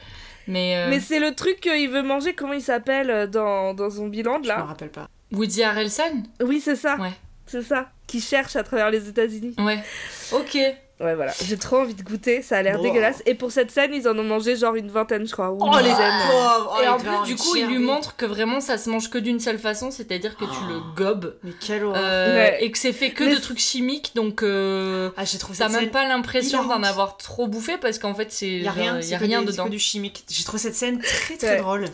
Mais, euh, Mais c'est le truc qu'il veut manger, comment il s'appelle euh, dans, dans Zombieland Je me là rappelle pas. Woody Harrelson, Oui, c'est ça. Ouais. C'est ça. Qui cherche à travers les États-Unis. ouais. Ok. Ouais, voilà. J'ai trop envie de goûter, ça a l'air Wow. dégueulasse. Et pour cette scène, ils en ont mangé genre une vingtaine, je crois. ou Oh, une les dizaine. pauvres et en plus, du coup, il lui montre que vraiment ça se mange que d'une seule façon, c'est-à-dire que tu Oh. le gobes Mais quelle horreur. euh, Ouais. et que c'est fait que Mais de trucs chimiques, donc euh, Ah, j'ai trouvé t'as cette même scène. pas l'impression d'en hilarante. avoir trop bouffé parce qu'en fait c'est Il y a rien, genre, y c'est a que rien des- c'est dedans. que du chimique. J'ai trouvé cette scène très très Ouais. drôle.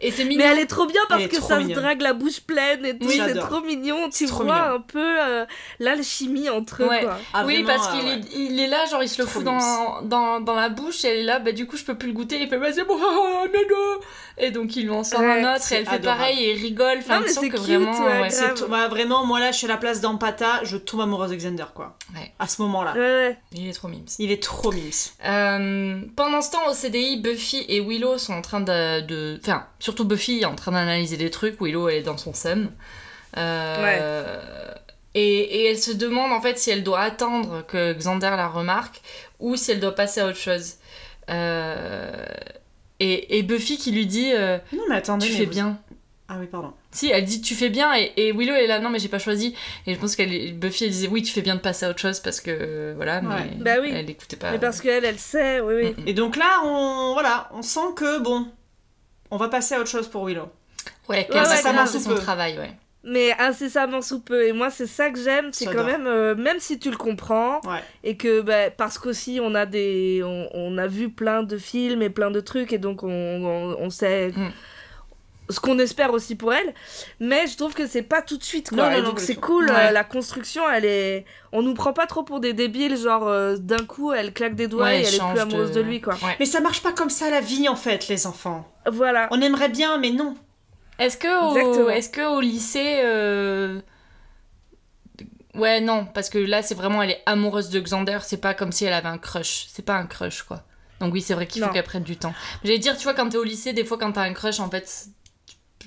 Et c'est Mais mignon. elle est trop bien parce Elle est que trop ça se mignonne. drague la bouche pleine et tout, Oui, c'est j'adore. trop mignon. Tu C'est trop vois mignon. un peu euh, l'alchimie entre eux Ouais. quoi. Ah, oui, vraiment, parce euh, qu'il ouais. est, il est là, genre il se le Trop fout mignon. dans, dans, dans la bouche et elle est là, bah du coup je peux plus le goûter. Il fait vas-y, bon, ah, ah, mais non. Et donc il lui en sort Ouais, un autre et c'est elle fait adorable. pareil et il rigole. Enfin, Non, tu mais sens c'est que cute, vraiment. ouais, ouais. grave. C'est tout- bah, vraiment, moi là, je suis à la place d'Ampata, je tombe amoureuse d'Alexander quoi. Ouais. À ce moment-là. Ouais, ouais. Il est trop mimes. Il est trop mims. Euh, pendant ce temps, au CDI, Buffy et Willow sont en train de. de- Enfin, surtout Buffy est en train d'analyser des trucs. Willow, elle est dans son seum. Euh, et, et elle se demande en fait si elle doit attendre que Xander la remarque ou si elle doit passer à autre chose. Euh, et, et Buffy qui lui dit euh, Ah Non, mais attendez. Tu mais fais vous- bien. Ah oui, pardon. Si, elle dit tu fais bien et, et Willow est là non mais j'ai pas choisi et je pense qu'elle est- Buffy elle disait oui tu fais bien de passer à autre chose parce que euh, voilà mais Ouais. Bah oui. elle écoutait pas Mais parce qu'elle, elle sait, oui, oui. Mm, mm. Et donc là, on voilà, on sent que bon, on va passer à autre chose pour Willow. Ouais, Ouais, ouais, qu'elle va ça commencer marche son un peu. travail, ouais. Mais incessamment sous peu. Et moi, c'est ça que j'aime, c'est quand J'adore. même, euh, même si tu le comprends, Ouais. et que, bah, parce qu'aussi, on a des. On, on a vu plein de films et plein de trucs, et donc on, on, on sait. Hmm. Mm. Ce qu'on espère aussi pour elle, mais je trouve que c'est pas tout de suite quoi. Non, non, Et non, donc pas du c'est tout. cool, euh, Ouais. la construction elle est. On nous prend pas trop pour des débiles, genre euh, d'un coup elle claque des doigts Ouais, et elle est change plus amoureuse de... lui quoi. Ouais. Mais ça marche pas comme ça la vie en fait, les enfants. Voilà. On aimerait bien, mais non. Est-ce que au, Exactement. est-ce que au lycée euh, Ouais, non, parce que là c'est vraiment elle est amoureuse de Xander, c'est pas comme si elle avait un crush, c'est pas un crush quoi. Donc oui, c'est vrai qu'il faut Non. qu'elle prenne du temps. J'allais dire, tu vois, quand t'es au lycée, des fois quand t'as un crush, en fait,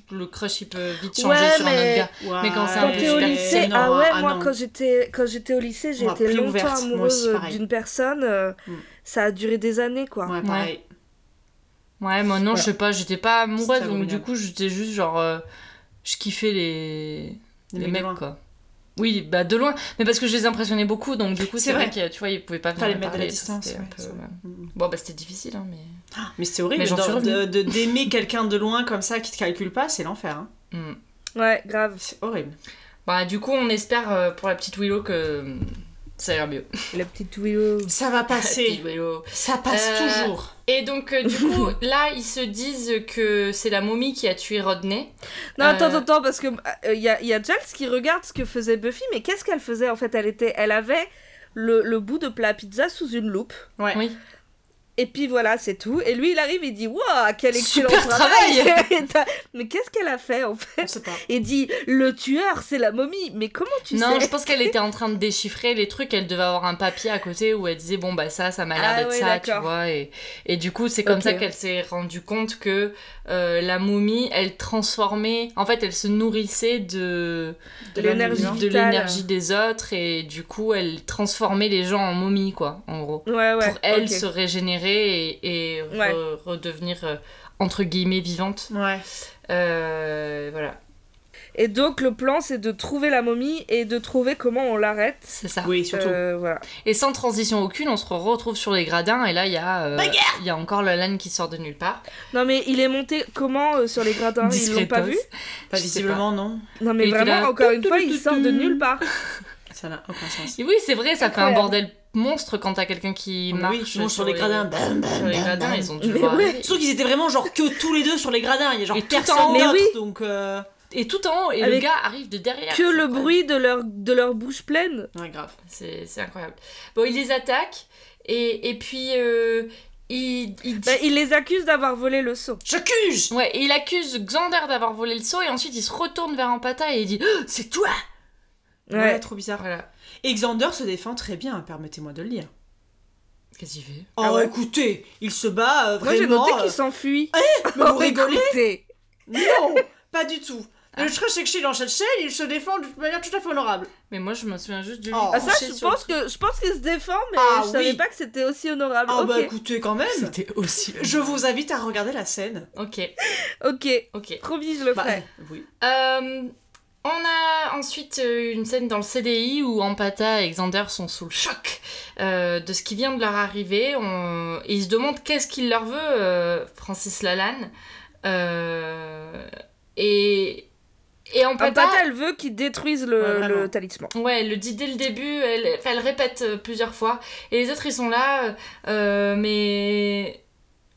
le crush il peut vite changer Ouais, sur un mais- autre gars. Mais quand c'est un Ah, Quand peu t'es au super lycée, non, ah ouais, moi non. quand j'étais quand j'étais au lycée, j'ai Moi, été plus longtemps ouverte, moi amoureuse aussi, pareil. d'une personne. euh, Mm. Ça a duré des années, quoi. Ouais, pareil. Ouais, moi non, Voilà. je sais pas, j'étais pas amoureuse, C'était donc du abominable. coup j'étais juste genre. euh, je kiffais les. Les les mecs de mecs loin. quoi. Oui, bah de loin, mais parce que je les impressionnais beaucoup, donc du coup C'est c'est vrai, vrai. que tu vois, ils pouvaient pas venir Fallait me mettre de la parler, ça, distance. c'était un ouais, peu, c'est vrai. ouais. Mm. Bon bah c'était difficile, hein, mais. Mais c'est horrible Mais j'en d'en- suis revenue. de- de- d'aimer quelqu'un de loin comme ça qui te calcule pas, c'est l'enfer. hein. Mm. Ouais, grave. C'est horrible. Bah du coup on espère euh, pour la petite Willow que euh, ça ira mieux. La petite Willow. Ça va Petite passer. Willow. ça passe Euh, toujours. Et donc euh, du coup là ils se disent que c'est la momie qui a tué Rodney. Non, attends, Euh. attends, attends, parce que il y, a, y a Giles qui regarde ce que faisait Buffy, mais qu'est-ce qu'elle faisait en fait Elle était, elle avait le, le bout de plat à pizza sous une loupe. Ouais. Oui. Et puis voilà, c'est tout. Et lui, il arrive, il dit Waouh, quel excellent Super travail, travail Et t'as- Mais qu'est-ce qu'elle a fait en fait Je sais pas. Et dit Le tueur, c'est la momie. Mais comment tu non, sais je pense qu'elle était en train de déchiffrer les trucs. Elle devait avoir un papier à côté où elle disait bon bah ça, ça m'a l'air Ah d'être ouais, ça, tu d'accord. vois. Et, et du coup, c'est comme Ok. ça qu'elle s'est rendue compte que euh, la momie, elle transformait. En fait, elle se nourrissait de De l'énergie de vitale. l'énergie des autres et du coup, elle transformait les gens en momies quoi, en gros. Ouais, ouais. Pour elle ok. se régénérer et, et re- Ouais. redevenir euh, entre guillemets vivante. Ouais. Euh, voilà, Et donc, le plan, c'est de trouver la momie et de trouver comment on l'arrête. c'est ça. Oui, surtout. Euh, voilà. Et sans transition aucune, on se retrouve sur les gradins et là il y a euh, il y a encore la laine qui sort de nulle part. Non, mais il est monté comment euh, sur les gradins Ils l'ont pas Discretos. vu pas je sais visiblement, non. Non, mais hein. Il était vraiment, là. encore une fois, il sort de nulle part. Ça n'a aucun sens. Et oui, c'est vrai, ça fait un Incroyable. bordel monstre quand t'as quelqu'un qui Oui, marche non, sur les gradins. Bam, bam, sur les bam, gradins, bam. ils ont dû Mais voir. ouais. arriver. Sauf qu'ils étaient vraiment genre que tous les deux sur les gradins. Il y a genre Et tout personne en haut. d'autre. Mais oui. Donc. euh, Et tout en haut, et le Avec gars arrive de derrière. Que c'est le incroyable. bruit de leur, de leur bouche pleine. Ouais, grave. C'est c'est incroyable. Bon, il les attaque et, et puis euh, il, il dit- Bah, il les accuse d'avoir volé le seau. Je cuge Ouais, et il accuse Xander d'avoir volé le seau et ensuite il se retourne vers Ampata et il dit Oh, C'est toi Ouais. Ouais, trop bizarre. Voilà. Et Xander se défend très bien, hein, permettez-moi de le dire. Qu'est-ce qu'il fait Oh, Ah ouais écoutez, il se bat euh, Moi, j'ai vraiment. noté euh, qu'il s'enfuit. mais vous rigolez Écoutez. Non Pas du tout. Ah. Le truc, c'est que chez Lanchel il se défend de manière tout à fait honorable. Mais moi je me souviens juste de lui. Oh. Ah, ça, couché je sur le pense, que, je pense qu'il se défend, mais Ah je savais oui. pas que c'était aussi honorable. Ah ok, bah écoutez, quand même. C'était aussi. Je vous invite à regarder la scène. Ok, ok. ok. Promis, je le Bah, ferai. oui. Euh, on a ensuite euh, une scène dans le CDI où Ampata et Xander sont sous le choc euh, de ce qui vient de leur arriver. On- et Ils se demandent qu'est-ce qu'il leur veut, euh, Francis Lalanne. Euh, Et. Et Un Ampata. elle veut qu'ils détruisent le, Ouais, vraiment. le talisman. Ouais, elle le dit dès le début, elle, enfin, elle répète euh, plusieurs fois. Et les autres, ils sont là, euh, euh, mais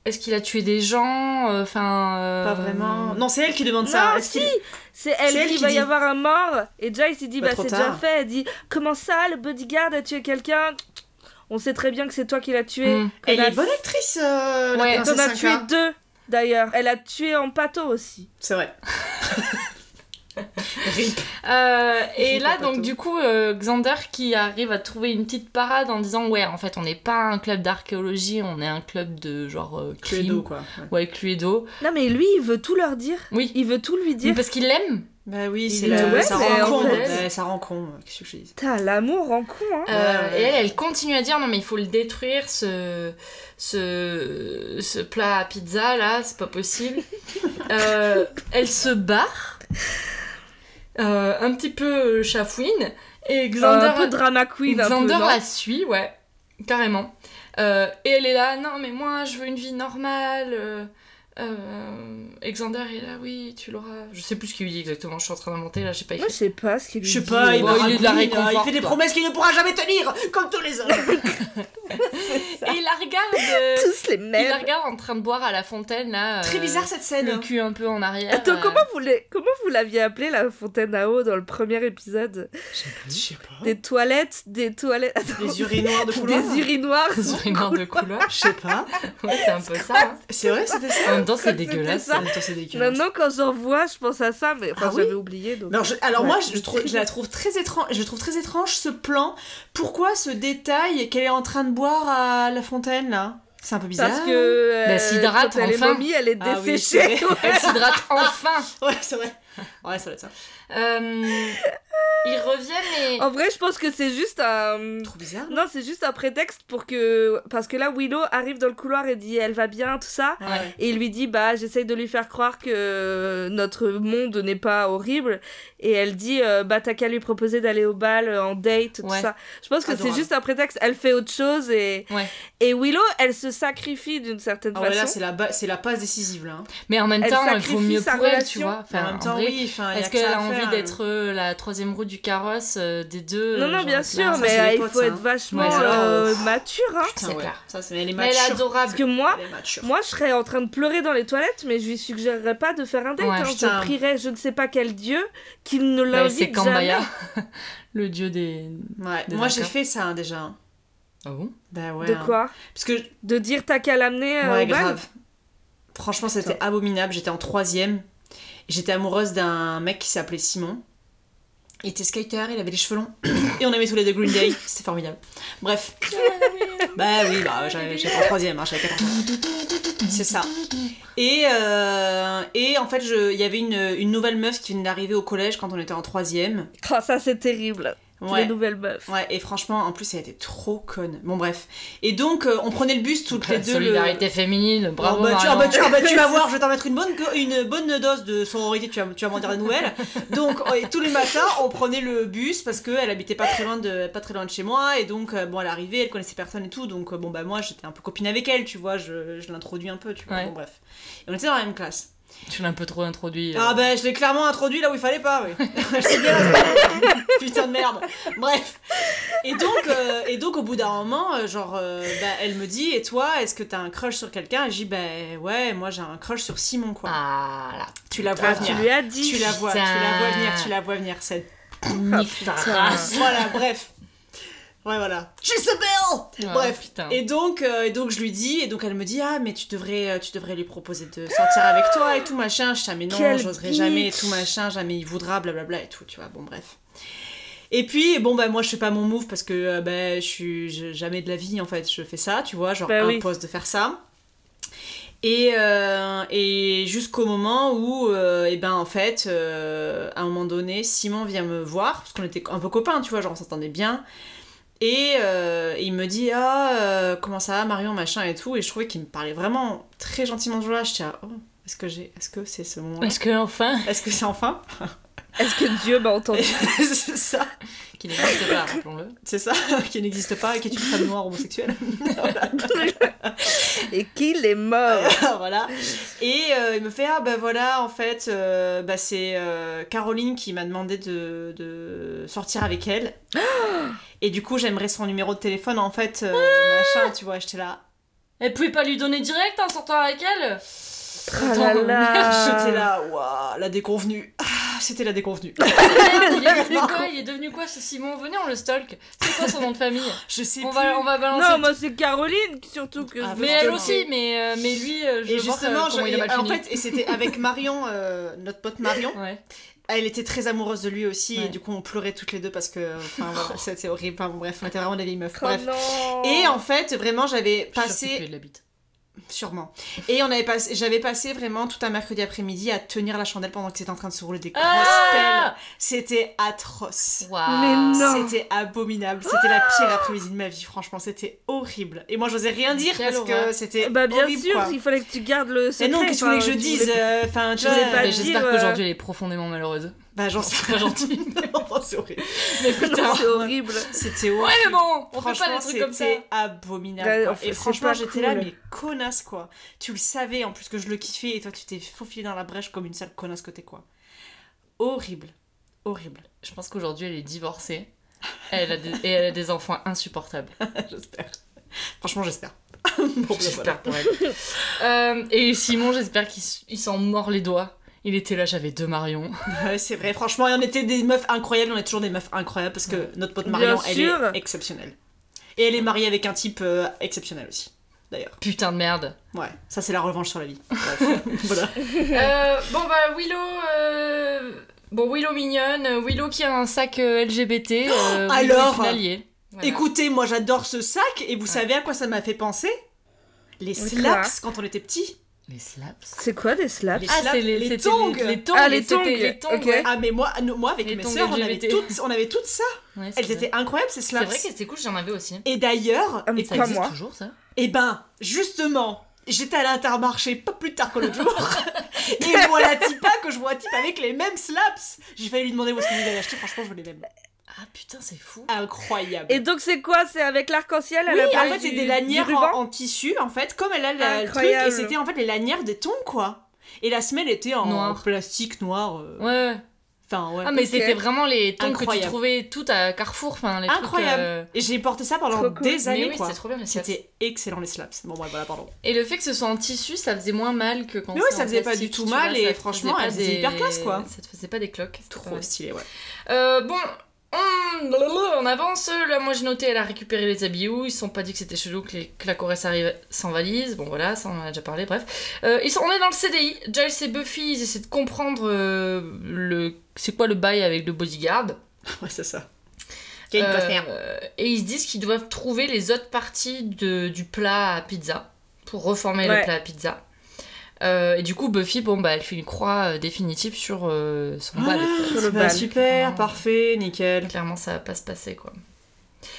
est-ce qu'il a tué des gens Enfin. euh, Pas vraiment. Non, c'est elle qui demande ça. Non, Est-ce si qu'il- C'est elle, C'est elle qui qui va y dit. avoir un mort. Et Giles, il dit Bah, Bah, trop c'est déjà tard. fait. Elle dit Comment ça, le bodyguard a tué quelqu'un On sait très bien que c'est toi qui l'as tué. Mm. Elle est Connasse. bonne actrice, euh, Ouais, la Elle en a princesse tué Inca. deux, d'ailleurs. Elle a tué en pâteau aussi. C'est vrai. Rip. Euh, et Gilles là, Papato. donc, du coup, euh, Xander qui arrive à trouver une petite parade en disant Ouais, en fait, on n'est pas un club d'archéologie, on est un club de genre euh, crime. Cluedo, quoi. Ouais. Ouais, Cluedo. Non, mais lui, il veut tout leur dire. Oui. Il veut tout lui dire. Parce qu'il l'aime. Bah oui, Il c'est est- la... ouais, ça mais rend en con. fait- Ouais, ça rend con. euh, Qu'est-ce que je dis Putain, l'amour en con, hein. Ouais, Euh, ouais. Et elle, elle continue à dire non mais il faut le détruire ce ce, ce plat à pizza là, c'est pas possible. Euh, elle se barre, euh, un petit peu chafouine et Xander, Euh, un Euh, peu drama queen, un peu, Xander non la suit, ouais, carrément. Euh, et elle est là non mais moi je veux une vie normale. euh, euh, et Xander est là oui tu l'auras. Je sais plus ce qu'il lui dit exactement, je suis en train d'inventer là, j'ai pas Moi, écrit. je sais pas ce qu'il lui Je sais dit. pas, il, Bon, me il est de la raconte, réconforte, euh, il fait des quoi. promesses qu'il ne pourra jamais tenir, comme tous les autres. Et il la regarde. euh, Tous les Il la mêmes. regarde en train de boire à la fontaine là. Très euh, bizarre cette scène. hein. Le cul un peu en arrière. hein. Attends, euh, comment vous, l'avez- comment vous l'aviez appelé la fontaine à eau dans le premier épisode Je sais pas. Des toilettes, des toilettes. Attends, Des urinoirs de couloir Des urinoirs. Sur une bande de couloir. Je sais pas. Ouais, c'est un peu ça. hein. C'est vrai, c'était ça En même temps, c'est C'était dégueulasse. ça. En même temps, c'est dégueulasse. Maintenant, quand j'en vois, je pense à ça, mais enfin, Ah oui j'avais oublié. Donc... Non, je- alors Ouais. moi, je, trouve, je la trouve très étrange. Je trouve très étrange ce plan. Pourquoi ce détail qu'elle est en train de boire à la fontaine là C'est un peu bizarre. Parce que euh, Bah, s'hydrate, quand elle est enfin. momie, elle est Ah oui, desséchée. c'est vrai. Elle s'hydrate enfin. Ouais, c'est vrai. Ouais, ça doit être ça. Euh, ils reviennent et. en vrai, je pense que c'est juste un. Trop bizarre. Non, c'est juste un prétexte pour que. Parce que là, Willow arrive dans le couloir et dit elle va bien, tout ça. Ouais. ouais. Et il lui dit bah j'essaye de lui faire croire que euh, notre monde n'est pas horrible et elle dit euh, bah t'as qu'à lui proposer d'aller au bal euh, en date tout Ouais. ça. Je pense que c'est Adorable. juste un prétexte. Elle fait autre chose et Ouais. et Willow elle se sacrifie d'une certaine Ah ouais, là, façon. c'est la, ba- c'est la passe décisive là. hein. Mais en même Elle temps, il sacrifie vaut mieux sa pour elle, tu relation. vois. Enfin, en même temps, vrai, oui. Enfin, y a Est-ce que ça qu'elle à a envie faire, d'être euh, la troisième roue du carrosse euh, des deux non euh, non genre, bien c'est sûr là, mais c'est euh, des il potes, faut ça, être hein. vachement Ouais, alors, euh, euh, mature hein. c'est Putain, ah, ouais. clair. Ça, c'est elle est Mais elle est mature. adorable. Parce que moi Elle est mature. moi je serais en train de pleurer dans les toilettes mais je lui suggérerais pas de faire un date. Ouais, hein. Je putain. prierais je ne sais pas quel dieu qu'il ne Bah, c'est l'invite jamais. Kambaya, le dieu des. Ouais. Des Moi, j'ai vainqueurs. fait ça hein, déjà. hein. Ah bon Bah ouais. de hein. quoi Parce que De dire t'as qu'à l'amener euh, ouais, au bal grave. Franchement, c'était Putain. abominable. J'étais en troisième. Et J'étais amoureuse d'un mec qui s'appelait Simon. Il était skater, il avait les cheveux longs. Et on aimait tous les deux Green Day. C'était formidable. Bref. bah oui, bah, j'avais- j'étais en troisième, hein, j'avais 14 ans. C'est ça. Et, euh, et en fait, je- il y avait une, une nouvelle meuf qui venait d'arriver au collège quand on était en troisième. Oh, ça c'est terrible. Les nouvelles meufs. Ouais, et franchement, en plus, elle était trop conne. Bon, bref. Et donc, euh, on prenait le bus toutes les La deux. le- Solidarité féminine, bravo. Oh, bah, tu, Marion. ah, bah, tu- ah, bah, tu vas voir, je vais t'en mettre une bonne, co- une bonne dose de sororité, tu vas, tu vas m'en dire des nouvelles. Donc, euh, et tous les matins, on prenait le bus parce qu'elle habitait pas très, loin de, pas très loin de chez moi. Et donc, euh, bon, elle arrivait, elle connaissait personne et tout. Donc, euh, bon, bah, moi, j'étais un peu copine avec elle, tu vois, je, je l'introduis un peu, tu vois. Ouais. Bon, bref. Et on était dans la même classe. Tu l'as un peu trop introduit. euh. Ah bah je l'ai clairement introduit là où il fallait pas, oui. C'est bien. Putain de merde. Bref. Et donc, euh, et donc au bout d'un moment, euh, genre, euh, bah, elle me dit, et toi, est-ce que t'as un crush sur quelqu'un Et je dis, bah ouais, moi j'ai un crush sur Simon quoi. Ah là. tu la vois Ah, Tu venir. lui as dit. Tu la vois, tu la Putain. vois venir, tu la vois venir cette. Nique ta race. Voilà, bref. Ouais voilà. Jezebel. Ah, Bref. putain. Et donc, euh, et donc je lui dis, et donc elle me dit ah mais tu devrais, euh, tu devrais lui proposer de sortir avec toi et tout machin. Je dis ah mais non, Quelle j'oserais bitch. jamais et tout machin, jamais il voudra, blablabla et tout, tu vois. Bon bref. Et puis bon bah moi je fais pas mon move parce que euh, bah, je suis je- jamais de la vie en fait, je fais ça, tu vois, genre Bah oui. impose de faire ça. Et, euh, et jusqu'au moment où, euh, et ben en fait, euh, à un moment donné, Simon vient me voir, parce qu'on était un peu copains, tu vois, genre on s'entendait bien. Et euh, il me dit Ah, euh, comment ça va, Marion, machin et tout. Et je trouvais qu'il me parlait vraiment très gentiment ce jour-là. Je tiens, oh, est-ce que j'ai, est-ce que c'est ce moment-là Est-ce que enfin Est-ce que c'est enfin Est-ce que Dieu m'a entendu C'est ça, Qu'il n'existe pas, rappelons-le. c'est ça, qui n'existe pas et qui est une femme noire homosexuelle. Et qu'il est mort voilà. Et euh, il me fait Ah, bah voilà, en fait, euh, bah, c'est euh, Caroline qui m'a demandé de, de sortir avec elle. et du coup, j'aimerais son numéro de téléphone, en fait, euh, machin, tu vois. J'étais là. Elle pouvait pas lui donner direct hein, en sortant avec elle Ah Tralala. J'étais Euh, là, waouh, la déconvenue. Ah, c'était la déconvenue. Merde, il est devenu quoi Il est devenu quoi ce Simon Venez, on le stalk. C'est quoi son nom de famille Je sais on plus. va, on va balancer. Non, moi c'est Caroline, surtout que. Ah, je- mais elle aussi, mais, euh, mais lui, euh, je Et vois justement, que- comment je- il a et- mal en fini. fait, et c'était avec Marion, euh, notre pote Marion. Ouais. Elle était très amoureuse de lui aussi, Ouais. Oh. et du coup, on pleurait toutes les deux parce que, enfin, voilà, c'était horrible. Enfin, bon, bref, on était vraiment des vieilles meufs. Oh Bref. non Et en fait, vraiment, j'avais passé, de la bite. sûrement. Et on avait passé, j'avais passé vraiment tout un mercredi après-midi à tenir la chandelle pendant que c'était en train de se rouler des grosses pelles. Ah C'était atroce. Waouh. Mais non. C'était abominable. C'était la pire Ah. après-midi de ma vie, franchement. C'était horrible. Et moi, j'osais rien dire Quelle parce que horreur. c'était. Bah bien horrible, sûr, quoi. il fallait que tu gardes le secret. Et non, qu'est-ce que tu voulais que je enfin, tu dise voulais- euh, Enfin, tu tu voulais vois, pas Bah, dire, J'espère euh, qu'aujourd'hui elle est profondément malheureuse. Bah, j'en suis Très gentille. Non, c'est horrible. Mais putain. Non, C'est horrible. C'était horrible. Ouais, mais bon, on fait Franchement, pas des trucs comme ça. Bah, c'était abominable. Ouais, quoi. enfin, et c'est franchement, pas j'étais là, cool. mais connasse, quoi. Tu le savais, en plus que je le kiffais, et toi, tu t'es faufilé dans la brèche comme une sale connasse que t'es, quoi. Horrible. Horrible. Je pense qu'aujourd'hui elle est divorcée. Elle a des, et elle a des enfants insupportables. j'espère. Franchement, j'espère. Bon, bah, voilà. J'espère pour elle. Euh, et Simon, j'espère qu'il s- il s'en mord les doigts. Il était là, j'avais deux Marion. Ouais, c'est vrai, franchement, et on était des meufs incroyables, on est toujours des meufs incroyables parce que notre pote Marion, Bien elle sûr. est exceptionnelle. Et elle est mariée avec un type euh, exceptionnel aussi, d'ailleurs. Putain de merde. Ouais, ça c'est la revanche sur la vie. Bref. voilà. Euh, bon bah Willow. euh, Bon Willow mignonne, euh, Willow qui a un sac euh, LGBT. euh, Willow alors finalier. Voilà. Écoutez, moi j'adore ce sac et vous savez à quoi ça m'a fait penser Les slaps quand on était petit. Les slaps. C'est quoi des slaps Les Ah, slaps, c'est les, les c'était tongs. les- les tongs. Ah, les c'était tongs, les tongs, ok. ouais. Ah mais moi, nous- moi avec Les mes tongs sœurs, on avait LGBT. toutes, on avait toutes ça. Ouais, c'est Elles vrai. étaient incroyables ces C'est slaps. vrai que c'était cool, j'en avais aussi. Et d'ailleurs, Ah, mais et, Ça pas existe moi. toujours ça eh ben justement, j'étais à l'intermarché pas plus tard que l'autre jour. et je vois la typa que je vois un type avec les mêmes slaps. J'ai failli lui demander où est-ce qu'il avait acheté. Franchement, je voulais les mêmes. Ah putain, c'est fou. Incroyable. Et donc c'est quoi C'est avec l'arc-en-ciel à Oui, la en place fait, c'est du- des du lanières ruban en, en tissu, en fait, comme elle a la- le truc, et Incroyable. c'était en fait les lanières des tons, quoi. Et la semelle était en Noir. plastique noir. euh, Ouais. Enfin, ouais. Ah, mais Ok. c'était vraiment les tongs que Incroyable. tu trouvais tout à Carrefour. Enfin, les Incroyable. Trucs, Et j'ai porté ça pendant Trop cool. des euh, années, mais oui, quoi. c'était trop bien les slaps. C'était excellent, les slaps. Bon, ouais, voilà, pardon. Et le fait que ce soit en tissu, ça faisait moins mal que quand Mais oui, c'est ça en faisait pas plastique, du tout tu mal vois, et ça te franchement, faisait pas elle faisait des- hyper classe, quoi. Ça te faisait pas des cloques. Trop stylé, ouais. Euh, bon, Hum, blablabla, on avance, là moi j'ai noté, elle a récupéré les habillous, ils se sont pas dit que c'était chelou que, les, que la Corrèze arrive sans valise, bon voilà, ça on en a déjà parlé, bref. Euh, ils sont, on est dans le CDI, Giles et Buffy, ils essaient de comprendre euh, le, c'est quoi le bail avec le bodyguard. Ouais, c'est ça. Jane Euh, Costner. euh, et ils se disent qu'ils doivent trouver les autres parties de- du plat à pizza pour reformer Ouais. le plat à pizza. Euh, et du coup, Buffy, bon, bah, elle fait une croix euh, définitive sur euh, son bal. quoi. sur le Bah, bal. super, Ouais. parfait, nickel. Clairement, ça va pas se passer, quoi.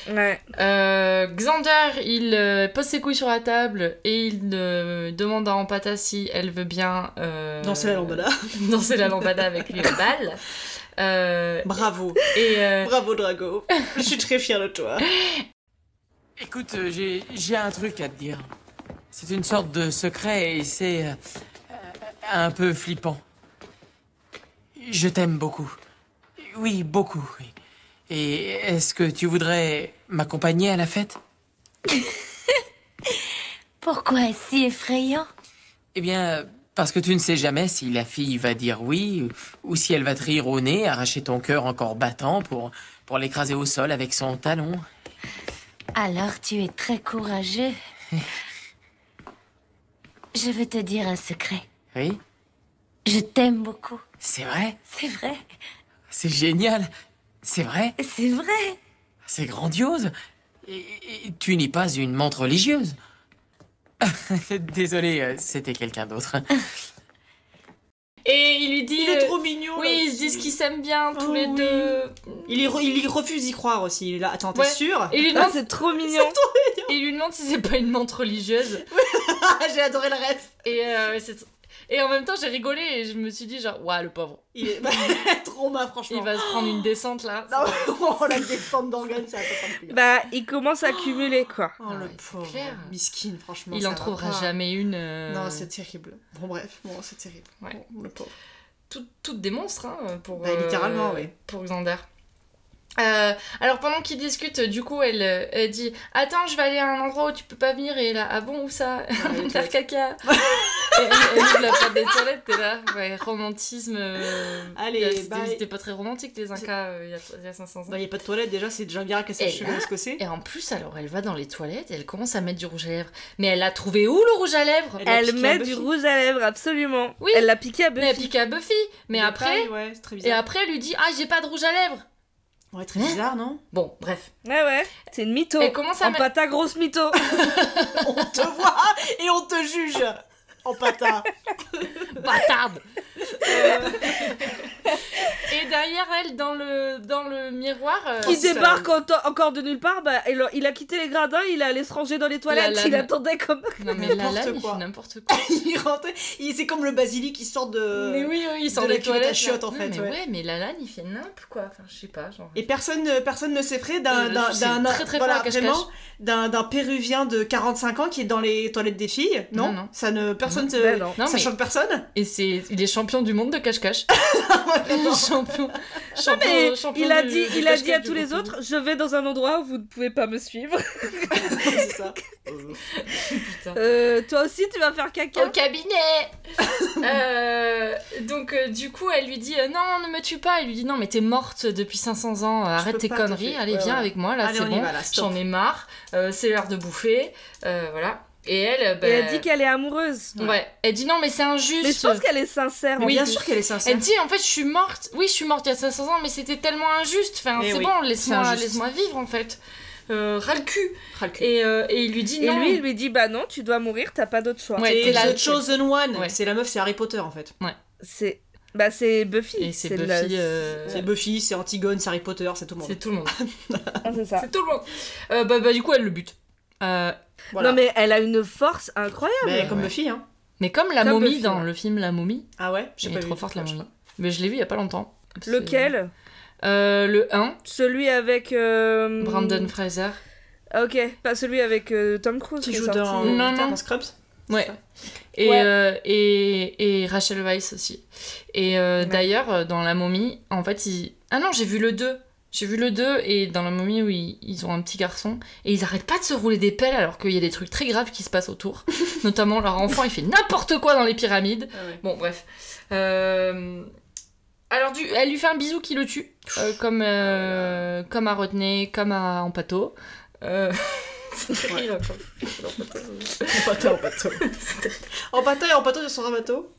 Ouais. Euh, Xander, il euh, pose ses couilles sur la table et il euh, demande à Ampata si elle veut bien euh, Danser la lambada. danser la lambada avec lui au bal. Euh, Bravo. et euh, Bravo, Drago. Je suis très fière de toi. Écoute, euh, j'ai j'ai un truc à te dire. C'est une sorte de secret et c'est euh, euh, un peu flippant. Je t'aime beaucoup. Oui, beaucoup. oui. Et est-ce que tu voudrais m'accompagner à la fête Pourquoi est-ce si effrayant Eh bien, parce que tu ne sais jamais si la fille va dire oui ou ou si elle va te rire au nez, arracher ton cœur encore battant pour, pour l'écraser au sol avec son talon. Alors tu es très courageux. Je veux te dire un secret. Oui, Je t'aime beaucoup. c'est vrai, C'est vrai. c'est génial, c'est vrai. C'est vrai. C'est grandiose. Et- et- tu n'es pas une menthe religieuse. Désolé, euh, c'était quelqu'un d'autre. et il lui dit. Il est euh, trop mignon. là oui, ils se aussi. disent qu'ils s'aiment bien tous Oh les oui. deux. Il, y re- il y refuse d'y croire aussi. Il est là. Attends, t'es Ouais. sûr Et il lui Ah, demande, c'est trop mignon. il lui demande si c'est pas une menthe religieuse. Ah, J'ai adoré le rêve. Et, euh, ouais, c'est- et en même temps, j'ai rigolé et je me suis dit, genre, ouais, le pauvre, Il est trop mal, franchement. il va se prendre une descente là. Non, oh, la descente d'organes, ça va pas prendre plus. Bah, il commence à cumuler, quoi. Oh, le Ouais, c'est pauvre. clair. Miskin, franchement. Il ça en va trouvera pas. jamais une. euh, Non, c'est terrible. Bon, bref, bon, c'est terrible. Ouais. Bon, le pauvre. tout- toutes des monstres hein, pour Bah, littéralement, oui. pour Xander. Euh, alors pendant qu'ils discutent, du coup, elle, euh, elle dit Attends, je vais aller à un endroit où tu peux pas venir. Et là, ah bon, où ça les Faire toilettes. caca. et, elle elle ouvre la porte des toilettes, t'es là. Ouais, romantisme. euh, Allez, il y a- c'était- bye. C'était pas très romantique les Incas euh, il y a- il y, a 500 ans. Il n'y a pas de toilette déjà, c'est déjà bien qu'elle sache Et le là- escocé. Et en plus, alors elle va dans les toilettes et elle commence à mettre du rouge à lèvres. Mais elle a trouvé où le rouge à lèvres Elle a Elle piqué à met Buffy. du rouge à lèvres, absolument. Oui. Elle l'a piqué à Mais elle Buffy. pique à Buffy. Mais Il est après, pareil, ouais, c'est très et bizarre. après, elle lui dit Ah, j'ai pas de rouge à lèvres. Ouais, très bizarre, non Bon, bref. Ouais, ouais. C'est une mytho. Elle commence à En mettre. pata grosse mytho. Ah, On te voit et on te juge en patin. bâtarde Euh. Et derrière elle, dans le, dans le miroir, euh, Qui c'est débarque en- encore de nulle part. Bah, il, a- il a quitté les gradins, il est allé se ranger dans les toilettes. lame. Il attendait comme. non mais la N'importe lame, il quoi. fait n'importe quoi. il rentre, il- c'est comme le basilic qui sort de. mais oui, oui, il sort Euh, de la des cuvette à toilettes. là. chiottes, en Non, fait, Mais ouais. ouais. mais la lame, il fait n'importe quoi. Enfin, je sais pas, genre. Et personne, euh, personne ne s'effraie Euh, d'un, d'un, c'est d'un- très, très voilà, fort à cache-cache. vraiment, d'un, d'un péruvien de 45 ans qui est dans les toilettes des filles. Non, Non, non. ça ne, personne, te- Ben non. Non, ça mais- choque personne. Et c'est, il est champion du monde de cache-cache. champion, champion, Mais champion il a du- dit, du il a cache-cache dit à du tous les groupe. autres, je vais dans un endroit où vous ne pouvez pas me suivre. c'est ça. Euh, toi aussi, tu vas faire Au caca. cabinet Hein Euh, Donc, euh, du coup, elle lui dit euh, Non, ne me tue pas. Elle lui dit Non, mais t'es morte depuis 500 ans. euh, Arrête peux tes pas te conneries. tuer. Allez, Ouais, viens ouais. avec moi. Là, Allez, c'est on y bon. va, là, stop. J'en ai marre. euh, c'est l'heure de bouffer. euh, voilà. Et elle, bah, Et ben. elle dit qu'elle est amoureuse. ouais. Elle dit Non, mais c'est injuste. Mais je pense qu'elle est sincère. en Mais bien plus. sûr qu'elle est sincère. Elle dit en fait je suis morte. Oui je suis morte il y a 500 ans mais c'était tellement injuste. Enfin Mais c'est oui, bon c'est laisse-moi injuste. laisse-moi vivre en fait. Euh, ras le cul. Ras Ah, le cul. Et, euh, et il lui dit Et non. lui, il lui dit Bah non, tu dois mourir, t'as pas d'autre choix. Ouais, C'est t'es là- The Chosen One. Ouais. C'est la meuf, c'est Harry Potter en fait. C'est. Bah c'est Buffy. Et c'est le- Buffy. euh, C'est Buffy, c'est Antigone, c'est Harry Potter, c'est tout le monde. C'est tout le monde. Ah, c'est ça. C'est tout le monde. Euh, bah, bah, du coup, elle le bute. Euh, Voilà. Non mais elle a une force incroyable. Mais comme Ouais. Buffy, hein. mais comme la Comme momie Buffy, dans ouais. le film La momie, Ah ouais, j'ai elle pas est vu. trop forte la Je sais momie. Mais je l'ai vu il y a pas longtemps. C'est- Lequel Euh, Le 1, Celui avec. euh, Brandon Fraser. Ah, Ok, pas celui avec euh, Tom Cruise Qui qui est joue sorti, dans, euh, Non, plus non. tard. dans Scrubs Ouais. ça. Et, Ouais. euh, et, et Rachel Weisz aussi. Et euh, d'ailleurs, euh, dans La momie, en fait, ils. Ah non, j'ai vu le 2. J'ai vu le 2 et dans La momie où ils, ils ont un petit garçon et ils arrêtent pas de se rouler des pelles alors qu'il y a des trucs très graves qui se passent autour. Notamment, leur enfant, il fait n'importe quoi dans les pyramides. Ah ouais. Bon, bref. Euh, Alors, du- elle lui fait un bisou qui le tue, euh, comme, euh, comme à Rodney, comme à Empato. Euh... c'est rire, quoi. En bateau, en bateau. en bateau et en bateau sur un bateau.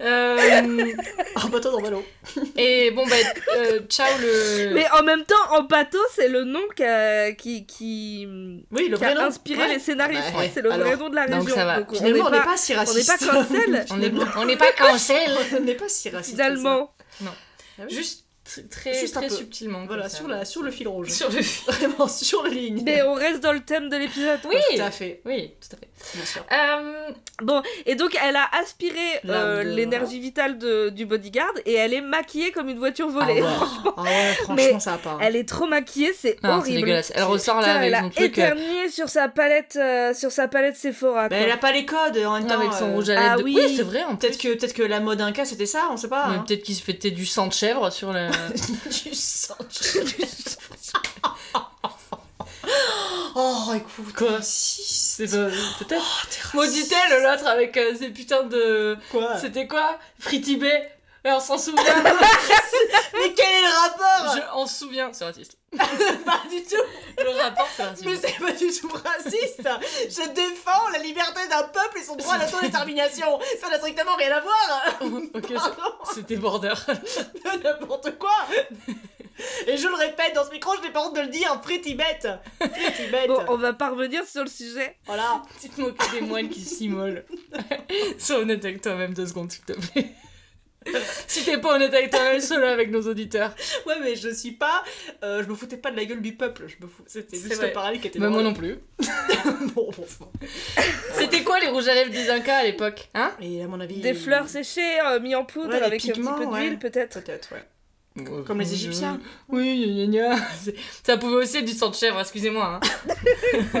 Euh, En bateau dans ballon. et bon, bah, euh, ciao le. Mais en même temps, en bateau, c'est le nom qu'a- qui, qui, Oui, le qui vrai a nom. inspiré Ouais. les scénaristes. Ouais. C'est le vrai Alors, nom de la donc région. ça va. on n'est Finalement, on n'est pas, pas, si on n'est raciste. pas cancel, On est- on n'est pas cancel On n'est pas si raciste. finalement. Juste tr- très, Juste un très peu. subtilement. comme Ah Voilà, ça. sur, la, sur le fil rouge. Sur le fil. Vraiment, sur la ligne. Mais on reste dans le thème de l'épisode. Oui Tout à fait, Oui, tout à fait. bien sûr. Euh, Bon, et donc elle a aspiré Là, euh, de- l'énergie vitale de- du bodyguard et elle est maquillée comme une voiture volée. Franchement, ah ouais, franchement Mais ça va pas. Elle est trop maquillée, c'est Non, Ah, c'est horrible. dégueulasse. Elle ressort là Putain, avec elle son a truc. euh, éternué sur sa palette, euh, sur sa palette Sephora. quoi. Bah, elle a pas les codes en même temps. Avec son euh, rouge à lèvres. ah de- oui. c'est vrai. En Peut-être que, peut que la mode Inca c'était ça, on sait pas. Mais hein. peut-être qu'il se fêtait du sang de chèvre sur le. du sang. du sang. oh, écoute. Quoi Si, c'est Peut-être. Oh, t'es raciste. Maudit-elle l'autre avec euh, ses putains de. Quoi C'était quoi Fritibé Ouais, on s'en souvient, Mais quel est le rapport je, on se souvient, c'est raciste. Pas du tout Le rapport, c'est raciste. Mais c'est pas du tout raciste Je défends la liberté d'un peuple et son droit à l'autodétermination Ça n'a strictement rien à voir Ok, c'est- Pardon c'était border. N'importe quoi Et je le répète, dans ce micro, je n'ai pas honte de le dire, Pretty bête Pretty bête Bon, on va pas revenir sur le sujet. Voilà Tu te moques des moines qui s'immolent. Sois honnête avec toi-même deux secondes, s'il te plaît. si t'es pas honnête avec toi-même, sois là avec nos auditeurs. Ouais, mais je suis pas... euh, je me foutais pas de la gueule du peuple, je me fous... C'était C'est juste vrai. le parallèle qui était Bah, moi drôle. non plus. Bon, bon, bon. C'était quoi les rouges à lèvres des Incas à l'époque Hein Et à mon avis... Des fleurs séchées, euh, mis en poudre Ouais, des avec pigments, un petit peu ouais. d'huile peut-être. Peut-être, ouais. Ouais, Comme les euh, Égyptiens. Oui, gna gna gna. C'est- Ça pouvait aussi être du sang de chèvre, excusez-moi. hein.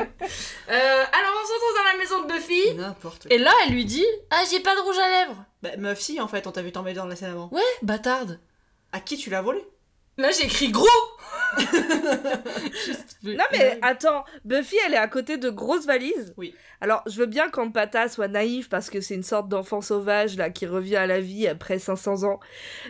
Euh, alors on se retrouve dans la maison de Buffy. N'importe quoi. Et là, elle lui dit Ah, j'ai pas de rouge à lèvres. Bah, meuf, si, en fait, on t'a vu tomber dans la scène avant. Ouais, bâtarde. À qui tu l'as volé Là, j'ai écrit gros Non mais attends, Buffy elle est à côté de grosses valises. Oui. Alors je veux bien qu'Ampata soit naïf parce que c'est une sorte d'enfant sauvage là qui revient à la vie après 500 ans.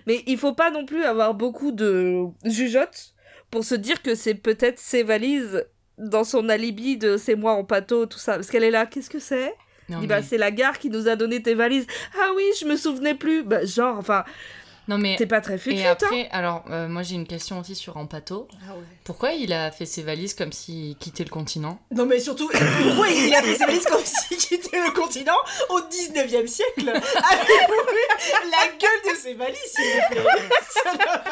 Mais il faut pas non plus avoir beaucoup de jugeotes pour se dire que c'est peut-être ses valises dans son alibi de c'est moi en pâteau tout ça. Parce qu'elle est là, qu'est-ce que c'est Non, Dit, bah, mais- c'est la gare qui nous a donné tes valises. Ah oui, je me souvenais plus. Bah, genre, enfin, non, mais. t'es pas très fut Et hein. après, alors, euh, moi j'ai une question aussi sur Empato. Ah ouais. Pourquoi il a fait ses valises comme s'il quittait le continent Non mais surtout, oui, il a fait ses valises comme s'il quittait le continent au 19e siècle. Avez-vous vu la gueule de ses valises, s'il vous plaît Ça ne va pas.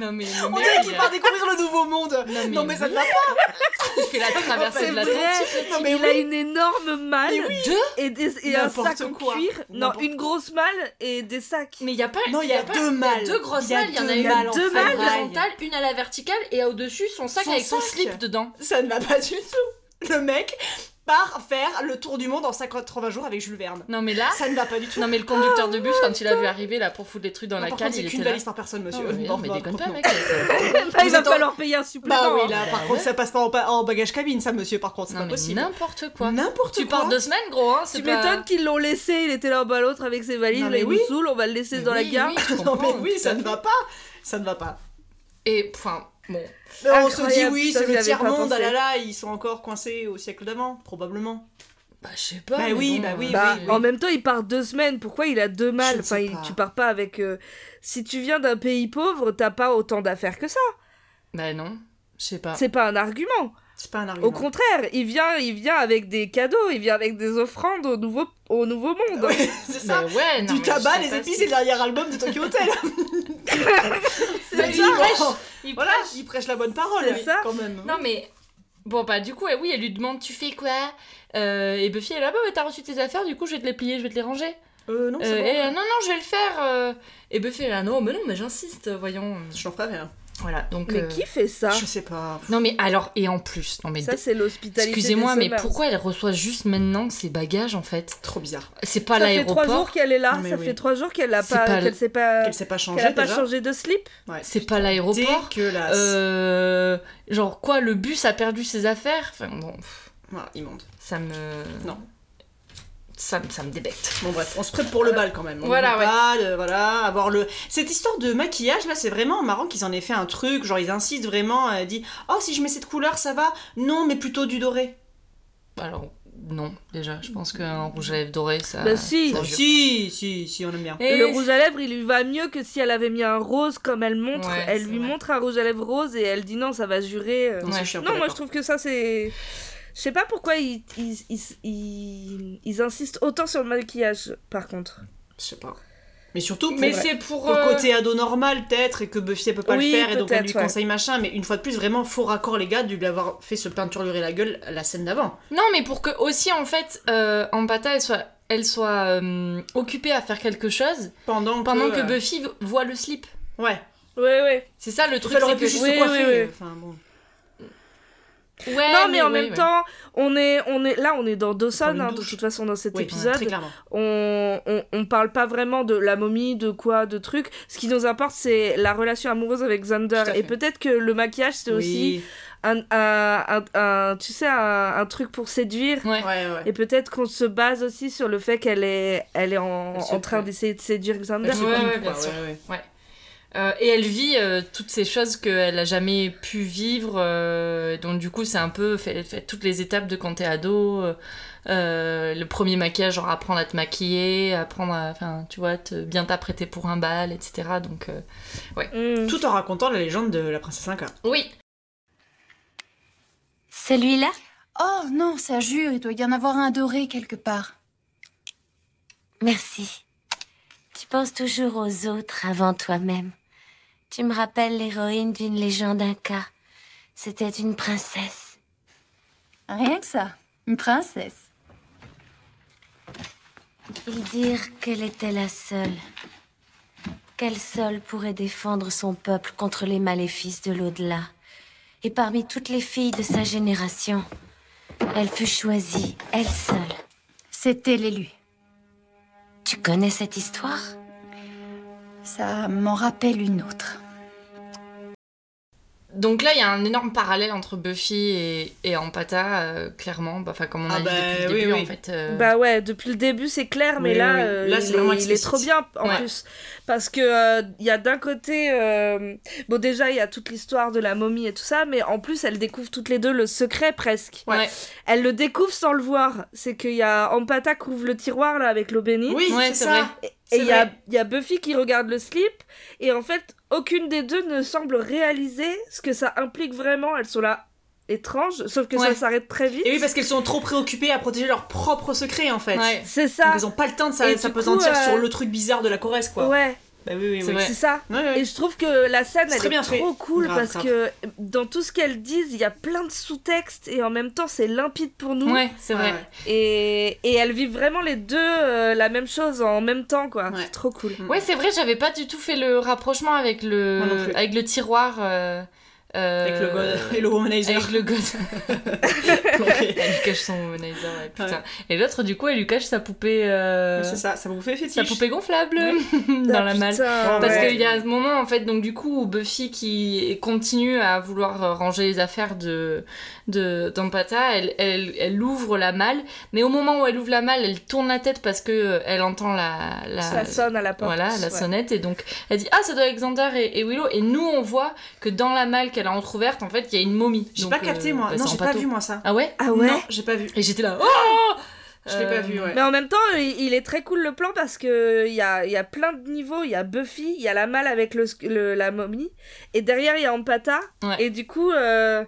Non, mais le On mec, dirait il qu'il a- part découvrir le nouveau monde. Non, mais, Non mais ça ne va pas. il fait la traversée C'est de vrai, l'Atlantique. Non mais il a une énorme malle Deux et, des, et un N'importe sac en quoi. cuir. Non, N'importe une grosse malle et des sacs. Mais il y a pas. Non, il y a pas- deux malles. Deux grosses Il y a malles, il y en a deux une malles en deux à malles. la ferraille. horizontale, une à la verticale et au-dessus son sac Son avec son sac. slip dedans. Ça ne va pas du tout. Le mec part faire le tour du monde en 80 jours avec Jules Verne. Non mais là, Ça ne va pas du tout. non mais le conducteur de bus quand il a vu arriver là pour foutre les trucs dans Non, la par cale, contre, c'est il qu'une était là. valise par personne, Non, monsieur. mais, Non, non, mais non, déconne par contre, pas mec. non. Ah, il va êtes en- falloir payer un supplément. Bah oui, hein. là, par Bah contre, ouais. ça passe pas en, pa- en bagage cabine, ça, monsieur. Par contre, c'est Non pas mais possible. n'importe quoi. N'importe quoi. Tu pars deux semaines gros hein, c'est Tu pas- m'étonnes qu'ils l'ont laissé, il était là en bas l'autre avec ses valises, Non, là mais il oui. nous saoule, on va le laisser Mais dans la oui, gare. oui, je Non mais comprends, oui, tout ça à ne fait. va pas. Ça ne va pas. Et enfin bon, Mais on se dit Incroyable, oui, putain, c'est j'y le avais tiers pas monde. Ah pensé. là là, ils sont encore coincés au siècle d'avant, probablement. bah je sais pas. Bah mais oui, bon, bah oui, euh, Bah, oui, En même temps, il part deux semaines. Pourquoi il a deux Je mâles ne sais Enfin, il- pas. tu pars pas avec. euh, Si tu viens d'un pays pauvre, t'as pas autant d'affaires que ça. Bah non, je sais Ah. pas. C'est pas un argument. C'est pas un argument. Au contraire, il vient, il vient avec des cadeaux, il vient avec des offrandes au nouveau, au nouveau monde. Ah Ouais, c'est ça. Mais Bah ouais, non, Du mais tabac, je sais les pas épices si- et le dernier album de Tokyo Hotel. Bah, C'est il ça. prêche, il Voilà, prêche. ils prêchent la bonne parole, C'est ça. quand même. Non mais bon bah du coup elle- oui elle lui demande tu fais quoi Euh, et Buffy elle est là bah ouais, t'as reçu tes affaires du coup je vais te les plier je vais te les ranger Euh, non, Euh, c'est elle, bon. non non je vais le faire euh. et Buffy elle est là non mais non mais j'insiste voyons Je n'en ferai rien. voilà donc Mais euh, qui fait ça Je sais pas. non mais alors et en plus non mais Ça, c'est l'hospitalité. excusez-moi des mais Summers. pourquoi elle reçoit juste maintenant ses bagages en fait Trop bizarre. c'est pas Ça fait trois l'aéroport jours qu'elle est là. Mais Ça oui. fait trois jours qu'elle a C'est pas, pas le- qu'elle s'est pas, Qu'elle s'est pas Euh, qu'elle a changée pas déjà. changé de slip. Ouais. c'est pas l'aéroport Dégueulasse. Euh, genre quoi le bus a perdu ses affaires enfin bon Voilà, immonde. ça me Non. ça, me- ça me débecte. Bon bref, on se prête pour le bal quand même. On Voilà, oublie pas de- voilà, avoir le. Cette histoire de maquillage là, c'est vraiment marrant qu'ils en aient fait un truc. Genre ils insistent vraiment, euh, dit oh si je mets cette couleur ça va. Non mais plutôt du doré. Alors, non, déjà, je pense qu'un rouge à lèvres doré, ça. Bah si. Ah, ça Oh, jure. si si si on aime bien. Et le rouge à lèvres, il lui va mieux que si elle avait mis un rose comme elle montre. Ouais, elle c'est lui vrai. montre un rouge à lèvres rose et elle dit non, ça va jurer. euh. Non, Ouais. ça, je suis un peu Non, moi je d'accord. trouve que ça c'est. Je sais pas pourquoi ils, ils, ils- ils- ils insistent autant sur le maquillage, par contre. Je sais pas. Mais surtout Mais pour- c'est pour. pour euh, le côté ado normal peut-être et que Buffy elle peut pas Oui, le faire et donc elle lui peut-être, ouais. conseille machin mais une fois de plus vraiment faux raccord les gars de lui avoir fait se peinturer la gueule la scène d'avant Non, mais pour que aussi, en fait, euh, Ampata, elle soit, elle soit euh, occupée à faire quelque chose pendant pendant que euh, Buffy voit le slip. ouais Ouais, ouais. C'est ça le truc, elle aurait c'est pu que. juste oui, se coiffer oui, oui. enfin bon Ouais, non, mais, en oui, même oui. temps, on est, on est, là, on est dans Dawson, une hein, de douche. toute façon, dans cet oui très épisode. clairement on, on, on parle pas vraiment de la momie, de quoi, de trucs. Ce qui nous importe, c'est la relation amoureuse avec Xander. Tout à fait. Et peut-être que le maquillage, c'est aussi Oui. un, un, un- un- tu sais, un, un truc pour séduire. Ouais. ouais ouais Et peut-être qu'on se base aussi sur le fait qu'elle est, elle est en, Elle se en train plaît. d'essayer de séduire Xander. Mm. Elle se Ouais, Comme ouais, quoi, bien ouais, sûr. Euh, et elle vit euh, toutes ces choses qu'elle a jamais pu vivre. euh, donc du coup, c'est un peu fait, fait toutes les étapes de quand t'es ado. euh, euh, le premier maquillage, genre apprendre à te maquiller, apprendre à, enfin, tu vois, te, bien t'apprêter pour un bal, etc. Donc euh, Mm. tout en racontant la légende de la princesse Inca oui, Celui-là Oh non, ça jure, il doit y en avoir un doré quelque part. Merci. Tu penses toujours aux autres avant toi-même. Tu me rappelles l'héroïne d'une légende inca. C'était une princesse. Rien que ça, une princesse. Et dire qu'elle était la seule. Qu'elle seule pourrait défendre son peuple contre les maléfices de l'au-delà. Et parmi toutes les filles de sa génération, elle fut choisie, elle seule. C'était l'élu. Tu connais cette histoire Ça m'en rappelle une autre. Donc là, il y a un énorme parallèle entre Buffy et, et Ampata, euh, clairement. Bah, Enfin, comme on a Ah dit bah, depuis le oui, début, oui. en fait. euh, Bah ouais, depuis le début c'est clair, mais Oui, là, oui. euh, Là, c'est il, vraiment est, il est explicite. trop bien en Ouais. plus. Parce que euh, il y a d'un côté, euh, bon déjà il y a toute l'histoire de la momie et tout ça, mais en plus elles découvrent toutes les deux le secret presque. Ouais. Elles le découvrent sans le voir. C'est qu'il y a Ampata qui ouvre le tiroir là avec l'eau bénite. oui Ouais, c'est c'est ça vrai. et c'est il y a, vrai. il y a Buffy qui regarde le slip, et en fait aucune des deux ne semble réaliser ce que ça implique vraiment. Elles sont là étranges, sauf que ça Ouais. s'arrête très vite. et oui parce qu'elles sont trop préoccupées à protéger leur propre secret en fait Ouais. C'est donc ça. elles ont pas le temps de Et ça du ça coup, pesantir euh, sur le truc bizarre de la Corrèze quoi Ouais, bah oui oui C'est oui vrai. c'est ça. Ouais, ouais. Et je trouve que la scène, C'est elle très est bien fait. trop cool Grave, parce grave. que dans tout ce qu'elles disent, il y a plein de sous-textes et en même temps, c'est limpide pour nous. Ouais, c'est Ouais, vrai. ouais. Et, et elles vivent vraiment les deux euh, la même chose en même temps, quoi. Ouais. C'est trop cool. Ouais, c'est vrai, j'avais pas du tout fait le rapprochement avec Moi non le, plus. avec le tiroir. euh, euh, avec le god et le womanizer Avec le god. Ok. Elle lui cache son womanizer, ouais, putain. Ouais. Et l'autre, du coup, elle lui cache sa poupée. euh, c'est ça ça vous fait fétiche Sa poupée gonflable Ah, dans la malle. putain, Parce ouais. qu'il y a ce moment, en fait, donc du coup, où Buffy qui continue à vouloir euh, ranger les affaires de de- d'Ampata, elle, elle, elle ouvre la malle, mais au moment où elle ouvre la malle, elle tourne la tête parce que euh, elle entend la, la, Ça sonne à la porte. voilà, la ouais. sonnette, et donc elle dit Ah, ça doit être Xander et, et Willow, et nous on voit que dans la malle qu'elle a entrouverte, en fait, il y a une momie. j'ai Donc, pas capté euh, moi bah, non c'est j'ai en pas pâteau. vu moi ça Ah ouais Ah ouais non j'ai pas vu Et j'étais là Oh je l'ai Euh, pas vu ouais Mais en même temps, il il est très cool le plan parce que il y a, il y a plein de niveaux. Il y a Buffy, il y a la malle avec le, sc- le- la momie, et derrière il y a Ampata. Ouais. Et du coup, euh,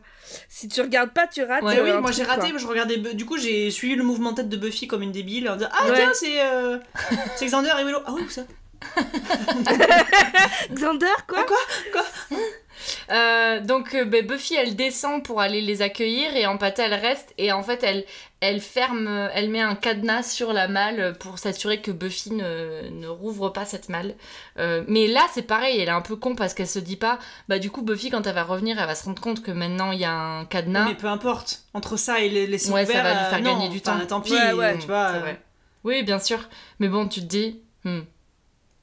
si tu regardes pas, tu rates. Ouais, Bah euh, un oui, moi truc, j'ai raté, quoi. mais je regardais. Bu- Du coup, j'ai suivi le mouvement de tête de Buffy comme une débile en disant Ah Ouais. tiens, c'est. euh, c'est Xander et Willow. Ah oui, où ça Xander, quoi Euh, donc euh, bah, Buffy elle descend pour aller les accueillir et Ampata elle reste et en fait elle, elle ferme, euh, elle met un cadenas sur la malle pour s'assurer que Buffy ne, ne rouvre pas cette malle. Euh, mais là c'est pareil, elle est un peu con parce qu'elle se dit pas, bah du coup Buffy quand elle va revenir elle va se rendre compte que maintenant il y a un cadenas. Mais peu importe, entre ça et les, les Ouais, ça ouverts, va lui euh, faire non, gagner du enfin, temps. Tant pis, Ouais, ouais, euh, tu vois. C'est euh, vrai. Oui bien sûr, mais bon tu te dis, hmm,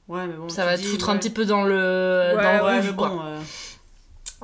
Ouais, mais bon. ça tu va dis, te foutre un ouais. euh, petit peu dans le, dans le Ouais, rouge, mais quoi. bon. euh,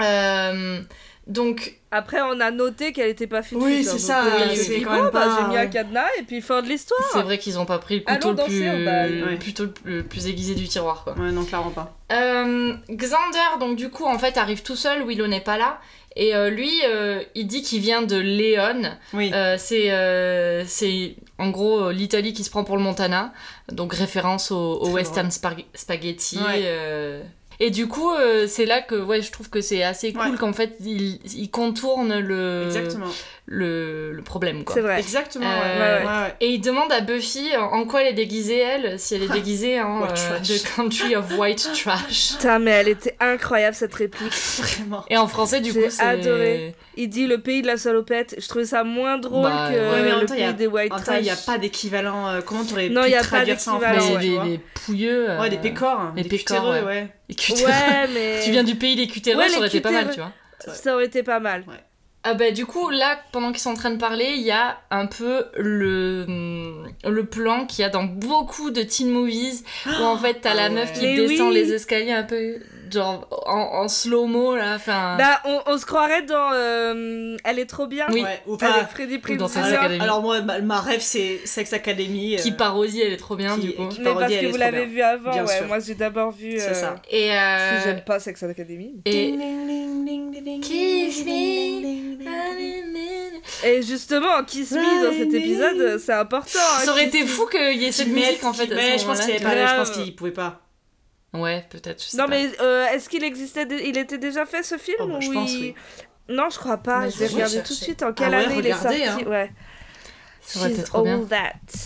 Euh, Donc, Après, on a noté qu'elle était pas finie. Oui, c'est ça, oui, c'est c'est quand même pas, bah, J'ai mis un ouais. cadenas et puis fin de l'histoire. c'est vrai qu'ils ont pas pris le couteau Allons le plus, danser au bal. Ouais. plutôt le plus aiguisé du tiroir, quoi. Ouais, non, clairement pas. Euh, Xander, donc du coup, en fait, arrive tout seul, Willow n'est pas là. Et euh, lui, euh, il dit qu'il vient de Léon. Oui. Euh, c'est, euh, c'est en gros euh, l'Italie qui se prend pour le Montana. Donc référence au, au Très western spag- spaghetti. Ouais. euh. Et du coup, euh, c'est là que ouais, je trouve que c'est assez cool Ouais. qu'en fait, il, il contourne le, Exactement. le, le problème. Quoi. C'est vrai. Exactement, Euh, ouais. ouais, ouais. Et il demande à Buffy en quoi elle est déguisée, elle, si elle est déguisée en White euh, trash. The Country of White Trash. Putain, mais elle était incroyable cette réplique. Vraiment. Et en français, du J'ai coup, c'est. adoré. Il dit le pays de la salopette. Je trouvais ça moins drôle Bah, que ouais, mais en le même temps, il y a- pays des white En même temps, il n'y a trash. pas d'équivalent. euh, comment t'aurais Non, pu il y a pas traduire ça en Mais d'équivalent, français ouais. tu les, vois les pouilleux. euh, Ouais, des pécores. hein, les des pécores, cutéreux, ouais. ouais. les cutéreux. Ouais, mais Tu viens du pays des cutéreux, Ouais, ça les aurait été pas mal, cutéreux. tu vois. ça aurait été pas mal. Ah bah, du coup, là, pendant qu'ils sont en train de parler, il y a un peu le, hum, le plan qu'il y a dans beaucoup de teen movies où en fait t'as la Ah meuf qui ouais. Mais descend oui. les escaliers un peu genre en, en slow-mo là, enfin. Bah, on, on se croirait dans euh, Elle est trop bien. Oui. Ouais, ou Avec pas. Freddy Ou dans Sex Prinze Jr. Academy. Alors, moi, ma, ma rêve, c'est Sex Academy. euh, Qui parodie, elle est trop bien, qui- du coup. qui Mais parce parodie, elle que est vous trop l'avez bien. vu avant, Bien ouais. sûr. Moi, j'ai d'abord vu. C'est euh, ça. Et, parce que euh, j'aime pas Sex Academy. et, Kiss Et justement, Kiss Me dans cet épisode, c'est important. hein, Ça aurait Kiss été Me. fou qu'il y ait cette musique en fait. à Ouais, ce je pense moment-là, qu'il tu avait vois. pas. Je Grave. pense qu'il pouvait pas. Ouais, peut-être. je sais Non, pas. mais euh, est-ce qu'il existait dé- Il était déjà fait ce film Oh, bah, je ou pense, il- oui. Non, je crois pas. Mais je vais je vais regarder chercher. tout de suite en quelle Ah ouais, année il regardez, est sorti. hein. Ouais. Ça aurait été She's trop bien. all that.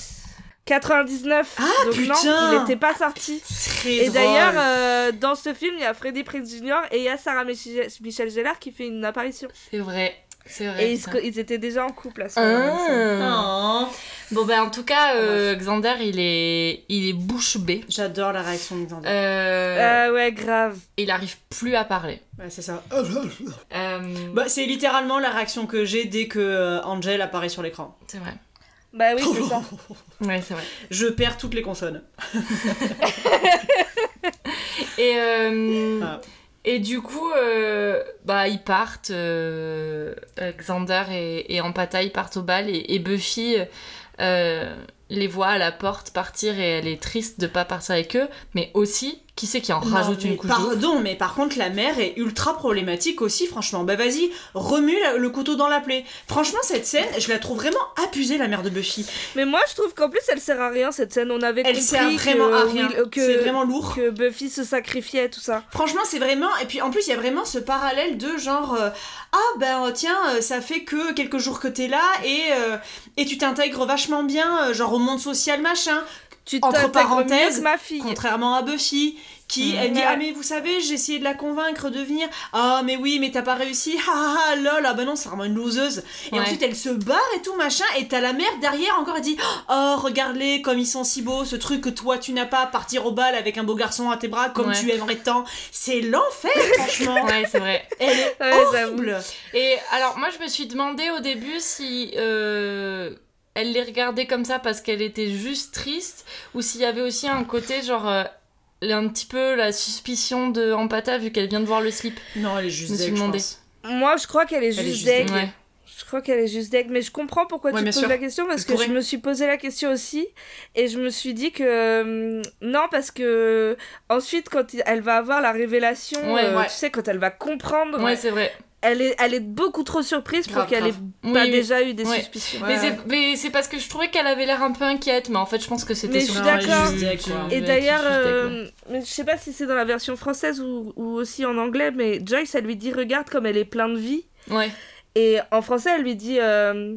99. Ah, donc non, putain il n'était pas sorti. Très Et drôle. d'ailleurs, euh, dans ce film, il y a Freddy Prinze Jr. et il y a Sarah Michel Michel Gellar qui fait une apparition. C'est vrai. C'est vrai. Et ils, se- putain. ils étaient déjà en couple à ce moment-là. il me semble. Ah. Oh. Bon bah en tout cas euh, Xander il est il est bouche bée. J'adore la réaction de Xander. Euh, Euh, ouais, grave. Il arrive plus à parler. Ouais, c'est ça. Euh, Bah, c'est littéralement la réaction que j'ai dès que euh, Angel apparaît sur l'écran. C'est vrai. Bah oui, c'est ça. Ouais c'est vrai. Je perds toutes les consonnes. Et euh, Ah. et du coup euh, bah ils partent. euh, euh, Xander et, et Ampata ils partent au bal et, et Buffy euh, les voit à la porte partir et elle est triste de pas partir avec eux. Mais aussi qui c'est qui en rajoute Non, mais une couche d'eau Pardon, mais par contre, la mère est ultra problématique aussi, franchement. Bah vas-y, remue la- le couteau dans la plaie. Franchement, cette scène, je la trouve vraiment abusée, la mère de Buffy. Mais moi, je trouve qu'en plus, elle sert à rien cette scène. On avait Elle compris sert vraiment que, à rien. Will- que- C'est vraiment lourd. que Buffy se sacrifiait, tout ça. Franchement, c'est vraiment. Et puis en plus, il y a vraiment ce parallèle de genre euh, Ah ben euh, tiens, euh, ça fait que quelques jours que t'es là et, euh, et tu t'intègres vachement bien, euh, genre au monde social machin. Tu Entre t'intègres parenthèses, mieux que ma fille. Contrairement à Buffy qui Mhm. elle dit Ouais. Ah mais vous savez, j'ai essayé de la convaincre de venir. Ah mais oui, mais t'as pas réussi. Ah ah ah lol, ah ben non, c'est vraiment une loseuse. Et Ouais. ensuite, elle se barre et tout machin. Et t'as la mère derrière encore, elle dit Oh regarde-les comme ils sont si beaux, ce truc que toi tu n'as pas, partir au bal avec un beau garçon à tes bras comme Ouais. tu aimerais tant. C'est l'enfer, franchement. Ouais c'est vrai. Elle est Ouais, Ah, j'avoue. horrible. Et alors, moi, je me suis demandé au début si euh, elle les regardait comme ça parce qu'elle était juste triste ou s'il y avait aussi un côté genre. euh, un petit peu la suspicion de Ampata vu qu'elle vient de voir le slip. Non, elle est juste Je me suis deg, demandé. pense. Moi, je crois qu'elle est Elle est juste juste deg. Ouais. Je crois qu'elle est juste deg, mais je comprends pourquoi Ouais, tu bien poses sûr. la question parce Je que pourrais. je me suis posé la question aussi et je me suis dit que hum, non parce que euh, ensuite quand il- elle va avoir la révélation, Ouais, euh, ouais. tu sais quand elle va comprendre, Ouais, c'est vrai. elle est elle est beaucoup trop surprise pour Grave, qu'elle ait grave. Oui, pas oui. déjà eu des Ouais. suspicions. Mais c'est- Mais c'est parce que je trouvais qu'elle avait l'air un peu inquiète, mais en fait, je pense que c'était Mais je son- suis d'accord. Ouais, juste- Et ouais, Et d'ailleurs, juste deg, ouais. euh, mais je sais pas si c'est dans la version française ou, ou aussi en anglais, mais Joyce, elle lui dit regarde comme elle est pleine de vie. Ouais. Et en français, elle lui dit euh,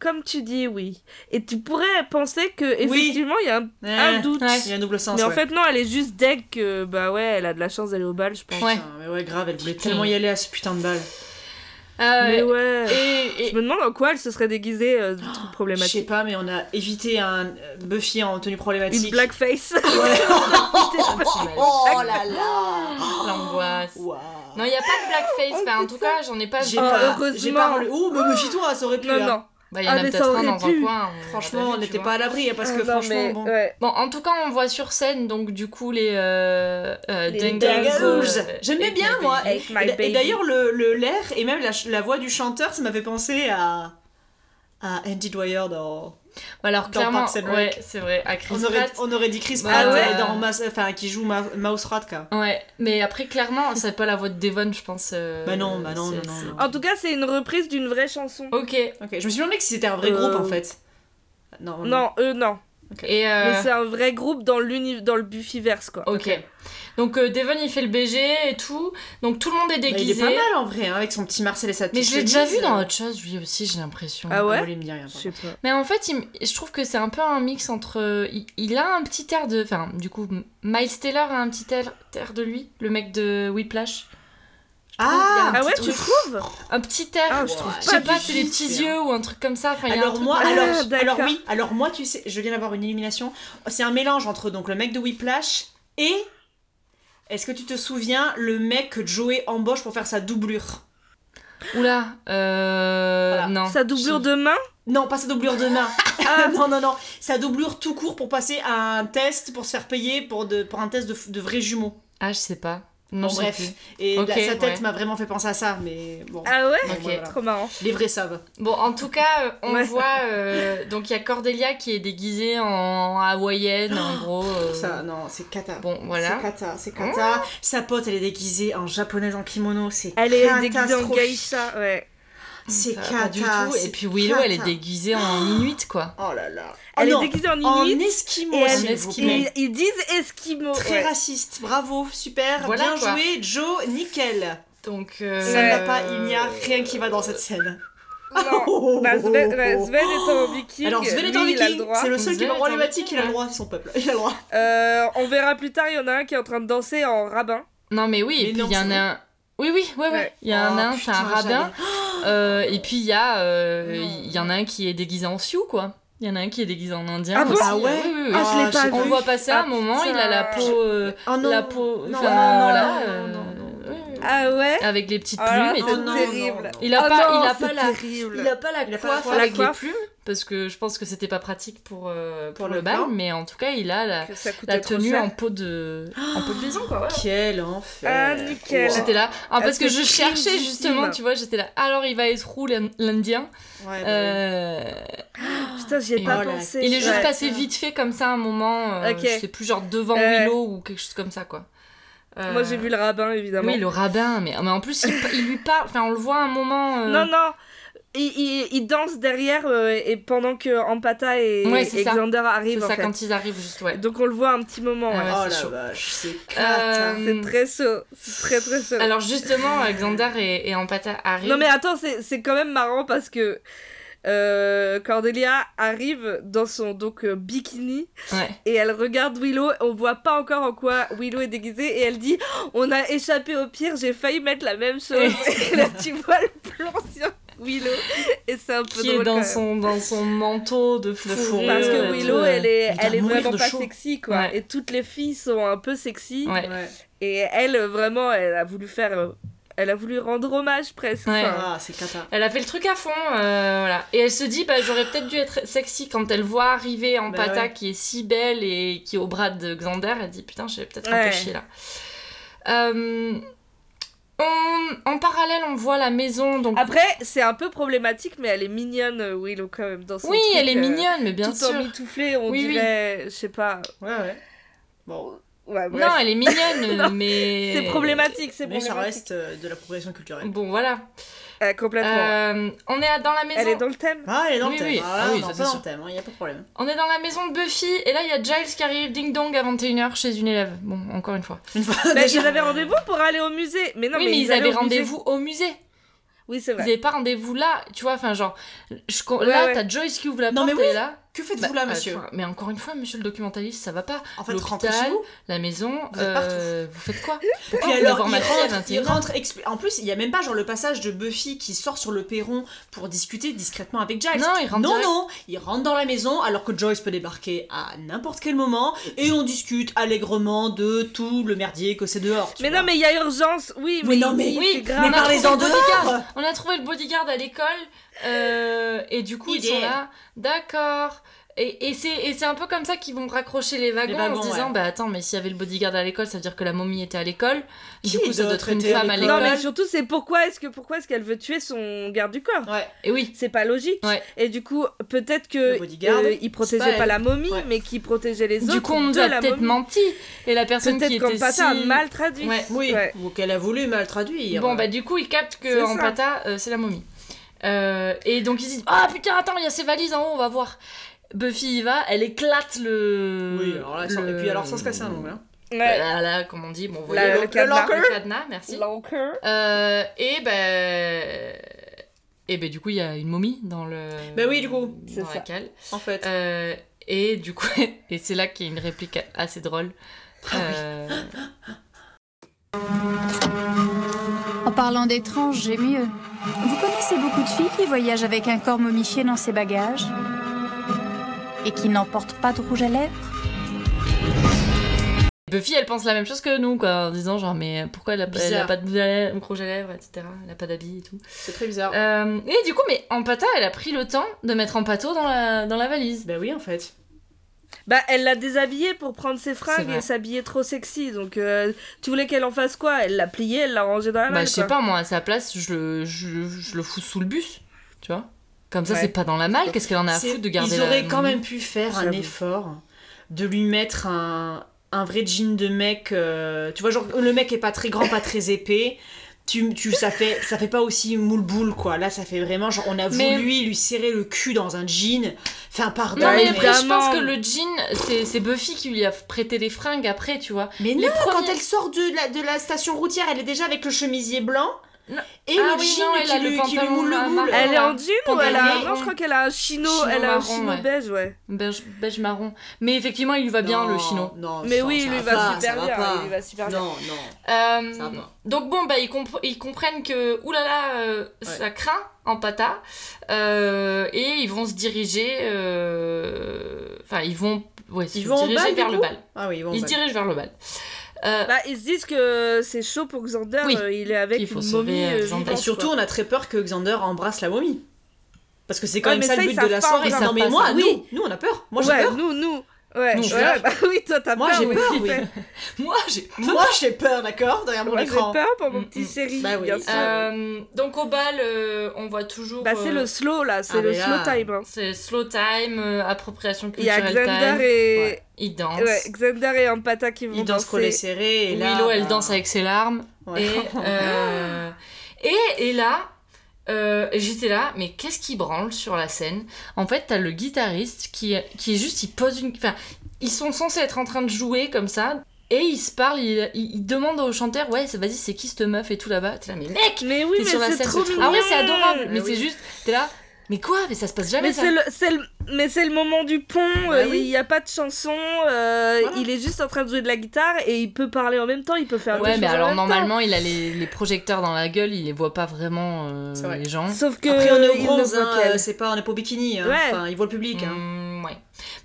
comme tu dis oui. Et tu pourrais penser que effectivement il y a un, un Ouais, doute. Ouais. Il y a Eh, un double sens. Ah, Mais en Ah. ouais. fait non, elle est juste deg que bah ouais, elle a de la chance d'aller au bal, je pense. Ouais. Putain, mais ouais, grave, elle voulait tellement y aller à ce putain de bal. Euh, Mais ouais. et- et- Je me demande en quoi elle se serait déguisée euh, de trucs Je sais problématiques. pas, mais on a évité un euh, Buffy en tenue problématique. Une blackface. Oh là là l'angoisse. Waouh. Non, il n'y a pas de blackface, enfin, en tout cas, j'en ai pas vu. J'ai Oh, pas, heureusement. j'ai pas relu- Oh, mais méfie-toi, ça aurait pu. non hein. non. Bah, il y en Ah, a mais ça peut-être un aurait dans pu. un coin. on l'a pas Franchement, vu, on tu n'était vois. pas à l'abri, hein, parce que Ah, non, franchement, mais, bon. ouais. Bon, en tout cas, on voit sur scène, donc du coup, les. Euh, euh, Les Dungles, Dingoes. euh, J'aimais et bien, Baby. moi. Et, Avec my et d'a- et baby. d'ailleurs, le, le- l'air et même la, ch- la voix du chanteur, ça m'avait pensé à, à Andy Dwyer dans. Bah, alors, Dans clairement, Parks and Rec. ouais, c'est vrai, à Chris On aurait, Pratt. on aurait dit Chris Bah, Pratt ouais. euh, dans Mas- enfin, qui joue Ma- Mouse Rat, quoi. Ouais, mais après, clairement, c'est pas la voix de Devon, je pense. euh, Bah non, bah non, c'est- non, non, non. En tout cas, c'est une reprise d'une vraie chanson. Ok, Ok, je me suis demandé si c'était un vrai Euh, groupe en fait. Oh, Non, Bah, Non, eux, non. et. euh, Mais c'est un vrai groupe dans, l'uni- dans le Buffyverse, quoi. Ok. Donc euh, Devon il fait le BG et tout. Donc tout le monde est Bah, il déguisé. est pas mal en vrai, hein, avec son petit Marcel et sa petite mais je l'ai déjà vu chemise. dans autre chose, lui aussi, j'ai l'impression. Ah ouais Ah, il me dit rien, Je pardon. sais pas. Mais en fait, il m- je trouve que c'est un peu un mix entre. euh, Il, il a un petit air de. Enfin, du coup, M- Miles Taylor a un petit air, air de lui, le mec de Whiplash. Ah, Ah ouais, petit tu truc. trouves Un petit air. Ah, je trouve je pas sais du pas, c'est des tout, petits c'est- yeux ou un truc comme ça. Enfin, il y a un Alors truc- moi, Ah, alors, d'accord. alors oui, alors moi tu sais, je viens d'avoir une illumination. C'est un mélange entre donc le mec de Whiplash et est-ce que tu te souviens le mec que Joey embauche pour faire sa doublure Oula, euh. Voilà. Non. Sa doublure de main Non, pas sa doublure de main. Ah non non non, sa doublure tout court pour passer à un test pour se faire payer pour de pour un test de, f- de vrais jumeaux. Ah, je sais pas. Bon, Non, je sais bref, plus. et Ok, la- sa tête ouais. m'a vraiment fait penser à ça, mais bon. Ah ouais Bon, Ok. voilà. Trop marrant. Les vrais savent. Bon, en tout cas, euh, on Ouais. voit. euh, donc, il y a Cordelia qui est déguisée en hawaïenne, en gros. euh, Oh, Ça non, c'est cata. Bon, voilà. Oh. C'est cata, c'est cata. Sa pote, elle est déguisée en japonaise en kimono, c'est Elle est déguisée en catastrophique. geisha, ouais. C'est Ça va cata. pas du tout. c'est Et puis Willow, elle est cata. déguisée en Inuit, quoi. Oh là là. Elle Oh non, est déguisée en en inuit. esquimau, et elle- s'il vous en et plaît. esquimau. ils- ils disent esquimaux. Très ouais. raciste. Bravo, super, Voilà, bien quoi. joué, Joe, nickel. Donc. euh, Ça ne va pas, il n'y a rien qui va dans cette scène. Non. Bah, Sven, bah, Sven est en viking. Alors Sven est lui, un il a le viking, droit. c'est le seul qui Sven est est un problématique, il a le viking, droit, son peuple. Il a le droit. Euh, on verra plus tard, il y en a un qui est en train de danser en rabbin. Non, mais oui, Mais et puis non, il y en c'est a un. Oui, oui, ouais, ouais. Ouais. Il y a un Oh, nain, c'est un putain, rabbin. Euh, et puis il y a. euh, Non. Il y en a un qui est déguisé en Sioux, quoi. Il y en a un qui est déguisé en indien. Ah bon aussi. Ah ouais Oui, oui, oui. Ah, je l'ai Ah, pas j'ai On vu. voit passer Ah, un moment, il a la putain. peau. euh, Oh non. la peau. Non, enfin, non, voilà, non, euh, non, non, non. oui, oui. Ah ouais Avec les petites Ah là, plumes et c'est tout. oh non, terrible. non, non. Il a Ah pas, non, il a c'est pas la, terrible. il a pas la Il a pas la coiffe coiffe. avec La coiffe. les plumes parce que je pense que c'était pas pratique pour euh, pour, Pour le le bal, plan. mais en tout cas il a la, Que ça coûtait la trop tenue cher. Oh, en peau de en peau de bison quoi. voilà. Quel enfer. Ah, nickel. J'étais là Ah, parce Ah, que je c'est cherchais cringissime. justement, tu vois, j'étais là. Alors il va être roux l'In- l'Indien. Ah, Ouais, bah oui. Euh, Putain, j'y ai Et pas voilà. pensé. il est juste Ouais. passé vite fait comme ça un moment. euh, Ok. Je sais plus genre devant Euh. Willow ou quelque chose comme ça quoi. Euh, Moi j'ai vu le rabbin évidemment. Oui le rabbin, mais, mais en plus il, il lui parle. Enfin on le voit un moment. euh, Non, non il, il- il danse derrière euh, et pendant que Ampata et, Ouais, c'est et ça. Xander c'est arrivent en ça fait. quand ils arrivent juste ouais. Donc on le voit un petit moment. Ah ouais. ouais, oh c'est la chaud. vache, c'est cata. Euh, C'est très chaud. C'est très très chaud. Alors justement, Alexander et, et Ampata arrivent. euh, Non mais attends, c'est c'est quand même marrant parce que euh, Cordelia arrive dans son donc euh, bikini Ouais. et elle regarde Willow. On voit pas encore en quoi Willow est déguisée et elle dit "On a échappé au pire. J'ai failli mettre la même chose." et là tu vois le plan sur Willow et c'est un peu qui drôle est dans quand même. son, dans son manteau de fourrure. fourrure, Parce et que tout, Willow, euh. elle est, doit elle est mourir vraiment de pas chaud. sexy, quoi. Ouais. Et toutes les filles sont un peu sexy. Ouais. Ouais. Et elle, vraiment, elle a voulu faire. euh, Elle a voulu rendre hommage presque. Ouais. Enfin, Ah, c'est cata. Elle a fait le truc à fond, euh, voilà. Et elle se dit, bah, j'aurais peut-être dû être sexy quand elle voit arriver Ampata Bah ouais. qui est si belle et qui est au bras de Xander. Elle dit, putain, j'ai peut-être un Ouais. peu chier là. Euh, on- en parallèle, on voit la maison. Donc, Après, c'est un peu problématique, mais elle est mignonne, euh, Willow, quand même. Dans son oui, truc, elle est euh, mignonne, mais bien tout sûr. en mitouflé, on Oui, oui. dirait. Je sais pas. Ouais, ouais. Bon, Ouais, bref. Non, elle est mignonne, mais. C'est problématique, c'est mais ça problématique. reste euh, de la progression culturelle. Bon, voilà. Euh, complètement. Euh, Bah, on est à- dans la maison. Elle est dans le thème. Ah, elle est dans Oui, le thème. oui. Ah, Ah oui, non, ça, c'est pas dans sûr. le thème, il n'y a pas de problème. On est dans la maison de Buffy et là il y a Giles qui arrive ding dong à 21h chez une élève. Bon, encore une fois. Une fois Bah, déjà. ils avaient rendez-vous pour aller au musée. Mais non, oui, mais, mais ils allaient avaient au musée. rendez-vous au musée. Oui, c'est Ils vrai. avaient pas rendez-vous là, tu vois, enfin genre je co- Ouais, là ouais. t'as Joyce qui ouvre la Non, porte mais oui. et là Que faites-vous là, Bah, monsieur enfin, mais encore une fois, monsieur le documentaliste, ça va pas. En fait, l'hôpital, rentrez chez vous. La maison, Vous êtes euh, vous faites quoi Pourquoi Puis vous alors, voulez voir il ma fille à rentre, il 21h? rentre expli- En plus, il n'y a même pas genre le passage de Buffy qui sort sur le perron pour discuter discrètement avec Giles. Non, il rentre non, direct. non, il rentre dans la maison alors que Joyce peut débarquer à n'importe quel moment et on discute allègrement de tout le merdier que c'est dehors. tu Mais vois. non, mais il y a urgence. Oui, Mais non, mais- c'est Oui, grave. mais on a parlez-en trouvé le dehors bodyguard. On a trouvé le bodyguard à l'école Euh, et du coup, ils Idée. sont là, d'accord. Et, et c'est et c'est un peu comme ça qu'ils vont raccrocher les wagons, Les wagons, en se disant ouais. Bah attends, mais s'il y avait le bodyguard à l'école, ça veut dire que la momie était à l'école. Qui Du coup, ça doit d'autre être une était à femme à l'école Non, l'école. mais surtout, c'est pourquoi est-ce que pourquoi est-ce qu'elle veut tuer son garde du corps Ouais. Et oui, C'est pas logique. Ouais. Et du coup, peut-être Le que bodyguard, euh, il protégeait c'est pas, pas la momie, Ouais. mais qu'il protégeait les autres. du coup, on nous de a la peut-être momie. menti. Et la personne qui Peut-être était qu'en pata si... a mal traduit. Ouais. Oui, Ouais. ou qu'elle a voulu mal traduire. Bon, bah du coup, ils captent C'est que en ça. pata, euh, c'est la momie. Euh, et donc ils disent Ah putain, attends, il y a ces valises en haut, on va voir. Buffy y va, elle éclate le. Oui, alors là, sans- le- et puis alors sans se casser un ongle. hein. Ouais. Là, là, comme on dit, bon, vous La- voyez, le le, cadenas. le cadenas, merci. L'encre. Euh, et ben. Et ben, du coup, il y a une momie dans le. Bah Ben oui, du coup, c'est Dans ça. la cale. En fait. Euh, et du coup, et c'est là qu'il y a une réplique assez drôle. Ah Euh, En parlant d'étranges, j'ai mieux. Vous connaissez beaucoup de filles qui voyagent avec un corps momifié dans ses bagages et qui n'emportent pas de rouge à lèvres Buffy, elle pense la même chose que nous, quoi, en disant genre, mais pourquoi elle a, elle a Bizarre. pas de rouge à lèvres, rouge à lèvres, etc. Elle a pas d'habit et tout. C'est très bizarre. Euh, et du coup, mais Ampata, elle a pris le temps de mettre Ampato dans la, dans la valise. Ben oui, en fait. Bah, elle l'a déshabillée pour prendre ses fringues vrai. et s'habiller trop sexy. Donc, euh, tu voulais qu'elle en fasse quoi Elle l'a pliée, elle l'a rangée Ah, dans la Bah, malle. je sais quoi. pas, moi, à sa place, je le, je, je le fous sous le bus, tu vois. Comme ça, Ouais. c'est pas dans la malle, qu'est-ce qu'elle en a à C'est- foutre de garder Ils la auraient quand momie même pu faire un J'avoue. effort de lui mettre un, un vrai jean de mec. euh, tu vois, genre, le mec est pas très grand, pas très épais. Tu, tu, ça, fait, ça fait pas aussi moule-boule, quoi. Là, ça fait vraiment genre, on a Mais- voulu lui serrer le cul dans un jean. Enfin, pardon. Non, mais Bah, après, je évidemment. pense que le jean, c'est- c'est Buffy qui lui a prêté les fringues après, tu vois. Mais Les non, premiers- quand elle sort de la, de la station routière, elle est déjà avec le chemisier blanc. Non. Et Ah le oui, jean non, elle qui, a lui, le qui lui pantalon moule à le boule. marron. Elle est en jean ou elle a. Pantalon. Non, je crois qu'elle a un chino, Chino elle a un marron, chino ouais. beige, ouais. Beige, beige marron. Mais effectivement, il lui va bien, le chino. Non, Mais ça- oui, ça il lui va va, pas, super ça va bien. pas. il lui va super bien. Non, non. Euh, Ça va. donc bon, bah, ils, compre- ils comprennent que, oulala, euh, ça craint en pata. Euh, et ils vont se diriger... euh, Enfin, ils vont, ouais, se Ils vont au diriger bal, du vers le coup bal. Ah oui, bon. Ils se bah. dirigent vers le bal. Euh, Bah, ils se disent que c'est chaud pour Xander, Oui. euh, il est avec Il faut une sauver, momie euh, euh, Xander. vivante, Et surtout, quoi. on a très peur que Xander embrasse la momie. Parce que c'est quand Ouais, même mais ça, ça, le ils but savent de la pas, soirée. ils Non, savent mais pas moi, ça. nous, nous, on a peur. Moi, j'ai ouais, peur. nous, nous. Ouais, Nous, on ouais, fait la- bah oui, toi t'as Moi, peur. j'ai oui, peur, tout oui. fait. moi, j'ai... Moi, j'ai peur, d'accord Derrière mon Moi, j'ai écran. peur pour mon Mm, petit mm. série, Bah oui. bien sûr. Euh, donc au bal, euh, on voit toujours... Bah, c'est euh, le slow là, c'est ah, le mais slow là, time. hein. C'est slow time, euh, appropriation Il y a culturelle time. Xander et. Ouais. Ils dansent. Ouais, Xander et Ampata qui vont Il danse danser. collet serré. Et là, Willow, elle bah, danse avec ses larmes. ouais. Et, euh, et, et là, euh, j'étais là, mais qu'est-ce qui branle sur la scène En fait, t'as le guitariste qui, qui est juste, il pose une. Enfin, ils sont censés être en train de jouer comme ça. Et ils se parlent, ils ils ils demandent au chanteur, ouais, c'est- vas-y, c'est qui cette meuf et tout là-bas. T'es là, mais mec, Mais oui, t'es mais sur la c'est scène. trop ce- mignon. ah ouais, c'est adorable, Ah mais oui. c'est juste, t'es là, mais quoi Mais ça se passe jamais Mais ça. c'est le, c'est le- mais c'est le moment du pont, Bah euh, oui. il n'y a pas de chanson, euh, Voilà. il est juste en train de jouer de la guitare et il peut parler en même temps, il peut faire Ouais, deux mais choses en alors même temps. normalement, il a les, les projecteurs dans la gueule, il les voit pas vraiment euh, C'est vrai. les gens. Sauf que Après, on est il au ne bronze, voit hein, qu'elle. euh, c'est pas, on est pas au bikini. hein. Ouais. Enfin, il voit le public. hein. Mm, ouais.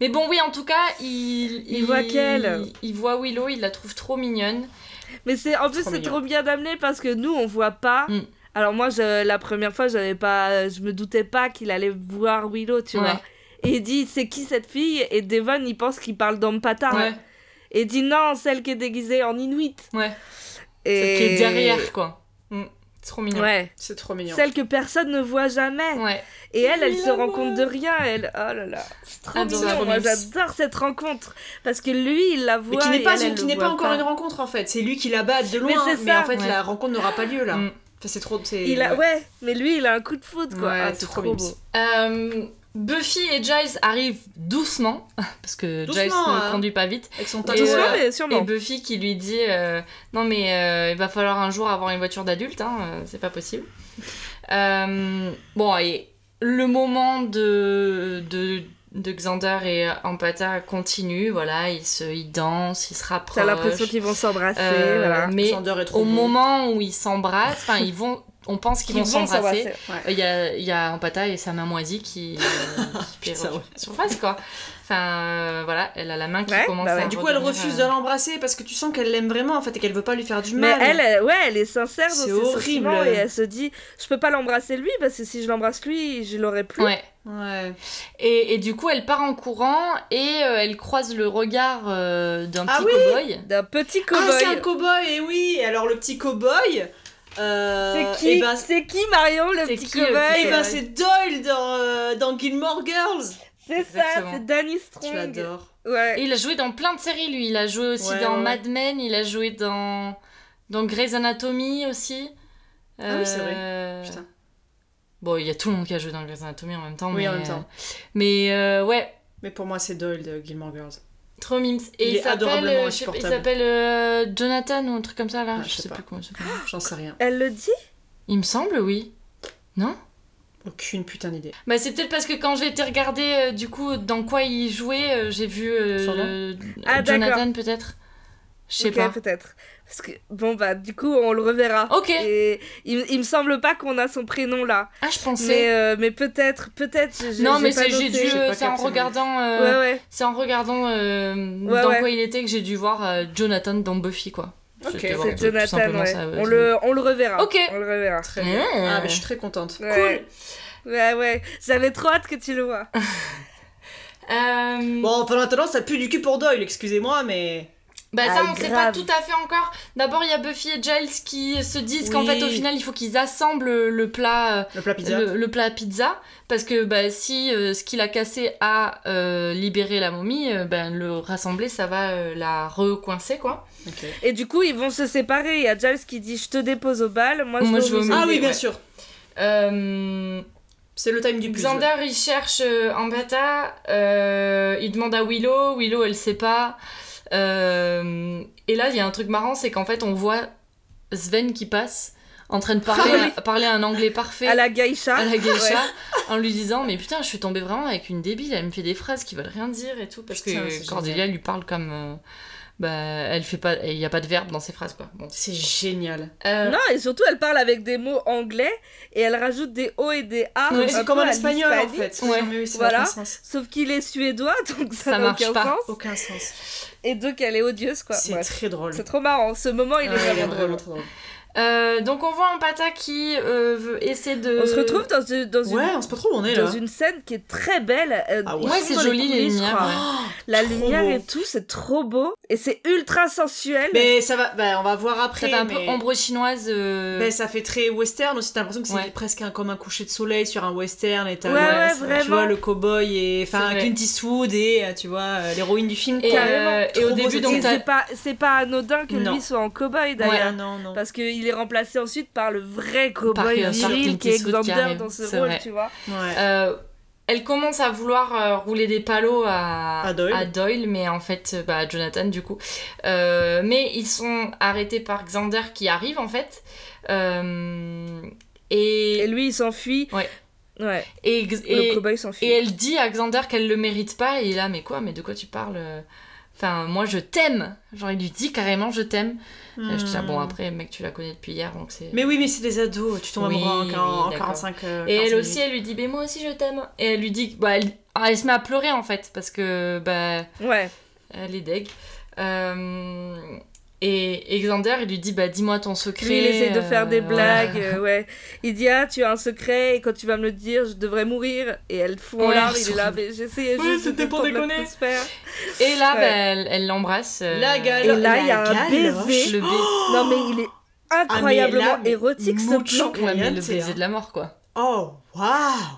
Mais bon, oui, en tout cas, il, Il voit qu'elle. Il, voit Willow, il la trouve trop mignonne. Mais c'est en plus Trop c'est mignon. trop bien d'amener parce que nous on voit pas. Mm. Alors moi je, la première fois j'avais pas, je me doutais pas qu'il allait voir Willow, tu Ouais. vois. Et il dit c'est qui cette fille Et Devon il pense qu'il parle d'Ampata. Ouais, Et il dit non celle qui est déguisée en Inuit. ouais. Et... Celle qui est derrière, quoi. Mm, c'est Trop mignon. Ouais. C'est trop mignon. Celle que personne ne voit jamais. Ouais. Et elle, elle Il se la rend voit. compte de rien. Elle, oh là là, c'est trop Adorable. mignon. Moi, j'adore cette rencontre parce que lui, il la voit. Mais qui n'est et pas, elle, une- elle qui le n'est pas voit encore une rencontre en fait. C'est lui qui la bat de loin. c'est Mais, ça. en fait, Ouais. la rencontre n'aura pas lieu là. Mm. Enfin, c'est trop. c'est- Il a, ouais, mais lui, il a un coup de foudre quoi. Ouais, Ah, c'est c'est trop trop, mimes. beau. Euh, Buffy et Giles arrivent doucement, parce que Doucement, Giles ne hein. conduit pas vite. Avec son Et, teint Doucement, euh, mais Et sûrement. ben, Buffy qui lui dit euh, Non, mais euh, il va falloir un jour avoir une voiture d'adulte, hein, euh, c'est pas possible. Euh, bon, et le moment de, de, de Xander et Ampata continue, voilà, ils, se, ils dansent, ils se rapprochent. T'as l'impression qu'ils vont s'embrasser. Euh, voilà. Mais Xander est trop au beau. moment où ils s'embrassent, enfin, ils vont on pense qu'ils Ils vont s'embrasser. Euh, s'embrasser. Ouais. Il y a, il y a Ampata et sa main moisie qui, qui fait Putain, ouais. surface, quoi. Enfin, euh, voilà, elle a la main qui Ouais, commence bah ouais. à Du coup, elle redevenir, refuse de euh, l'embrasser parce que tu sens qu'elle l'aime vraiment en fait et qu'elle veut pas lui faire du Mais mal. elle, elle- ouais, elle est sincère dans C'est ses horrible. sentiments et elle se dit je peux pas l'embrasser lui parce que si je l'embrasse lui, je l'aurais plus. Ouais. Ouais. Et, et du coup, elle part en courant et euh, elle croise le regard euh, d'un Ah petit oui cow-boy. D'un petit Ah, c'est un cow-boy. cow-boy, et oui. Et alors, le petit cow-boy. euh, c'est qui, eh ben, c'est qui Marion le c'est petit qui, le cow-boy Bah, petit eh ben, Ouais. c'est Doyle dans, euh, dans Gilmore Girls. C'est ça, Exactement. c'est Danny Tu Strong. l'adores. Ouais. Et il a joué dans plein de séries, lui. Il a joué aussi Ouais, dans ouais, ouais. Mad Men, il a joué dans, dans Grey's Anatomy aussi. Ah oui, c'est vrai. Euh, Putain. Bon, il y a tout le monde qui a joué dans Grey's Anatomy en même temps. Oui, en mais, même temps. euh, Mais euh, ouais, Mais pour moi, c'est Doyle de Gilmore Girls. Trop mimes. Il Et il, est s'appelle, adorablement euh, je sais pas, il insupportable. s'appelle euh, Jonathan ou un truc comme ça là. Ah, je, sais pas, comment il s'appelle. J'en sais rien. Elle le dit Il me semble, oui. Non Aucune putain d'idée. Bah c'est peut-être parce que quand j'ai été regarder euh, du coup dans quoi il jouait, euh, j'ai vu euh, Son nom le- Ah, Jonathan d'accord. peut-être. Je sais Ok, pas. peut-être. Parce que bon bah du coup on le reverra. Ok. Et il, il me semble pas qu'on a son prénom là. Ah je pensais. Mais euh, mais peut-être peut-être. j'ai- non j'ai mais pas c'est- j'ai noté. dû, J'ai pas c'est en capté, mais- regardant, euh, Ouais ouais. c'est en regardant euh, Ouais, dans ouais. quoi il était que j'ai dû voir euh, Jonathan dans Buffy quoi. Ok, J'étais voir C'est tout- tout Jonathan. simplement Ouais. ça, ouais, on c'est- le on le reverra. Ok. On le reverra. Très bien. Mmh. Ah, mais je suis très contente. Ouais. Ouais ouais. J'avais trop hâte que tu le vois. Euh, Bon, enfin, maintenant, ça pue du cul pour Doyle, excusez-moi, mais. Bah ça, Ah, on sait grave. pas tout à fait encore. D'abord, il y a Buffy et Giles qui se disent qu'en Oui. fait, au final, il faut qu'ils assemblent le plat, Le plat euh, pizza. le, le plat à pizza, parce que bah, si euh, ce qu'il a cassé a euh, libéré la momie, euh, ben le rassembler, ça va euh, la recoincer quoi. Ok. Et du coup ils vont se séparer. Il y a Giles qui dit je te dépose au bal. Moi je Moi, vais je vais au musée. musée. Ah oui, bien ouais. sûr. Euh, C'est le time du puzzle. Xander, il cherche euh, Ambata, euh, il demande à Willow, Willow, elle sait pas. Euh, et là, il y a un truc marrant, c'est qu'en fait, on voit Sven qui passe en train de parler, Ah parler un anglais parfait À la geisha. à la geisha, Ah, Ouais. en lui disant Mais putain, je suis tombée vraiment avec une débile, elle me fait des phrases qui veulent rien dire et tout, parce Putain, que c'est Cordelia lui parle comme. euh, bah, elle fait pas. Il n'y a pas de verbe dans ses phrases, quoi. Bon. C'est génial. Euh, Non, et surtout, elle parle avec des mots anglais et elle rajoute des O et des A. Ouais, un c'est peu comme en à espagnol en l'hispanique. fait. Ouais. mais oui, ça Voilà. n'a aucun sens. Sauf qu'il est suédois, donc ça Ça n'a marche aucun pas. sens. Aucun sens. Et donc, elle est odieuse, quoi. C'est Bref. très drôle. Ah, C'est trop marrant. Ce moment, il est Ouais, vraiment ouais. drôle. trop drôle. euh, donc, on voit Ampata qui euh, veut essayer de. On se retrouve dans une, dans une, Ouais, on sait pas trop où on est là. dans une scène qui est très belle. euh, Ah ils ouais. Ouais, sont c'est dans les joli, les coulisses, je lumières, crois. ouais. La Oh, trop lumière beau. et tout, c'est trop beau. Et c'est ultra sensuel. Mais ça va, bah, on va voir après. Ça fait un peu mais- ombre chinoise. euh, Ben, ça fait très western aussi, t'as l'impression que c'est Ouais. presque un, comme un coucher de soleil sur un western et t'as Ouais, ouais, c'est vrai. tu vraiment. vois le cowboy et enfin C'est vrai. Clint Eastwood et euh, tu vois euh, l'héroïne du film. Et, quoi. euh, et Trop au beau, début, cette Et donc, t'as- c'est pas, c'est pas anodin que Non. lui soit en cow-boy Ouais, Ah, d'ailleurs. non, non. Parce qu'il est remplacé ensuite par le vrai Par- cowboy par Clint viril qui est Eastwood qui Xander arrive, dans ce c'est rôle, vrai. tu vois. Ouais. euh, elle commence à vouloir euh, rouler des palos à, À Doyle. mais en fait, euh, bah, à Jonathan, du coup. Euh, mais ils sont arrêtés par Xander qui arrive, en fait. Euh, Et et, lui, il s'enfuit. Ouais. Ouais, et, le et, cow-boy s'enfuit. et elle dit à Xander qu'elle le mérite pas, et il est là, mais quoi, mais de quoi tu parles euh Enfin, moi, je t'aime Genre, il lui dit carrément, je t'aime. Euh, Je te dis, ah, bon, Hmm. après, mec, tu la connais depuis hier, donc c'est... Mais oui, mais c'est des ados, tu tombes Oui, amoureux en, oui, quar- en d'accord. 45 euh, Et 45 elle minutes. aussi, elle lui dit, mais moi aussi je t'aime. Et elle lui dit, que- bah, elle, ah, elle se met à pleurer en fait, parce que bah, Ouais. elle est deg. Euh, et, et Xander, il lui dit, bah dis-moi ton secret. Lui, il essaie de euh, faire des voilà. blagues, euh, ouais. Il dit, ah, tu as un secret, et quand tu vas me le dire, je devrais mourir. Et elle fout en Ouais, larmes, c'est il est là, mais j'essayais Oui, juste c'était de pour détendre déconner. l'atmosphère. Et là, Ouais. bah, elle elle l'embrasse. euh, La gale. Et là, il y a la un gale. baiser. Le baiser, Non, mais il est Ah, incroyablement érotique, ce mucho plan. ouais, mais le caliente, baiser hein. de la mort quoi. Oh, waouh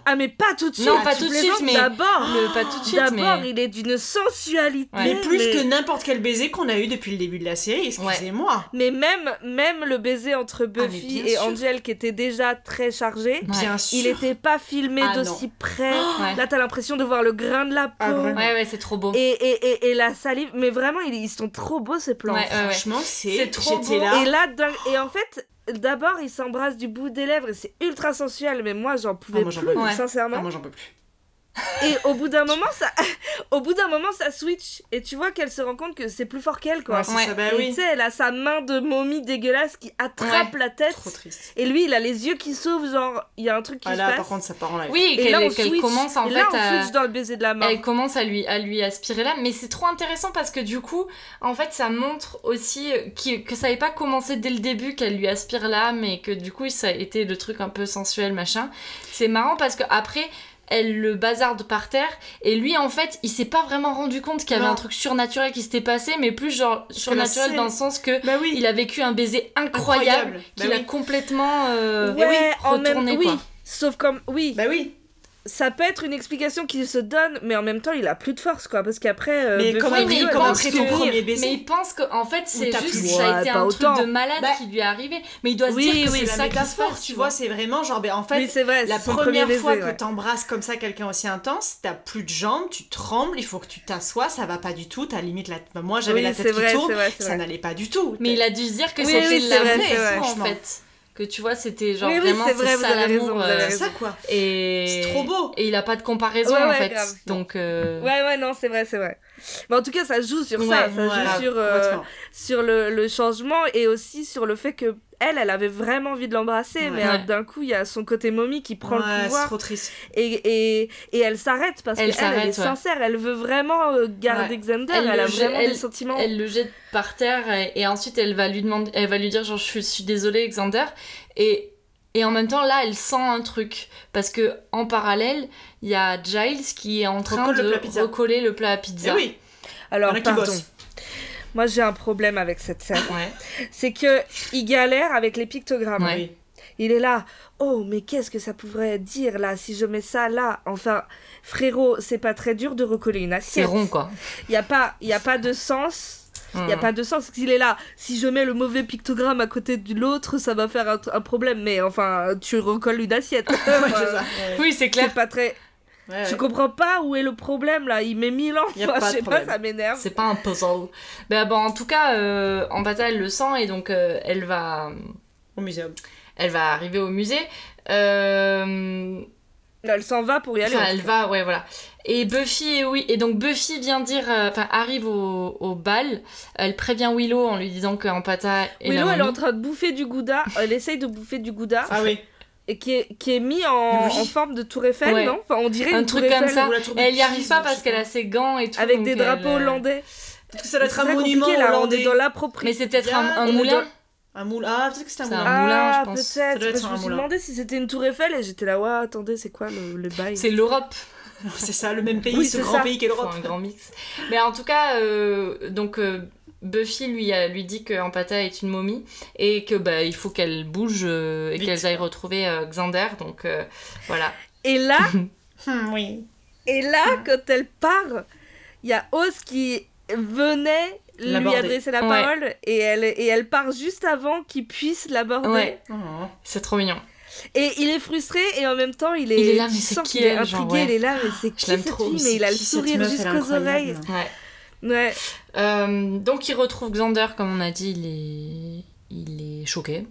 Ah, mais pas tout de suite. Non, pas tu tout de suite, plaisantes, mais- D'abord, Le, pas tout de suite, d'abord, mais. il est d'une sensualité. Ouais. Mais plus que n'importe quel baiser qu'on a eu depuis le début de la série, excusez-moi. Mais même, même le baiser entre Ah, mais Buffy bien et sûr. Angel, qui était déjà très chargé, Ouais. Bien sûr. il n'était pas filmé Ah non. d'aussi près. Ouais. Là, t'as l'impression de voir le grain de la peau. Ah, vraiment. Ouais, ouais, c'est trop beau. et, et, et, et la salive. Mais vraiment, ils, ils sont trop beaux, ces plans. Ouais, ouais, ouais. Franchement, C'est c'est trop j'étais beau. là. Et là, d'un- et en fait, d'abord, ils s'embrassent du bout des lèvres et c'est ultra sensuel. Mais moi, j'en pouvais moi, j'en plus, peux plus. Ouais. Ah, sincèrement. moi j'en peux plus. Et au bout d'un moment, ça, au bout d'un moment, ça switch. Et tu vois qu'elle se rend compte que c'est plus fort qu'elle, quoi. Ouais, c'est Ouais. ça, bah Et tu oui. sais, elle a sa main de momie dégueulasse qui attrape la tête. Trop triste. Et lui, il a les yeux qui s'ouvrent, genre, il y a un truc qui Ah se là, passe. par contre, ça part en live. Oui, et là, on qu'elle qu'elle switch. commence en Et fait là, à- on switch dans le baiser de la mort. Elle commence à lui, à lui aspirer là, mais c'est trop intéressant parce que du coup, en fait, ça montre aussi qui- que ça n'avait pas commencé dès le début qu'elle lui aspire là, mais que du coup, ça a été le truc un peu sensuel, machin. C'est marrant parce que après, elle le bazarde par terre et lui, en fait, il s'est pas vraiment rendu compte qu'il y avait Non. un truc surnaturel qui s'était passé, mais plus genre surnaturel scène- dans le sens que Bah oui. il a vécu un baiser incroyable, Incroyable. Bah qu'il a oui. complètement euh, Ouais, en retourné, même quoi. oui. Sauf comme oui, Bah oui. ça peut être une explication qu'il se donne, mais en même temps, il a plus de force, quoi, parce qu'après. euh, Mais Buffy, comment oui, il mais brille il comme pense après ton que- premier Mais baiser il pense qu'en fait, c'est t'as juste plus- que ça a Ouais, été pas un autant. truc de malade Bah, qui lui est arrivé. Mais il doit se oui, dire que oui, c'est la ça qui se métaphore, passe, tu vois, c'est vraiment genre, ben, en fait, Oui, c'est vrai. la c'est son première premier fois baiser, que ouais. t'embrasses comme ça quelqu'un aussi intense, t'as plus de jambes, tu trembles, il faut que tu t'assoies, ça va pas du tout, t'as limite la. bah, moi j'avais Oui, la c'est tête vrai, qui tourne, c'est vrai, c'est ça vrai. n'allait pas du tout. mais il a dû se dire que Oui, c'était oui, de c'est vrai, l'amour, c'est vrai. en Franchement. fait. Que tu vois, c'était genre Oui, oui, vraiment c'est c'est vrai, vous ça avez raison, l'amour. vous avez euh, C'est ça quoi. et... C'est trop beau. Et il a pas de comparaison Ouais, en ouais, fait. grave. Donc euh, Ouais, ouais, non, c'est vrai, c'est vrai. Mais en tout cas, ça joue sur Ouais, ça, ça Voilà, joue sur, euh, complètement. sur le, le changement et aussi sur le fait que elle, elle avait vraiment envie de l'embrasser, Ouais. mais euh, d'un coup, il y a son côté momie qui prend le Ouais, c'est pouvoir Eh trop triste. et, et, et elle s'arrête parce Elle qu'elle elle, s'arrête, est ouais. sincère, elle veut vraiment euh, garder Xander, Elle elle, a le- vraiment elle- des sentiments. elle le jette par terre et, et ensuite elle va lui demander, elle va lui dire genre je suis, je suis désolée Xander et et en même temps là elle sent un truc parce que en parallèle il y a Giles qui est en train Recolle le plat de pizza. recoller le plat à Et Eh pizza. oui, il y en Alors, a qui pardon. bossent. Moi, j'ai un problème avec cette scène. Ouais. C'est que il galère avec les pictogrammes. Ouais. Oui. Il est là. Oh, mais qu'est-ce que ça pourrait dire là si je mets ça là Enfin, frérot, c'est pas très dur de recoller une C'est assiette. rond quoi. Il y a pas, il y a pas de sens. Il y a Mm. pas de sens qu'il est là. Si je mets le mauvais pictogramme à côté de l'autre, ça va faire un, un problème. Mais enfin, tu recolles une assiette. Ouais, c'est ça. Ouais. Oui c'est clair. C'est pas très. Ouais, Je ouais. comprends pas où est le problème là. Il met mille ans. Y a Moi, pas je de sais pas, problème. ça m'énerve. C'est pas un puzzle. Ben bon en tout cas euh, en bataille elle le sent et donc euh, elle va Au muséum. elle va arriver au musée. Euh, Elle s'en va pour y aller. Enfin, en elle tout va, ouais, voilà. Et Buffy, et oui, et donc Buffy vient dire, euh, enfin arrive au, au bal. Elle prévient Willow en lui disant que Ampata cas. est Willow, la elle est momie. en train de bouffer du gouda. Elle essaye de bouffer du gouda. Ah oui. et qui est, qui est mis en, Oui. en forme de tour Eiffel, Ouais. non Enfin, on dirait Un une truc tour comme Eiffel ça. Ou la tour de Elle y arrive Pise, pas je parce sais qu'elle pas. a ses gants et tout. avec donc des elle, drapeaux euh, hollandais. Peut-être que ça doit C'est être un très monument compliqué, là, on hollandais. est dans Mais l'appropriation. c'est peut-être un, un On est moulin. dans- Un moule. Ah, peut-être que c'est un C'est un moulin. moulin, Ah, je pense. Ça doit peut-être. Bah, être Je sur me un suis moulin. demandé si c'était une tour Eiffel et j'étais là, ouais, attendez, c'est quoi le, le bail C'est l'Europe. C'est ça, le même pays, Oui, ce c'est grand ça. pays qu'est Faut l'Europe. un grand mix. Mais en tout cas, euh, donc euh, Buffy lui, a- lui dit que Ampata est une momie et que bah, il faut qu'elle bouge euh, et Vite. qu'elle aille retrouver euh, Xander. Donc euh, voilà. Et là, Hum, oui. et là, Ah. quand elle part, il y a Oz qui venait lui L'aborder. adresser la Ouais. parole et elle, et elle part juste avant qu'il puisse l'aborder. Ouais, Oh. c'est trop mignon. Et il est frustré et en même temps il est, Il est là, tu mais c'est sens qui qu'il est elle, genre, intrigué, ouais. il est là mais c'est qui l'aime cette trop, fille mais mais il a le qui, cette sourire meuf, elle est jusqu'aux incroyable. oreilles. Ouais. Ouais. Euh, donc il retrouve Xander, comme on a dit, il est, il est choqué.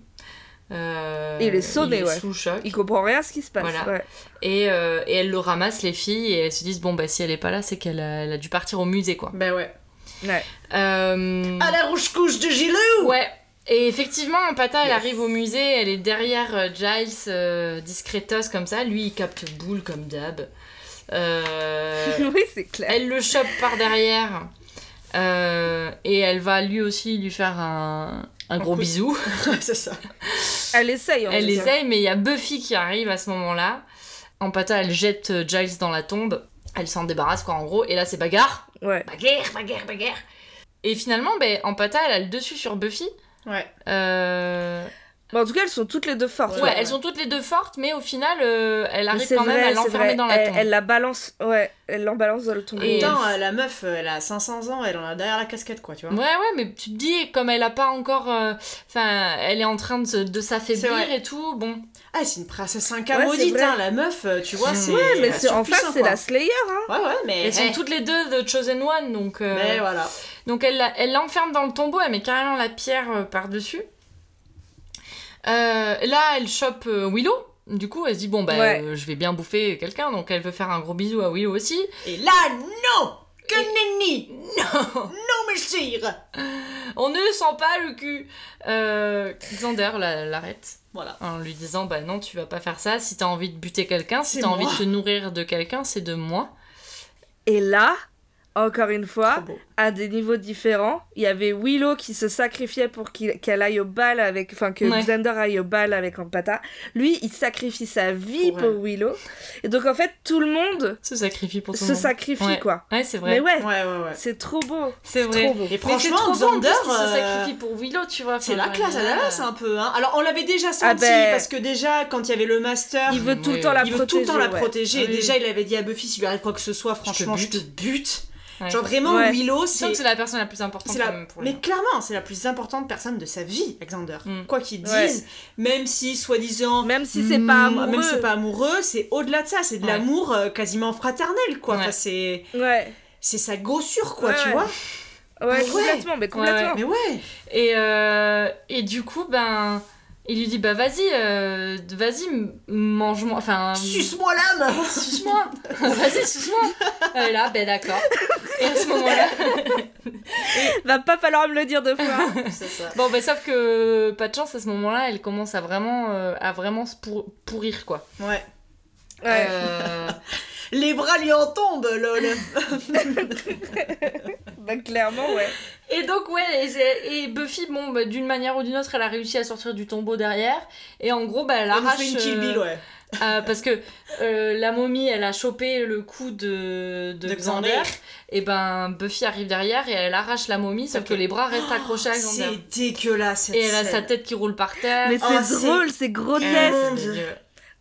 Euh, Il est sonné, ouais. sous choc. Il comprend rien à ce qui se passe. Voilà. ouais. Et, euh, et elles le ramassent, les filles, et elles se disent bon, bah si elle est pas là, c'est qu'elle a, elle a dû partir au musée, quoi. Ben ouais. Euh, Ah, À la rouge couche de Gilou Ouais. Et effectivement, Pata, elle Yes. arrive au musée, elle est derrière euh, Giles, euh, discretos comme ça. Lui, il capte boule comme d'hab. Euh, oui, c'est clair. Elle le chope par derrière. Euh, et elle va lui aussi lui faire un, un gros coup. bisou. c'est ça. Elle essaye. en Elle tout cas. essaye, mais il y a Buffy qui arrive à ce moment-là. En pata, elle jette euh, Giles dans la tombe. Elle s'en débarrasse, quoi, en gros. Et là, c'est bagarre. Ouais. Bagarre, bagarre, bagarre. Et finalement, ben, en pata, elle a le dessus sur Buffy. Ouais. Euh, Mais en tout cas, elles sont toutes les deux fortes. Ouais, Ouais, elles ouais. sont toutes les deux fortes, mais au final, euh, elle Mais arrive c'est quand même vrai, à c'est vrai. l'enfermer dans la elle, tombe. elle la balance. Ouais. Elle l'en balance dans le tombeau. Et- Pourtant, euh, la meuf, euh, elle a 500 ans, elle en a derrière la casquette, quoi, tu vois. Ouais, ouais, mais tu te dis, comme elle a pas encore. euh, Enfin, elle est en train de, se- de C'est s'affaiblir vrai. et tout, bon. Ah, c'est une princesse Ouais, 1K c'est maudite, vrai. hein, la meuf, euh, tu vois, Mm. c'est. Ouais, mais la c'est- en face, surpuissance, c'est quoi. la Slayer. Hein. Ouais, ouais, mais. Elles sont Eh, toutes les deux de Chosen One, donc. euh, Mais voilà. Donc elle la- elle l'enferme dans le tombeau, elle met carrément la pierre euh, par-dessus. Euh, là, elle chope euh, Willow, Du coup, elle se dit bon bah Ouais. euh, je vais bien bouffer quelqu'un, donc elle veut faire un gros bisou à Willow aussi. Et là, non Que nenni Non Non, messire On ne sent pas le cul. Euh, Xander la- l'arrête Voilà. en lui disant bah non tu vas pas faire ça. Si t'as envie de buter quelqu'un, si C'est t'as envie moi. de te nourrir de quelqu'un, c'est de moi. Et là, encore une fois, Trop beau. à des niveaux différents. Il y avait Willow qui se sacrifiait pour qu'il- qu'elle aille au bal avec, enfin que Ouais. Xander aille au bal avec Ampata. Lui, il sacrifie sa vie Pour pour Willow. Et donc en fait, tout le monde Se sacrifie pour tout se le monde. sacrifie quoi. Ouais c'est Mais vrai. ouais, Ouais, ouais, ouais. c'est trop beau. C'est C'est vrai. Trop beau. Et Mais c'est franchement, trop bon Xander, parce qu'il se euh, sacrifie pour Ah Willow, tu vois. c'est Enfin, la classe à voilà. Dallas un peu. Hein. Alors, on l'avait déjà senti ben- parce que déjà, quand il y avait le master, Il il, veut tout le oui, temps la veut protéger. tout le temps la ouais. protéger. Et Ah Oui. déjà, il avait dit à Buffy, si lui arrive quoi que ce soit, franchement, je te bute. bute. Ouais. Genre vraiment, Ouais. Willow, Je sens c'est que c'est la personne la plus importante C'est la- quand même pour lui. hein. Mais clairement, c'est la plus importante personne de sa vie, Alexander. Mm. Quoi qu'ils Ouais. disent, même si soi-disant. Même si c'est pas Mm, amoureux. Même si c'est pas amoureux, c'est au-delà de ça, c'est de Ouais. l'amour euh, quasiment fraternel, quoi. Ouais. Enfin, c'est, Ouais. c'est sa gossure, quoi, Ouais, tu ouais. vois. Ouais, ouais. complètement, mais complètement. Mais ouais, Et, euh, et du coup, ben, il lui dit bah vas-y, euh, vas-y, m- mange-moi, Ah, enfin, suce-moi l'âme suce-moi, vas-y, suce-moi. Elle est là, ben d'accord. Et à ce moment-là, Va pas falloir me le dire deux fois. C'est ça. bon, ben sauf que pas de chance, à ce moment-là, elle commence à vraiment, euh, à vraiment se pour- pourrir quoi. Ouais. Ouais. Euh, Les bras lui en tombent, lol Bah, clairement, ouais. Euh, Et donc ouais, et, c'est- et Buffy, bon, bah, d'une manière ou d'une autre, elle a réussi à sortir du tombeau derrière. Et en gros, bah, elle Elle nous arrache. fait une kill euh, bill, ouais. Euh, parce que euh, la momie, elle a chopé le coup de, de, De Xander. Xander. Et ben Buffy arrive derrière et elle arrache la momie, sauf Ok. que les bras restent accrochés à C'est Xander. dégueulasse, cette Et elle a sa scène. tête qui roule par terre. Mais Oh, c'est c'est drôle, c'est grotesque. immonde.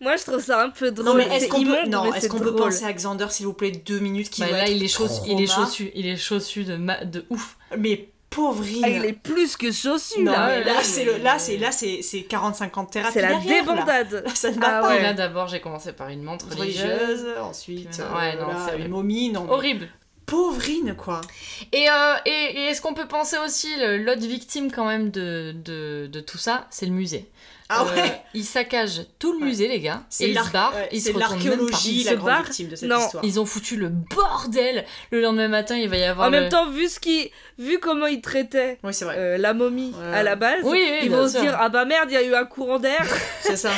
Moi, je trouve ça un peu Eh, drôle. Non, mais est-ce C'est qu'on peut... immonde, Non, mais est-ce c'est qu'on peut drôle. penser à Xander, s'il vous plaît, deux minutes, qui Bah, doit là, être il est, chaussu, il est trauma. chaussu, il est chaussu de, ma- de ouf. Mais pauvre Ah, il est plus que chaussu, Non, là. mais là, là, c'est il- le, là, c'est, là, c'est, c'est 40-50 thérapies. C'est la derrière, là. débandade. Là, ça ne Ah va ouais. Et là, d'abord, j'ai commencé par une menthe pas. religieuse. Religieuse, ensuite, Non, euh, ouais, non, là, c'est une horrible. momie, non. mais- Horrible. Pauvrine, quoi. Et, euh, et, et est-ce qu'on peut penser aussi, le- l'autre victime quand même de, de, de tout ça, c'est le musée. Ah Euh, ouais. ils saccagent tout le Ouais. musée, les gars. C'est Et ils l'ar- se barrent. ouais, ils se c'est de retournent même pas. Ils l'archéologie, la se grande barrent victime de cette Non. histoire. Ils ont foutu le bordel. Le lendemain matin, il va y avoir. En même le- temps, vu ce qui, vu comment ils traitaient Oui, c'est vrai. euh, la momie Ouais. à la base, Oui, oui, ils bien vont se sûr. dire ah bah merde, il y a eu un courant d'air, C'est ça.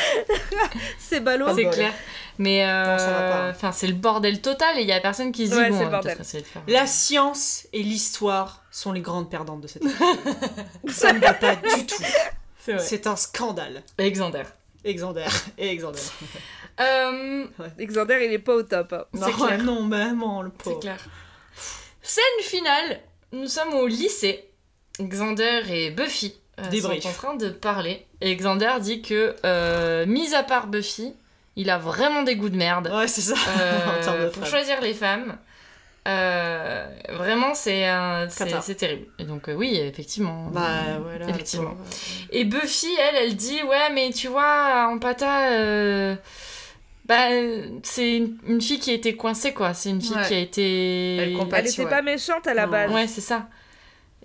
c'est ballot. c'est bordel. clair. Mais Non, ça va pas. euh, enfin, c'est le bordel total et il y a personne qui se dit Ouais, bon, c'est le on va bordel. peut-être essayer de faire. La science et l'histoire sont les grandes perdantes de cette histoire. ça ne va pas du tout. C'est vrai. C'est un scandale. Et Xander. Exander. Et Exander. Euh, Xander, il est pas au top. hein. C'est Non, clair. non, maman, le pauvre. c'est clair. Scène finale. Nous sommes au lycée. Xander et Buffy euh, Débrief. sont en train de parler. Et Xander dit que, euh, mis à part Buffy, il a vraiment des goûts de merde. Ouais, c'est ça. Euh, En termes de pour femme. choisir les femmes. Euh, vraiment, c'est un- c'est Cata. c'est terrible. Et donc, euh, oui, effectivement. Bah, voilà. Effectivement. Et Buffy, elle, elle dit Ouais, mais tu vois, en pata, euh, bah, c'est une, une fille qui a été coincée, quoi. C'est une fille Ouais. qui a été. Elle compa- Elle Patty, était ouais. pas méchante à la Non. base. Ouais, c'est ça.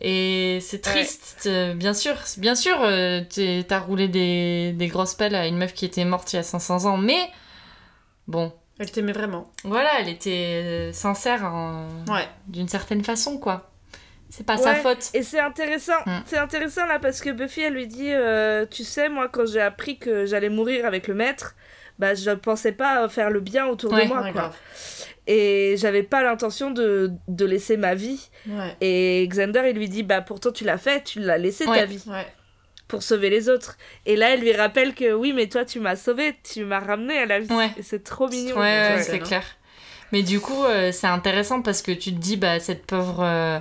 Et c'est triste, euh, bien sûr. Bien sûr, euh, t'es- t'as roulé des, des grosses pelles à une meuf qui était morte il y a 500 ans, mais bon, Elle t'aimait vraiment. voilà, elle était euh, sincère en, Ouais. d'une certaine façon, quoi. C'est pas sa Ouais. faute. Et c'est intéressant, Mm. c'est intéressant là parce que Buffy elle lui dit euh, tu sais moi quand j'ai appris que j'allais mourir avec le maître, bah je pensais pas faire le bien autour Ouais, de moi ouais, quoi. grave. Et j'avais pas l'intention de, de laisser ma vie. Ouais. Et Xander il lui dit bah pourtant tu l'as fait, tu l'as laissé ta Ouais. vie. Ouais. pour sauver les autres. Et là, elle lui rappelle que oui, mais toi, tu m'as sauvé, tu m'as ramené à la vie. Ouais. Et c'est trop mignon. euh, Ouais, ouais, Ouais. c'est clair. Mais du coup, euh, c'est intéressant parce que tu te dis, bah, cette pauvre euh,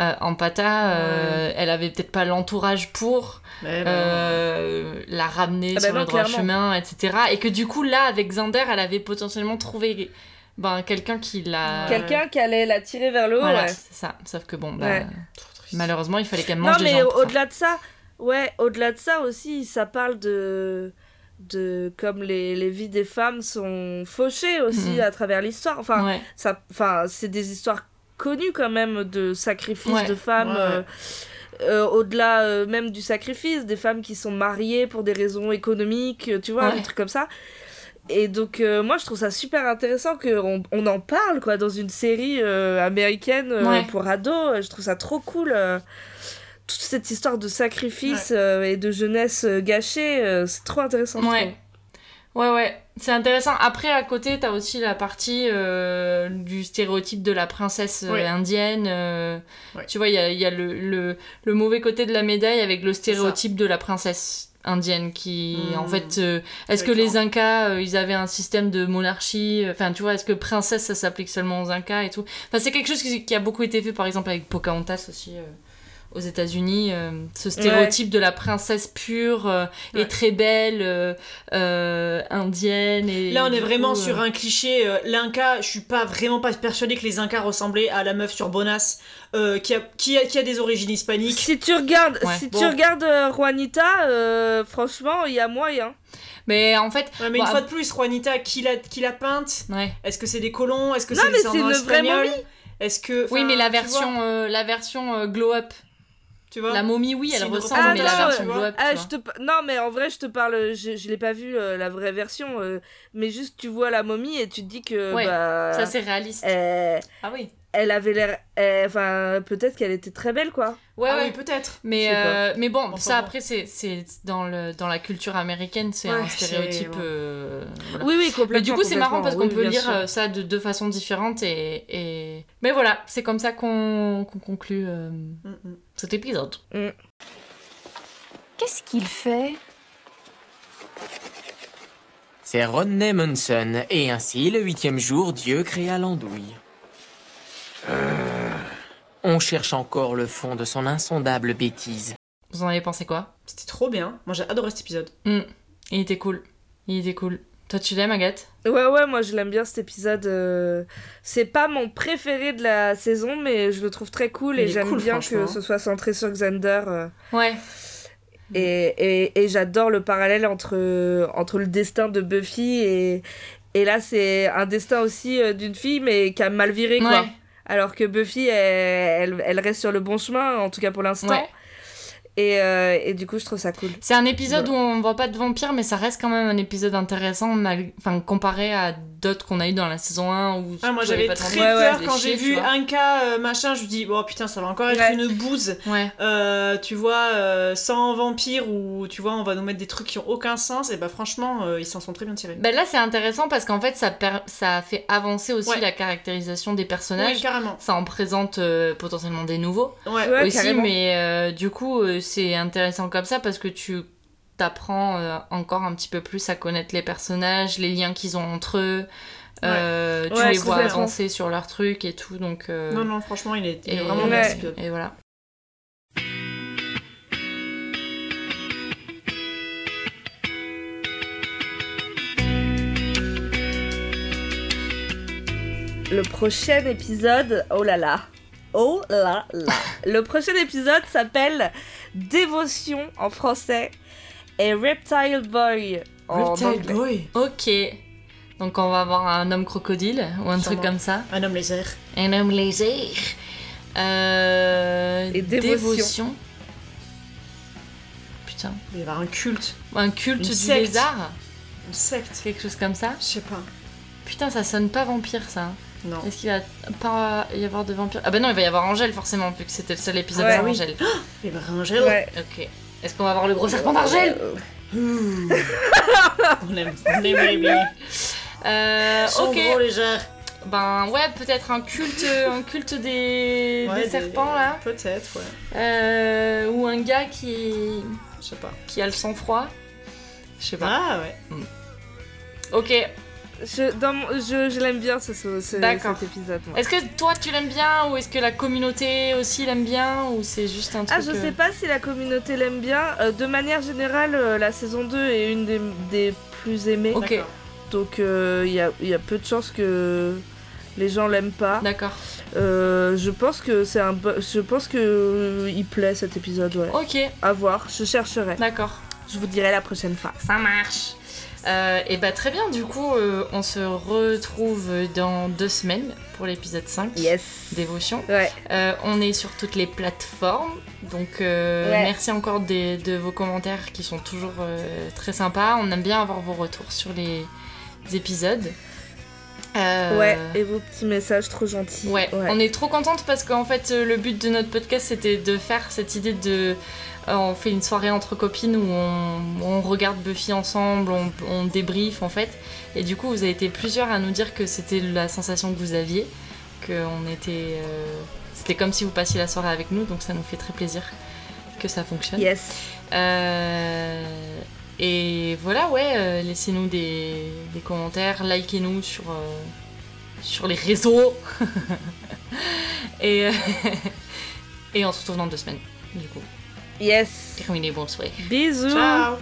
euh, Ampata, euh, elle avait peut-être pas l'entourage pour Ouais, euh, la Ah ramener bah sur non, le droit clairement. chemin, etc. Et que du coup, là, avec Xander, elle avait potentiellement trouvé ben, quelqu'un qui l'a. Quel- Quelqu'un qui allait la tirer vers le haut. Voilà, ouais. c'est ça. Sauf que bon, bah, Ouais. Trop triste. malheureusement, il fallait qu'elle Non, mange des mais gens. au- pour ça. au-delà de ça, ouais, au-delà de ça aussi, ça parle de. de comme les, les vies des femmes sont fauchées aussi Mhm. à travers l'histoire. Enfin, Ouais. ça enfin c'est des histoires connues quand même de sacrifices Ouais. de femmes. Ouais. euh, euh, au-delà euh, même du sacrifice, des femmes qui sont mariées pour des raisons économiques, euh, tu vois, Ouais. des trucs comme ça. Et donc, euh, moi, je trouve ça super intéressant qu'on on en parle, quoi, dans une série euh, américaine euh, Ouais. pour ados. Je trouve ça trop cool. euh, toute cette histoire de sacrifice euh, et de jeunesse euh, gâchée, euh, c'est trop intéressant. je trouve. Ouais. Ouais, ouais. C'est intéressant. Après, à côté, t'as aussi la partie euh, du stéréotype de la princesse euh, Ouais. indienne. euh, Ouais. Tu vois, il y a, il y a le, le, le mauvais côté de la médaille avec le stéréotype de la princesse indienne qui, Hmm. en fait, euh, est-ce Ouais, que les clairement. Incas, euh, ils avaient un système de monarchie euh, Enfin, tu vois, est-ce que princesse, ça s'applique seulement aux Incas et tout Enfin, c'est quelque chose qui, qui a beaucoup été fait, par exemple, avec Pocahontas aussi. euh, aux États-Unis, euh, ce stéréotype de la princesse pure euh, et Ouais. très belle, euh, euh, indienne. Et Là, on est du vraiment coup, sur euh, un cliché. euh, L'Inca, je suis pas vraiment pas persuadée que les Incas ressemblaient à la meuf sur Bonas euh, qui, a, qui, a, qui a des origines hispaniques. Si tu regardes, Ouais. si tu Bon. regardes euh, Juanita, euh, franchement, il y a hein. moyen. Mais en fait. Ouais, mais bon, une fois de plus, Juanita, qui l'a, qui l'a peinte ouais. Est-ce que c'est des colons Est-ce que Non, c'est mais des c'est descendants une vraie espagnols momie. Est-ce que. Oui, enfin, mais la tu vois, version, euh, la version euh, glow up. Tu vois, La momie, oui, C'est elle une ressemble, ressemblance, mais la tu version vois. glow up. tu Ah, vois. je te... pa- Non, mais en vrai, je te parle, je, je l'ai pas vu euh, la vraie version, euh, mais juste tu vois la momie et tu te dis que. Ouais, bah, Ça, c'est réaliste. euh, Ah oui. elle avait l'air. euh, Enfin, peut-être qu'elle était très belle, quoi. Ouais, ah ouais. oui, peut-être. Mais, Je sais euh, mais bon, Enfin, ça bon. après, c'est c'est dans, le, dans la culture américaine, c'est Ouais, un c'est- stéréotype. bon. euh, voilà. Oui, oui, complètement. Mais du coup, c'est marrant parce qu'on complètement, oui, peut bien lire sûr. euh, ça de deux façons différentes. Et, et... Mais voilà, c'est comme ça qu'on qu'on conclut euh, Mm, mm. cet épisode. Qu'est-ce qu'il fait C'est Rodney Munson, et ainsi, le huitième jour, Dieu créa l'andouille. On cherche encore le fond de son insondable bêtise. Vous en avez pensé quoi C'était trop bien. Moi, j'ai adoré cet épisode. Il était cool. Il était cool. Toi, tu l'aimes, Agathe Ouais, ouais, moi je l'aime bien cet épisode. euh, C'est pas mon préféré de la saison, mais je le trouve très cool et Il est j'aime cool, bien que franchement. ce soit centré sur Xander. euh, Ouais. Et, et, et j'adore le parallèle entre, entre le destin de Buffy et, et là, c'est un destin aussi euh, d'une fille, mais qui a mal viré, quoi. Ouais. Alors que Buffy, elle, elle, elle reste sur le bon chemin, en tout cas pour l'instant. Ouais. Et, euh, et du coup, je trouve ça cool. C'est un épisode où on voit pas de vampires, mais ça reste quand même un épisode intéressant, mal- enfin, comparé à d'autres qu'on a eu dans la saison 1. Où Ah, moi, tu voyais j'avais pas tant très de peur vampires, quand des j'ai chiffres, vu tu vois. Inca, euh, machin. Je me dis, oh putain, ça va encore être Ouais. une bouse. Ouais. Euh, tu vois, euh, sans vampire ou tu vois, on va nous mettre des trucs qui ont aucun sens, et bah franchement, euh, ils s'en sont très bien tirés. Ben là, c'est intéressant parce qu'en fait, ça, per- ça fait avancer aussi Ouais. la caractérisation des Ouais, personnages. carrément. ça en présente euh, potentiellement des nouveaux. Ouais. Ouais, aussi, carrément. mais euh, du coup, euh, c'est intéressant comme ça parce que tu t'apprends euh, encore un petit peu plus à connaître les personnages, les liens qu'ils ont entre eux. Euh, tu Ouais, les vois complètement. avancer sur leurs trucs et tout, donc. euh, Non, non, franchement, il est, il est Et, vraiment Ouais. bien cet épisode. et voilà. Le prochain épisode, oh là là, oh là là. Le prochain épisode s'appelle Dévotion en français et Reptile Boy Oh, en anglais. Boy Ok. Donc on va avoir un homme crocodile ou un truc Sûrement. comme ça. Un homme laser. Un homme léger. Euh, Et dévotion. Putain. Il va y avoir un culte, Un culte Une du secte. lézard une secte. Quelque chose comme ça Je sais pas. Putain, ça sonne pas vampire ça. Non. Est-ce qu'il va pas y avoir de vampire Ah bah non, il va y avoir Angèle forcément, vu que c'était le seul épisode Ouais, sans oui. Angèle. Il va y avoir un gel. Ouais. Ok. Est-ce qu'on va avoir le gros serpent d'Angèle Ouh. Hmm. on aime, on aimerait bien. Euh, Son Ok. gros léger. Ben ouais, peut-être un culte, un culte des, Ouais, des serpents là. Peut-être, ouais. Euh, ou un gars qui, Je sais pas. qui a le sang-froid. Je sais pas. Ah ouais. Ah. Ok. Je, dans mon- je, je l'aime bien ce, ce, ce- D'accord. cet épisode. moi. Est-ce que toi tu l'aimes bien ou est-ce que la communauté aussi l'aime bien ou c'est juste un truc Ah, je euh, sais pas si la communauté l'aime bien. Euh, de manière générale, euh, la saison 2 est une des, des plus aimées. Ok. D'accord. Donc, euh, il y, a, il y a peu de chances que les gens l'aiment pas. D'accord. Euh, je pense que c'est un. bo- Je pense que euh, il plaît cet épisode, ouais. Ok. À voir, je chercherai. D'accord. Je vous dirai la prochaine fois. Ça marche. Euh, et bah très bien, du coup, euh, on se retrouve dans deux semaines pour l'épisode 5. Yes. Dévotion. Ouais. Euh, on est sur toutes les plateformes, donc euh, Ouais. merci encore des- de vos commentaires qui sont toujours euh, très sympas. On aime bien avoir vos retours sur les épisodes. Euh, Ouais, et vos petits messages trop gentils. Ouais, on est trop contente parce qu'en fait, euh, le but de notre podcast c'était de faire cette idée de. euh, on fait une soirée entre copines où on, on regarde Buffy ensemble, on, on débrief en fait. Et du coup, vous avez été plusieurs à nous dire que c'était la sensation que vous aviez, que on était. euh, c'était comme si vous passiez la soirée avec nous, donc ça nous fait très plaisir que ça fonctionne. Yes. Euh, et voilà, ouais, euh, laissez-nous des, des commentaires, likez-nous sur, euh, sur les réseaux. et, euh, et on se retrouve dans deux semaines, du coup. Yes. Terminez, bonsoir. Bisous. Ciao